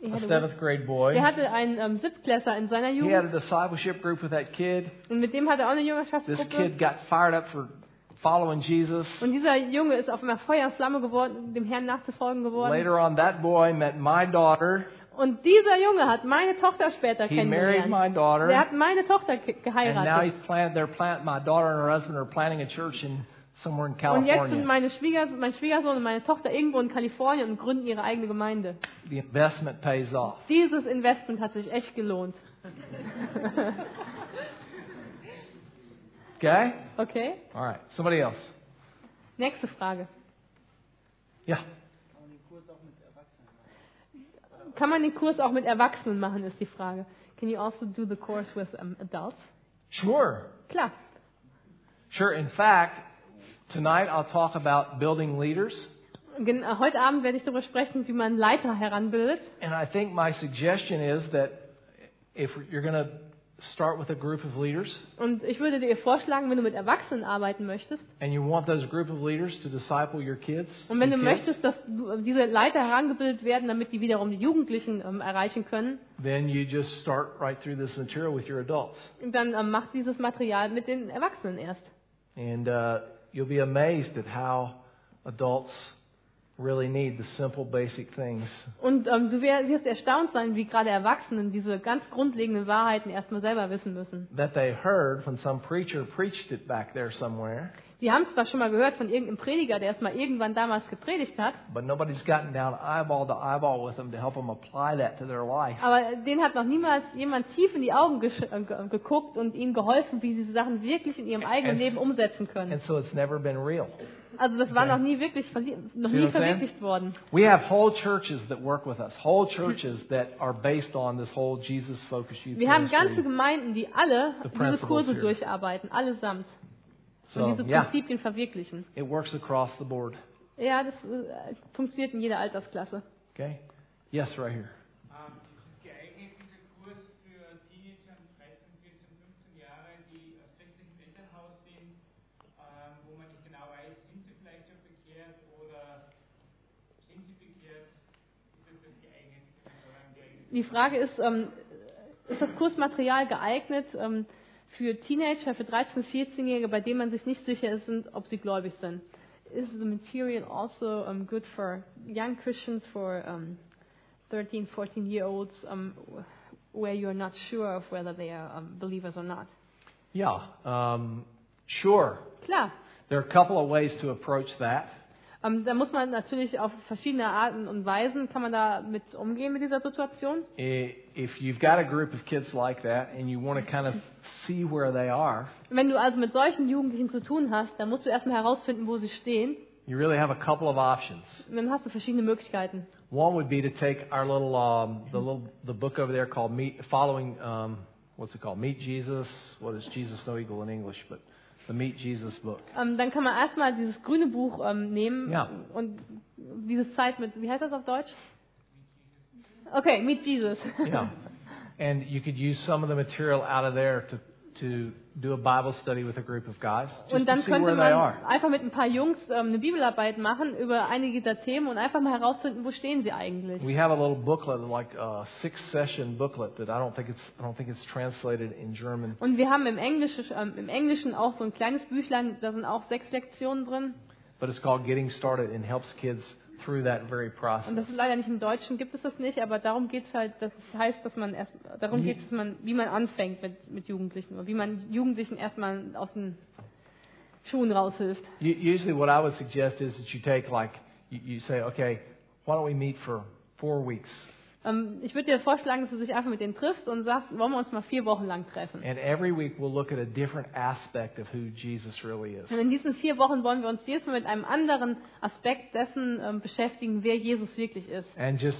Speaker 1: Er
Speaker 2: A
Speaker 1: hatte,
Speaker 2: seventh grade boy.
Speaker 1: er hatte einen ähm, Siebtklässler in seiner
Speaker 2: He had a
Speaker 1: Jugend.
Speaker 2: discipleship group with that kid.
Speaker 1: Und mit dem hat er auch eine
Speaker 2: This
Speaker 1: Jüngerschaftsgruppe.
Speaker 2: kid got fired up for following Jesus.
Speaker 1: Und dieser Junge ist auf einmal Feuer und Flamme geworden, dem Herrn nachzufolgen geworden.
Speaker 2: Later on, that boy met my daughter.
Speaker 1: Und dieser Junge hat meine Tochter später
Speaker 2: He married my
Speaker 1: kennengelernt.
Speaker 2: daughter.
Speaker 1: Er hat meine Tochter ge-
Speaker 2: And now
Speaker 1: geheiratet.
Speaker 2: he's planted. They're plant. My daughter and her husband are planting a church in somewhere in
Speaker 1: Und jetzt
Speaker 2: California.
Speaker 1: sind meine Schwieger, mein Schwiegersohn und meine Tochter irgendwo in Kalifornien und gründen ihre eigene Gemeinde.
Speaker 2: the investment pays off.
Speaker 1: Dieses Investment hat sich echt gelohnt.
Speaker 2: Okay.
Speaker 1: Okay?
Speaker 2: All right. Somebody else.
Speaker 1: Nächste Frage.
Speaker 2: Yeah.
Speaker 1: Kann man den Kurs auch mit Erwachsenen machen, ist die Frage. Can you also do the course with um, adults?
Speaker 2: Sure.
Speaker 1: Klar.
Speaker 2: Sure. In fact, tonight I'll talk about building leaders,
Speaker 1: Gen- äh, Heute Abend werde ich darüber sprechen, wie man Leiter heranbildet.
Speaker 2: and I think my suggestion is that if you're going to start with a group of leaders
Speaker 1: Und ich würde dir vorschlagen, wenn du mit Erwachsenen arbeiten möchtest,
Speaker 2: and you want those group of leaders to disciple your kids,
Speaker 1: Und wenn du
Speaker 2: your kids,
Speaker 1: möchtest, dass du- äh, diese Leiter herangebildet werden, damit die wiederum die Jugendlichen ähm, erreichen können,
Speaker 2: then you just start right through this material with your adults,
Speaker 1: dann ähm, macht dieses Material mit den Erwachsenen erst.
Speaker 2: and uh, you'll be amazed at how adults really need the simple, basic things
Speaker 1: Und ähm, du wär- wirst erstaunt sein, wie gerade Erwachsenen diese ganz grundlegenden Wahrheiten erstmal selber wissen müssen.
Speaker 2: that they heard when some preacher preached it back there somewhere,
Speaker 1: Die haben zwar schon mal gehört von irgendeinem Prediger, der es mal irgendwann damals gepredigt hat,
Speaker 2: but nobody's gotten down eyeball to eyeball with them to help them apply that to their life.
Speaker 1: aber den hat noch niemals jemand tief in die Augen gesch- äh, ge- geguckt und ihnen geholfen, wie sie diese Sachen wirklich in ihrem eigenen
Speaker 2: And-
Speaker 1: Leben umsetzen
Speaker 2: And
Speaker 1: können.
Speaker 2: so it's never been real.
Speaker 1: Also das war noch nie wirklich verli- noch
Speaker 2: See
Speaker 1: nie
Speaker 2: what I'm saying?
Speaker 1: verwirklicht worden.
Speaker 2: We have whole churches that work with us, whole churches that are based on this whole Jesus focused youth
Speaker 1: Wir haben ganze
Speaker 2: ministry.
Speaker 1: Gemeinden, die alle
Speaker 2: The
Speaker 1: diese
Speaker 2: principles
Speaker 1: Kurse
Speaker 2: here.
Speaker 1: durcharbeiten, allesamt. und
Speaker 2: So,
Speaker 1: diese
Speaker 2: yeah,
Speaker 1: Prinzipien verwirklichen.
Speaker 2: it works across the board.
Speaker 1: Ja, das äh, funktioniert in jeder Altersklasse.
Speaker 2: Okay? Yes, right here.
Speaker 7: Ähm, ist es geeignet, dieser Kurs für Teenager 13, 14, 15 Jahre, die aus christlichem Elternhaus sind, ähm, wo man nicht genau weiß, sind sie vielleicht schon bekehrt oder sind sie bekehrt? Ist das das geeignet? Oder ein geeignet?
Speaker 1: Die Frage ist, ähm, ist das Kursmaterial geeignet ähm, für Teenager, für 13-, 14-Jährige, bei denen man sich nicht sicher ist, ob sie gläubig sind? is the material also um, good for young Christians, for um, 13, 14 year olds, um, wh- where you're not sure of whether they are um, believers or not?
Speaker 2: Yeah, um, sure.
Speaker 1: Klar,
Speaker 2: There are a couple of ways to approach that.
Speaker 1: ähm, da muss man natürlich auf verschiedene Arten und Weisen, kann man da mit umgehen mit dieser Situation.
Speaker 2: I- If you've got a group of kids like that and you want to kind of see where they are,
Speaker 1: Wenn du also mit solchen Jugendlichen zu tun hast, dann musst du erstmal herausfinden, wo sie stehen.
Speaker 2: you really have a couple of options.
Speaker 1: Und dann hast du verschiedene Möglichkeiten.
Speaker 2: One would be to take our little um, the little the book over there called Meet Following um, what's it called Meet Jesus. What is Jesus No Eagle in English? But the Meet Jesus book.
Speaker 1: Ähm, dann kann man erstmal dieses grüne Buch ähm, nehmen
Speaker 2: Ja.
Speaker 1: und diese Zeit mit, wie heißt das auf Deutsch? Okay, Meet Jesus.
Speaker 2: Yeah, and you could use some of the material out of there to to do a Bible study with a group of guys just
Speaker 1: und dann
Speaker 2: to see where
Speaker 1: könnte
Speaker 2: they
Speaker 1: man
Speaker 2: are.
Speaker 1: einfach mit ein paar Jungs ähm, eine Bibelarbeit machen über einige dieser Themen und einfach mal herausfinden, wo stehen sie eigentlich.
Speaker 2: We have a little booklet, like a six-session booklet that I don't think it's I don't think it's translated in German.
Speaker 1: Und wir haben im, Englisch, ähm, im Englischen auch so ein kleines Büchlein, da sind auch sechs Lektionen drin.
Speaker 2: but it's called Getting Started and helps kids through that very
Speaker 1: Und
Speaker 2: process.
Speaker 1: das ist leider nicht im Deutschen, gibt es das nicht, aber darum geht es halt, das heißt, dass man erst, darum
Speaker 2: Mhm.
Speaker 1: geht es, man, wie man anfängt mit, mit Jugendlichen, oder wie man Jugendlichen erstmal aus den Schuhen raushilft.
Speaker 2: U- Usually, what I would suggest is that you take like you, you say, okay, why don't we meet for four weeks,
Speaker 1: Ähm, ich würde dir vorschlagen, dass du dich einfach mit denen triffst und sagst, wollen wir uns mal vier Wochen lang treffen.
Speaker 2: and every week we'll look at a different aspect of who Jesus really is.
Speaker 1: Und in diesen vier Wochen wollen wir uns jedes Mal mit einem anderen Aspekt dessen ähm, beschäftigen, wer Jesus wirklich ist.
Speaker 2: and just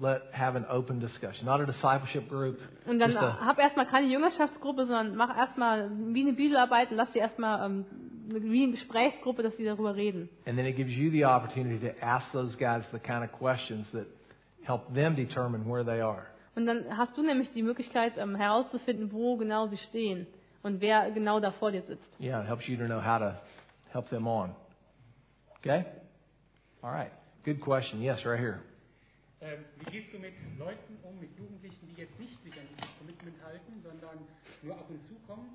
Speaker 2: let have an open discussion, not a discipleship group.
Speaker 1: Und dann
Speaker 2: just a-
Speaker 1: hab erstmal keine Jüngerschaftsgruppe, sondern mach erstmal wie eine Bibelarbeit und lass sie erstmal ähm, wie eine Gesprächsgruppe, dass sie darüber reden.
Speaker 2: and then it gives you the opportunity to ask those guys the kind of questions that help them determine where they are.
Speaker 1: Und dann hast du nämlich die Möglichkeit ähm, herauszufinden, wo genau sie stehen und wer genau da vor dir sitzt.
Speaker 2: Yeah, it helps you to know how to help them on. Okay? All right. Good question. Yes, right here.
Speaker 8: Ähm, wie gehst du mit Leuten um, mit Jugendlichen, die jetzt nicht sich an dieses Commitment halten, sondern nur ab und zu kommen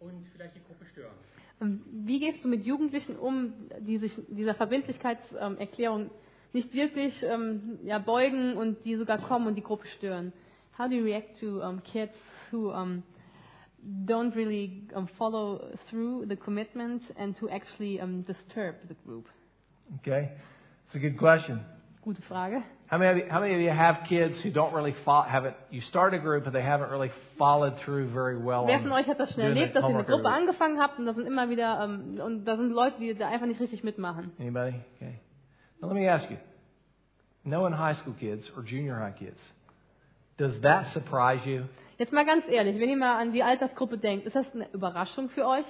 Speaker 8: und vielleicht die Gruppe stören?
Speaker 1: Ähm, wie gehst du mit Jugendlichen um, die sich dieser Verbindlichkeitserklärung ähm, Erklärung nicht wirklich ähm, ja, beugen und die sogar kommen und die Gruppe stören? How do you react to um, kids who um, don't really um, follow through the commitment and who actually um, disturb the group?
Speaker 2: Okay? It's a good question.
Speaker 1: Gute Frage.
Speaker 2: How many, of you, how many of you have kids who don't really fo- haven't you start a group but they haven't really followed through very well?
Speaker 1: Wer
Speaker 2: on
Speaker 1: von euch hat das schon
Speaker 2: doing
Speaker 1: erlebt,
Speaker 2: the
Speaker 1: dass ihr eine
Speaker 2: homework
Speaker 1: Gruppe
Speaker 2: every week?
Speaker 1: angefangen habt und da sind immer wieder ähm, und da sind Leute, die da einfach nicht richtig mitmachen?
Speaker 2: Anybody? Okay. Now let me ask you. Knowing high school kids or junior high kids, does that surprise you?
Speaker 1: Jetzt mal ganz ehrlich, wenn ihr mal an die Altersgruppe denkt, ist das eine Überraschung für euch?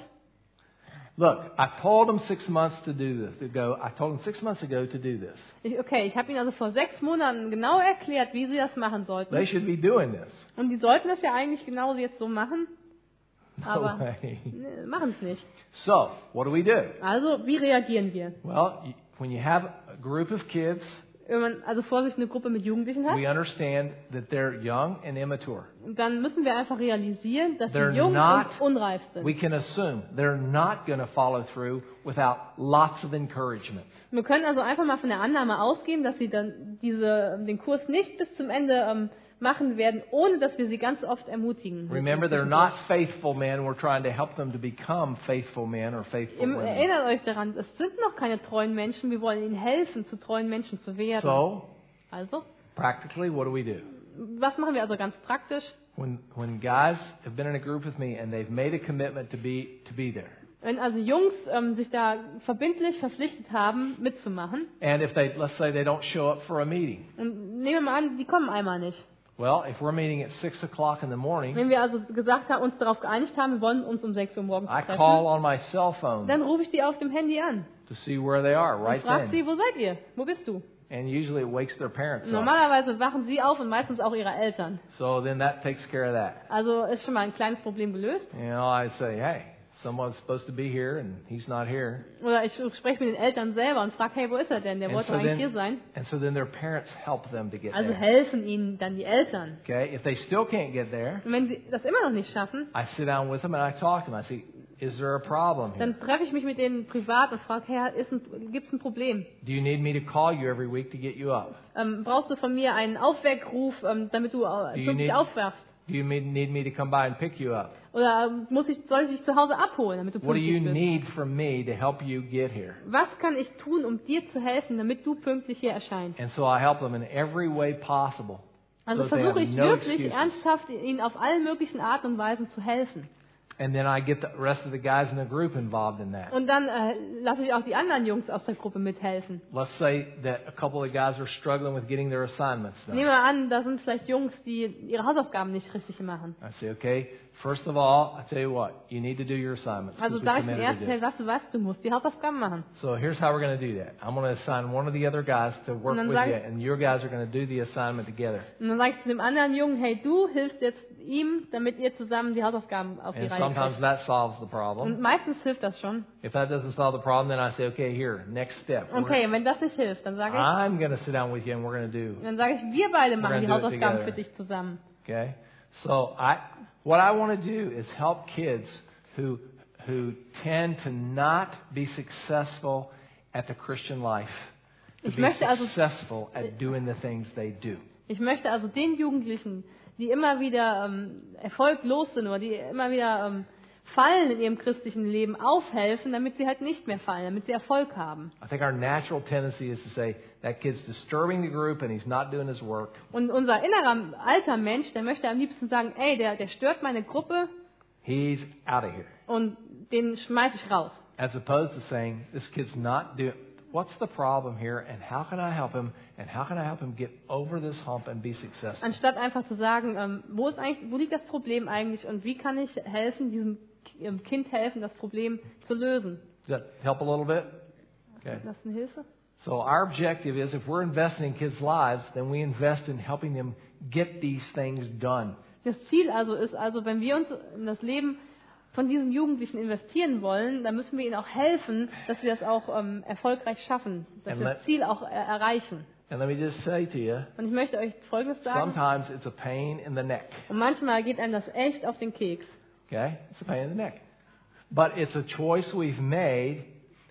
Speaker 2: Look, I told them six months to do this. Ago, I told them six months ago to do this.
Speaker 1: Ich, okay, ich habe ihnen also vor sechs Monaten genau erklärt, wie sie das machen
Speaker 2: They
Speaker 1: sollten.
Speaker 2: should be doing this.
Speaker 1: Und die sollten das ja eigentlich genauso jetzt so machen,
Speaker 2: No
Speaker 1: aber
Speaker 2: way.
Speaker 1: ne, machen es nicht.
Speaker 2: So, what do we do?
Speaker 1: Also, wie reagieren wir?
Speaker 2: Well, y- when you have a group of kids,
Speaker 1: Wenn man also vor sich eine Gruppe mit Jugendlichen hat,
Speaker 2: we understand that they're young and immature.
Speaker 1: dann müssen wir einfach realisieren, dass
Speaker 2: They're
Speaker 1: sie jung
Speaker 2: not-
Speaker 1: und unreif sind.
Speaker 2: We can assume they're not going to follow through without lots of encouragement.
Speaker 1: Wir können also einfach mal von der Annahme ausgehen, dass sie dann diese, ähm, den Kurs nicht bis zum Ende ähm, machen werden, ohne dass wir sie ganz oft ermutigen.
Speaker 2: Remember, they're not faithful men. We're trying to help them to become faithful men or faithful
Speaker 1: Im,
Speaker 2: women.
Speaker 1: erinnert euch daran, es sind noch keine treuen Menschen. Wir wollen ihnen helfen, zu treuen Menschen zu werden.
Speaker 2: So,
Speaker 1: Also,
Speaker 2: practically, what do we do?
Speaker 1: was machen wir also ganz praktisch?
Speaker 2: When, when guys have been in a group with me and they've made a commitment to be, to be there,
Speaker 1: Wenn also Jungs ähm, sich da verbindlich verpflichtet haben, mitzumachen,
Speaker 2: and if they, let's say they don't show up for a meeting,
Speaker 1: und nehmen wir mal an, die kommen einmal nicht.
Speaker 2: well, if we're meeting at 6 o'clock in the morning,
Speaker 1: Wenn wir also gesagt haben, uns darauf geeinigt haben, wir wollen uns um 6 Uhr morgens
Speaker 2: I
Speaker 1: treffen,
Speaker 2: call on my cell phone
Speaker 1: dann rufe ich die auf dem Handy an
Speaker 2: to see where they are
Speaker 1: und
Speaker 2: right
Speaker 1: frage
Speaker 2: then.
Speaker 1: sie, wo seid ihr? Wo bist du?
Speaker 2: And usually it wakes their parents up.
Speaker 1: Normalerweise wachen sie auf und meistens auch ihre Eltern.
Speaker 2: So then that takes care of that.
Speaker 1: Also ist schon mal ein kleines Problem gelöst.
Speaker 2: You know, I say, hey, someone's supposed to be here and he's not here.
Speaker 1: Oder ich spreche mit den Eltern selber und frage, hey, wo ist er denn? Der
Speaker 2: And
Speaker 1: wollte
Speaker 2: so
Speaker 1: doch eigentlich
Speaker 2: then-
Speaker 1: hier sein.
Speaker 2: And so then their parents help them to get
Speaker 1: Also
Speaker 2: there.
Speaker 1: helfen ihnen dann die Eltern.
Speaker 2: Okay, if they still can't get there,
Speaker 1: Und wenn sie das immer noch nicht schaffen,
Speaker 2: I sit down with them and I talk to them. I say, Is there a problem here?
Speaker 1: Dann treffe ich mich mit denen privat und frage, Herr, gibt es ein Problem?
Speaker 2: Do you need me to call you every week to get you up?
Speaker 1: Ähm, brauchst du von mir einen Aufweckruf, ähm, damit du äh,
Speaker 2: you
Speaker 1: pünktlich
Speaker 2: need-
Speaker 1: aufwachst?
Speaker 2: Do you me- need me to come by and pick you up?
Speaker 1: Oder ähm, muss ich, soll ich dich zu Hause abholen, damit du
Speaker 2: What do you
Speaker 1: pünktlich bist?
Speaker 2: need from me to help you get here?
Speaker 1: Was kann ich tun, um dir zu helfen, damit du pünktlich hier erscheinst?
Speaker 2: And so I help them in every way possible.
Speaker 1: Also
Speaker 2: so they have
Speaker 1: versuche ich
Speaker 2: no
Speaker 1: wirklich
Speaker 2: excuses.
Speaker 1: ernsthaft, ihnen auf alle möglichen Arten und Weisen zu helfen.
Speaker 2: And then I get the rest of the guys in the group involved in that.
Speaker 1: Und dann äh, lasse ich auch die anderen Jungs aus der Gruppe mithelfen.
Speaker 2: Let's say that a couple of guys are struggling with getting their assignments
Speaker 1: Nehmen
Speaker 2: done.
Speaker 1: wir an, da sind vielleicht Jungs, die ihre Hausaufgaben nicht richtig machen.
Speaker 2: I say, okay, first of all, I tell you what, you need to do your assignments. 'cause
Speaker 1: Also
Speaker 2: we
Speaker 1: sage ich den
Speaker 2: committed to
Speaker 1: ersten,
Speaker 2: do
Speaker 1: hey,
Speaker 2: it.
Speaker 1: weißt du was, du musst die Hausaufgaben machen.
Speaker 2: So here's how we're going to do that. I'm going to assign one of the other guys to work
Speaker 1: dann
Speaker 2: with you,
Speaker 1: sag ich-
Speaker 2: and your guys are going to do the assignment together.
Speaker 1: Und dann sage ich zu dem anderen Jungen, hey, du hilfst jetzt ihm, damit ihr zusammen die Hausaufgaben auf die
Speaker 2: And
Speaker 1: Reihe
Speaker 2: sometimes
Speaker 1: kriegt.
Speaker 2: that solves the
Speaker 1: Und
Speaker 2: problem.
Speaker 1: meistens hilft das schon.
Speaker 2: If that doesn't solve the problem, then I say, okay, here, next step. We're-
Speaker 1: Okay, und wenn das nicht hilft, dann sage ich,
Speaker 2: I'm going to sit down with you, and we're going to do.
Speaker 1: dann sage ich, wir beide machen die
Speaker 2: Ah. gonna do it
Speaker 1: Hausaufgaben
Speaker 2: together.
Speaker 1: für dich zusammen.
Speaker 2: Okay. So I, what I want to do is help kids who who tend to not be successful at the Christian life to
Speaker 1: Ich
Speaker 2: be
Speaker 1: möchte also-
Speaker 2: successful at doing the things they do.
Speaker 1: Ich möchte also den Jugendlichen, die immer wieder ähm, erfolglos sind oder die immer wieder ähm, fallen in ihrem christlichen Leben, aufhelfen, damit sie halt nicht mehr fallen, damit sie Erfolg haben.
Speaker 2: I think our natural tendency is to say that kid's disturbing the group and he's not doing his work.
Speaker 1: Und unser innerer alter Mensch, der möchte am liebsten sagen, ey, der, der stört meine Gruppe
Speaker 2: He's out of here.
Speaker 1: und den schmeiß ich raus.
Speaker 2: As opposed to saying this kid's not doing. What's the problem here, and how can I help him, and how can I help him get over this hump and be successful?
Speaker 1: Anstatt einfach zu sagen, ähm, wo, ist eigentlich, wo liegt das Problem eigentlich und wie kann ich helfen, diesem Ki- ähm, Kind helfen, das Problem zu lösen.
Speaker 2: Does that help a little bit? Okay.
Speaker 1: Das ist eine Hilfe.
Speaker 2: So our objective is if we're investing in kids' lives, then we invest in helping them get these things done.
Speaker 1: Das Ziel also ist also, wenn wir uns in das Leben von diesen Jugendlichen investieren wollen, dann müssen wir ihnen auch helfen, dass wir das auch ähm, erfolgreich schaffen, dass
Speaker 2: And
Speaker 1: wir
Speaker 2: let-
Speaker 1: das Ziel auch äh, erreichen.
Speaker 2: And let me just say to you,
Speaker 1: Und ich möchte euch Folgendes sagen.
Speaker 2: sometimes it's a pain in the neck.
Speaker 1: Und manchmal geht einem das echt auf den Keks.
Speaker 2: Okay? It's a pain in the neck. But it's a choice we've made.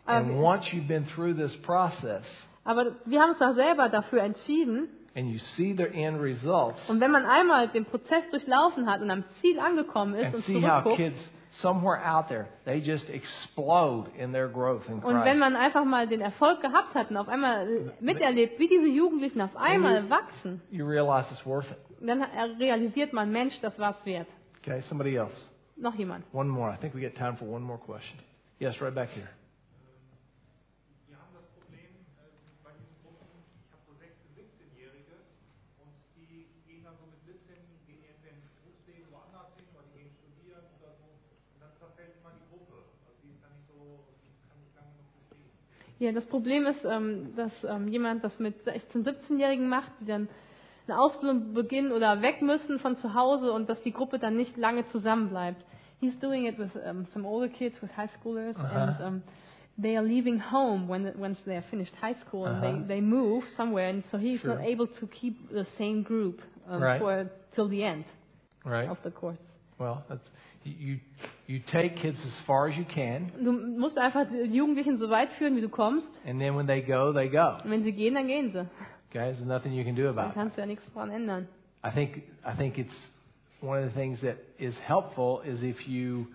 Speaker 2: And
Speaker 1: Okay.
Speaker 2: once you've been through this process
Speaker 1: Aber wir haben uns doch selber dafür entschieden.
Speaker 2: and you see the end results
Speaker 1: Und wenn man einmal den Prozess durchlaufen hat und am Ziel angekommen ist
Speaker 2: and
Speaker 1: und
Speaker 2: see how
Speaker 1: zurückguckt,
Speaker 2: kids somewhere out there, they just explode in their growth in
Speaker 1: und wenn
Speaker 2: Christ.
Speaker 1: man einfach mal den Erfolg gehabt hat und auf einmal äh, miterlebt, wie diese Jugendlichen auf einmal wachsen,
Speaker 2: You realize it's worth it.
Speaker 1: dann äh, realisiert man, Mensch, das war's wert.
Speaker 2: Okay? Somebody else.
Speaker 1: Noch jemand?
Speaker 2: One more. I think we got time for one more question. Yes, right back here.
Speaker 5: Ähm, Wir haben das Problem äh, bei diesen Gruppen, ich habe so 16-, 17-Jährige und die gehen dann so mit 17, gehen entweder ins Berufsleben woanders hin oder die gehen studieren oder so und dann zerfällt immer die Gruppe. Also die ist dann nicht so, die kann nicht lange genug bestehen.
Speaker 1: Ja, das Problem ist, ähm, dass ähm, jemand das mit 16-, 17-Jährigen macht, die dann eine Ausbildung beginnen oder weg müssen von zu Hause und dass die Gruppe dann nicht lange zusammen bleibt. He's doing it with um, some older kids, with high schoolers, and um, they are leaving home when once they have finished high school and they, they move somewhere, and so he's
Speaker 2: Sure.
Speaker 1: not able to keep the same group um,
Speaker 2: Right.
Speaker 1: for till the end
Speaker 2: Right.
Speaker 1: of the course.
Speaker 2: Well, that's, you you take kids as far as you can,
Speaker 1: Du musst einfach die Jugendlichen so weit führen, wie du kommst,
Speaker 2: and then when they go, they go.
Speaker 1: und wenn sie gehen, dann gehen sie.
Speaker 2: Okay, there's nothing you can do
Speaker 1: Da
Speaker 2: about it.
Speaker 1: kannst du ja nichts dran ändern.
Speaker 2: I think I think it's one of the things that is helpful is if you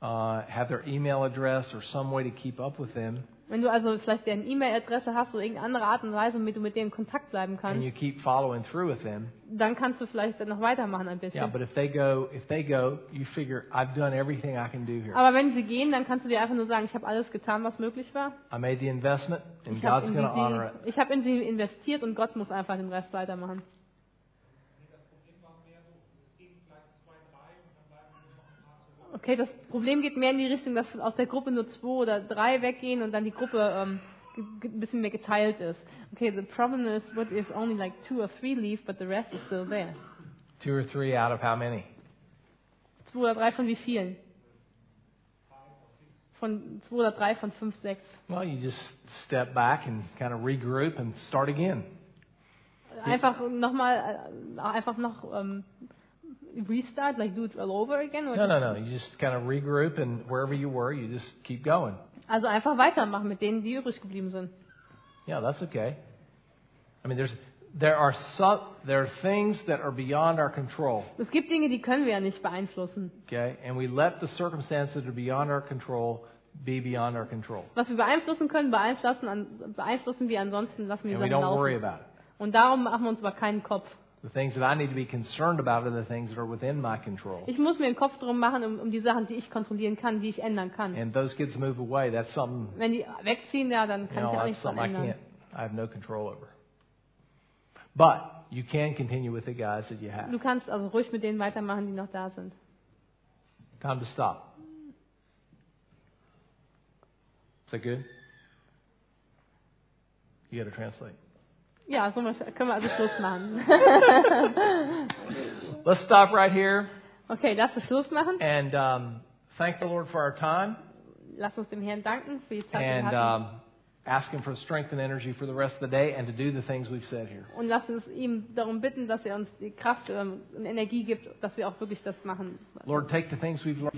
Speaker 2: uh, have their email address or some way to keep up with them,
Speaker 1: Wenn du also vielleicht deren E-Mail-Adresse hast oder irgendeine andere Art und Weise, mit du mit denen in Kontakt bleiben
Speaker 2: and
Speaker 1: kannst,
Speaker 2: you keep following through with them.
Speaker 1: dann kannst du vielleicht dann noch weitermachen ein bisschen.
Speaker 2: Yeah, but if they go, if they go, you figure I've done everything I can do here.
Speaker 1: Aber wenn sie gehen, dann kannst du dir einfach nur sagen, ich habe alles getan, was möglich war.
Speaker 2: I made the investment, and
Speaker 1: Ich habe
Speaker 2: God's
Speaker 1: in,
Speaker 2: going to honor it.
Speaker 1: sie- ich hab in sie investiert und Gott muss einfach den Rest weitermachen. Okay, das Problem geht mehr in die Richtung, dass aus der Gruppe nur zwei oder drei weggehen und dann die Gruppe ähm, ge- ge- ein bisschen mehr geteilt ist. Okay, the problem is what if only like two or three leave, but the rest is still there.
Speaker 2: Two or three out of how many?
Speaker 1: Zwei oder drei von wie vielen? Von zwei oder drei von fünf, sechs.
Speaker 2: Well, you just step back and kind of regroup and start again.
Speaker 1: Einfach nochmal, einfach noch äh, ähm, restart, like do it all over again? Or
Speaker 2: No,
Speaker 1: just-
Speaker 2: no, no. You just kind of regroup, and wherever you were, you just keep going.
Speaker 1: Also einfach weitermachen mit denen, die übrig geblieben sind.
Speaker 2: Yeah, that's okay. I mean, there's there are su- there are things that are beyond our control.
Speaker 1: Es gibt Dinge, die können wir ja nicht beeinflussen.
Speaker 2: Okay, and we let the circumstances that are beyond our control be beyond our control,
Speaker 1: Was wir beeinflussen können, beeinflussen, an, beeinflussen wir ansonsten, lassen wir
Speaker 2: and we
Speaker 1: Sachen
Speaker 2: don't worry
Speaker 1: laufen.
Speaker 2: about it.
Speaker 1: Und darum machen wir uns aber keinen Kopf.
Speaker 2: The things that I need to be concerned about are the things that are within my control.
Speaker 1: Ich muss mir den Kopf drum machen, um, um die Sachen, die ich kontrollieren kann, die ich ändern kann.
Speaker 2: And if those kids move away. That's something
Speaker 1: Wenn die wegziehen, ja, dann
Speaker 2: you
Speaker 1: kann ich
Speaker 2: know,
Speaker 1: ja auch
Speaker 2: that's
Speaker 1: nichts dran
Speaker 2: something I
Speaker 1: ändern.
Speaker 2: can't. I have no control over. But you can continue with the guys that you have.
Speaker 1: Du kannst also ruhig mit denen weitermachen, die noch da sind.
Speaker 2: Time to stop. Is that good? You got to translate.
Speaker 1: Ja, so much- können wir also Schluss machen.
Speaker 2: Let's stop right here
Speaker 1: Okay, lass uns Schluss machen.
Speaker 2: and um, thank the Lord for our time
Speaker 1: Lass uns dem Herrn danken für die Zeit, die wir
Speaker 2: and
Speaker 1: hatten.
Speaker 2: um, ask Him for strength and energy for the rest of the day and to do the things we've said here.
Speaker 1: Und lass uns ihm darum bitten, dass er uns die Kraft ähm, und Energie gibt, dass wir auch wirklich das machen.
Speaker 2: Lord, take the things we've learned.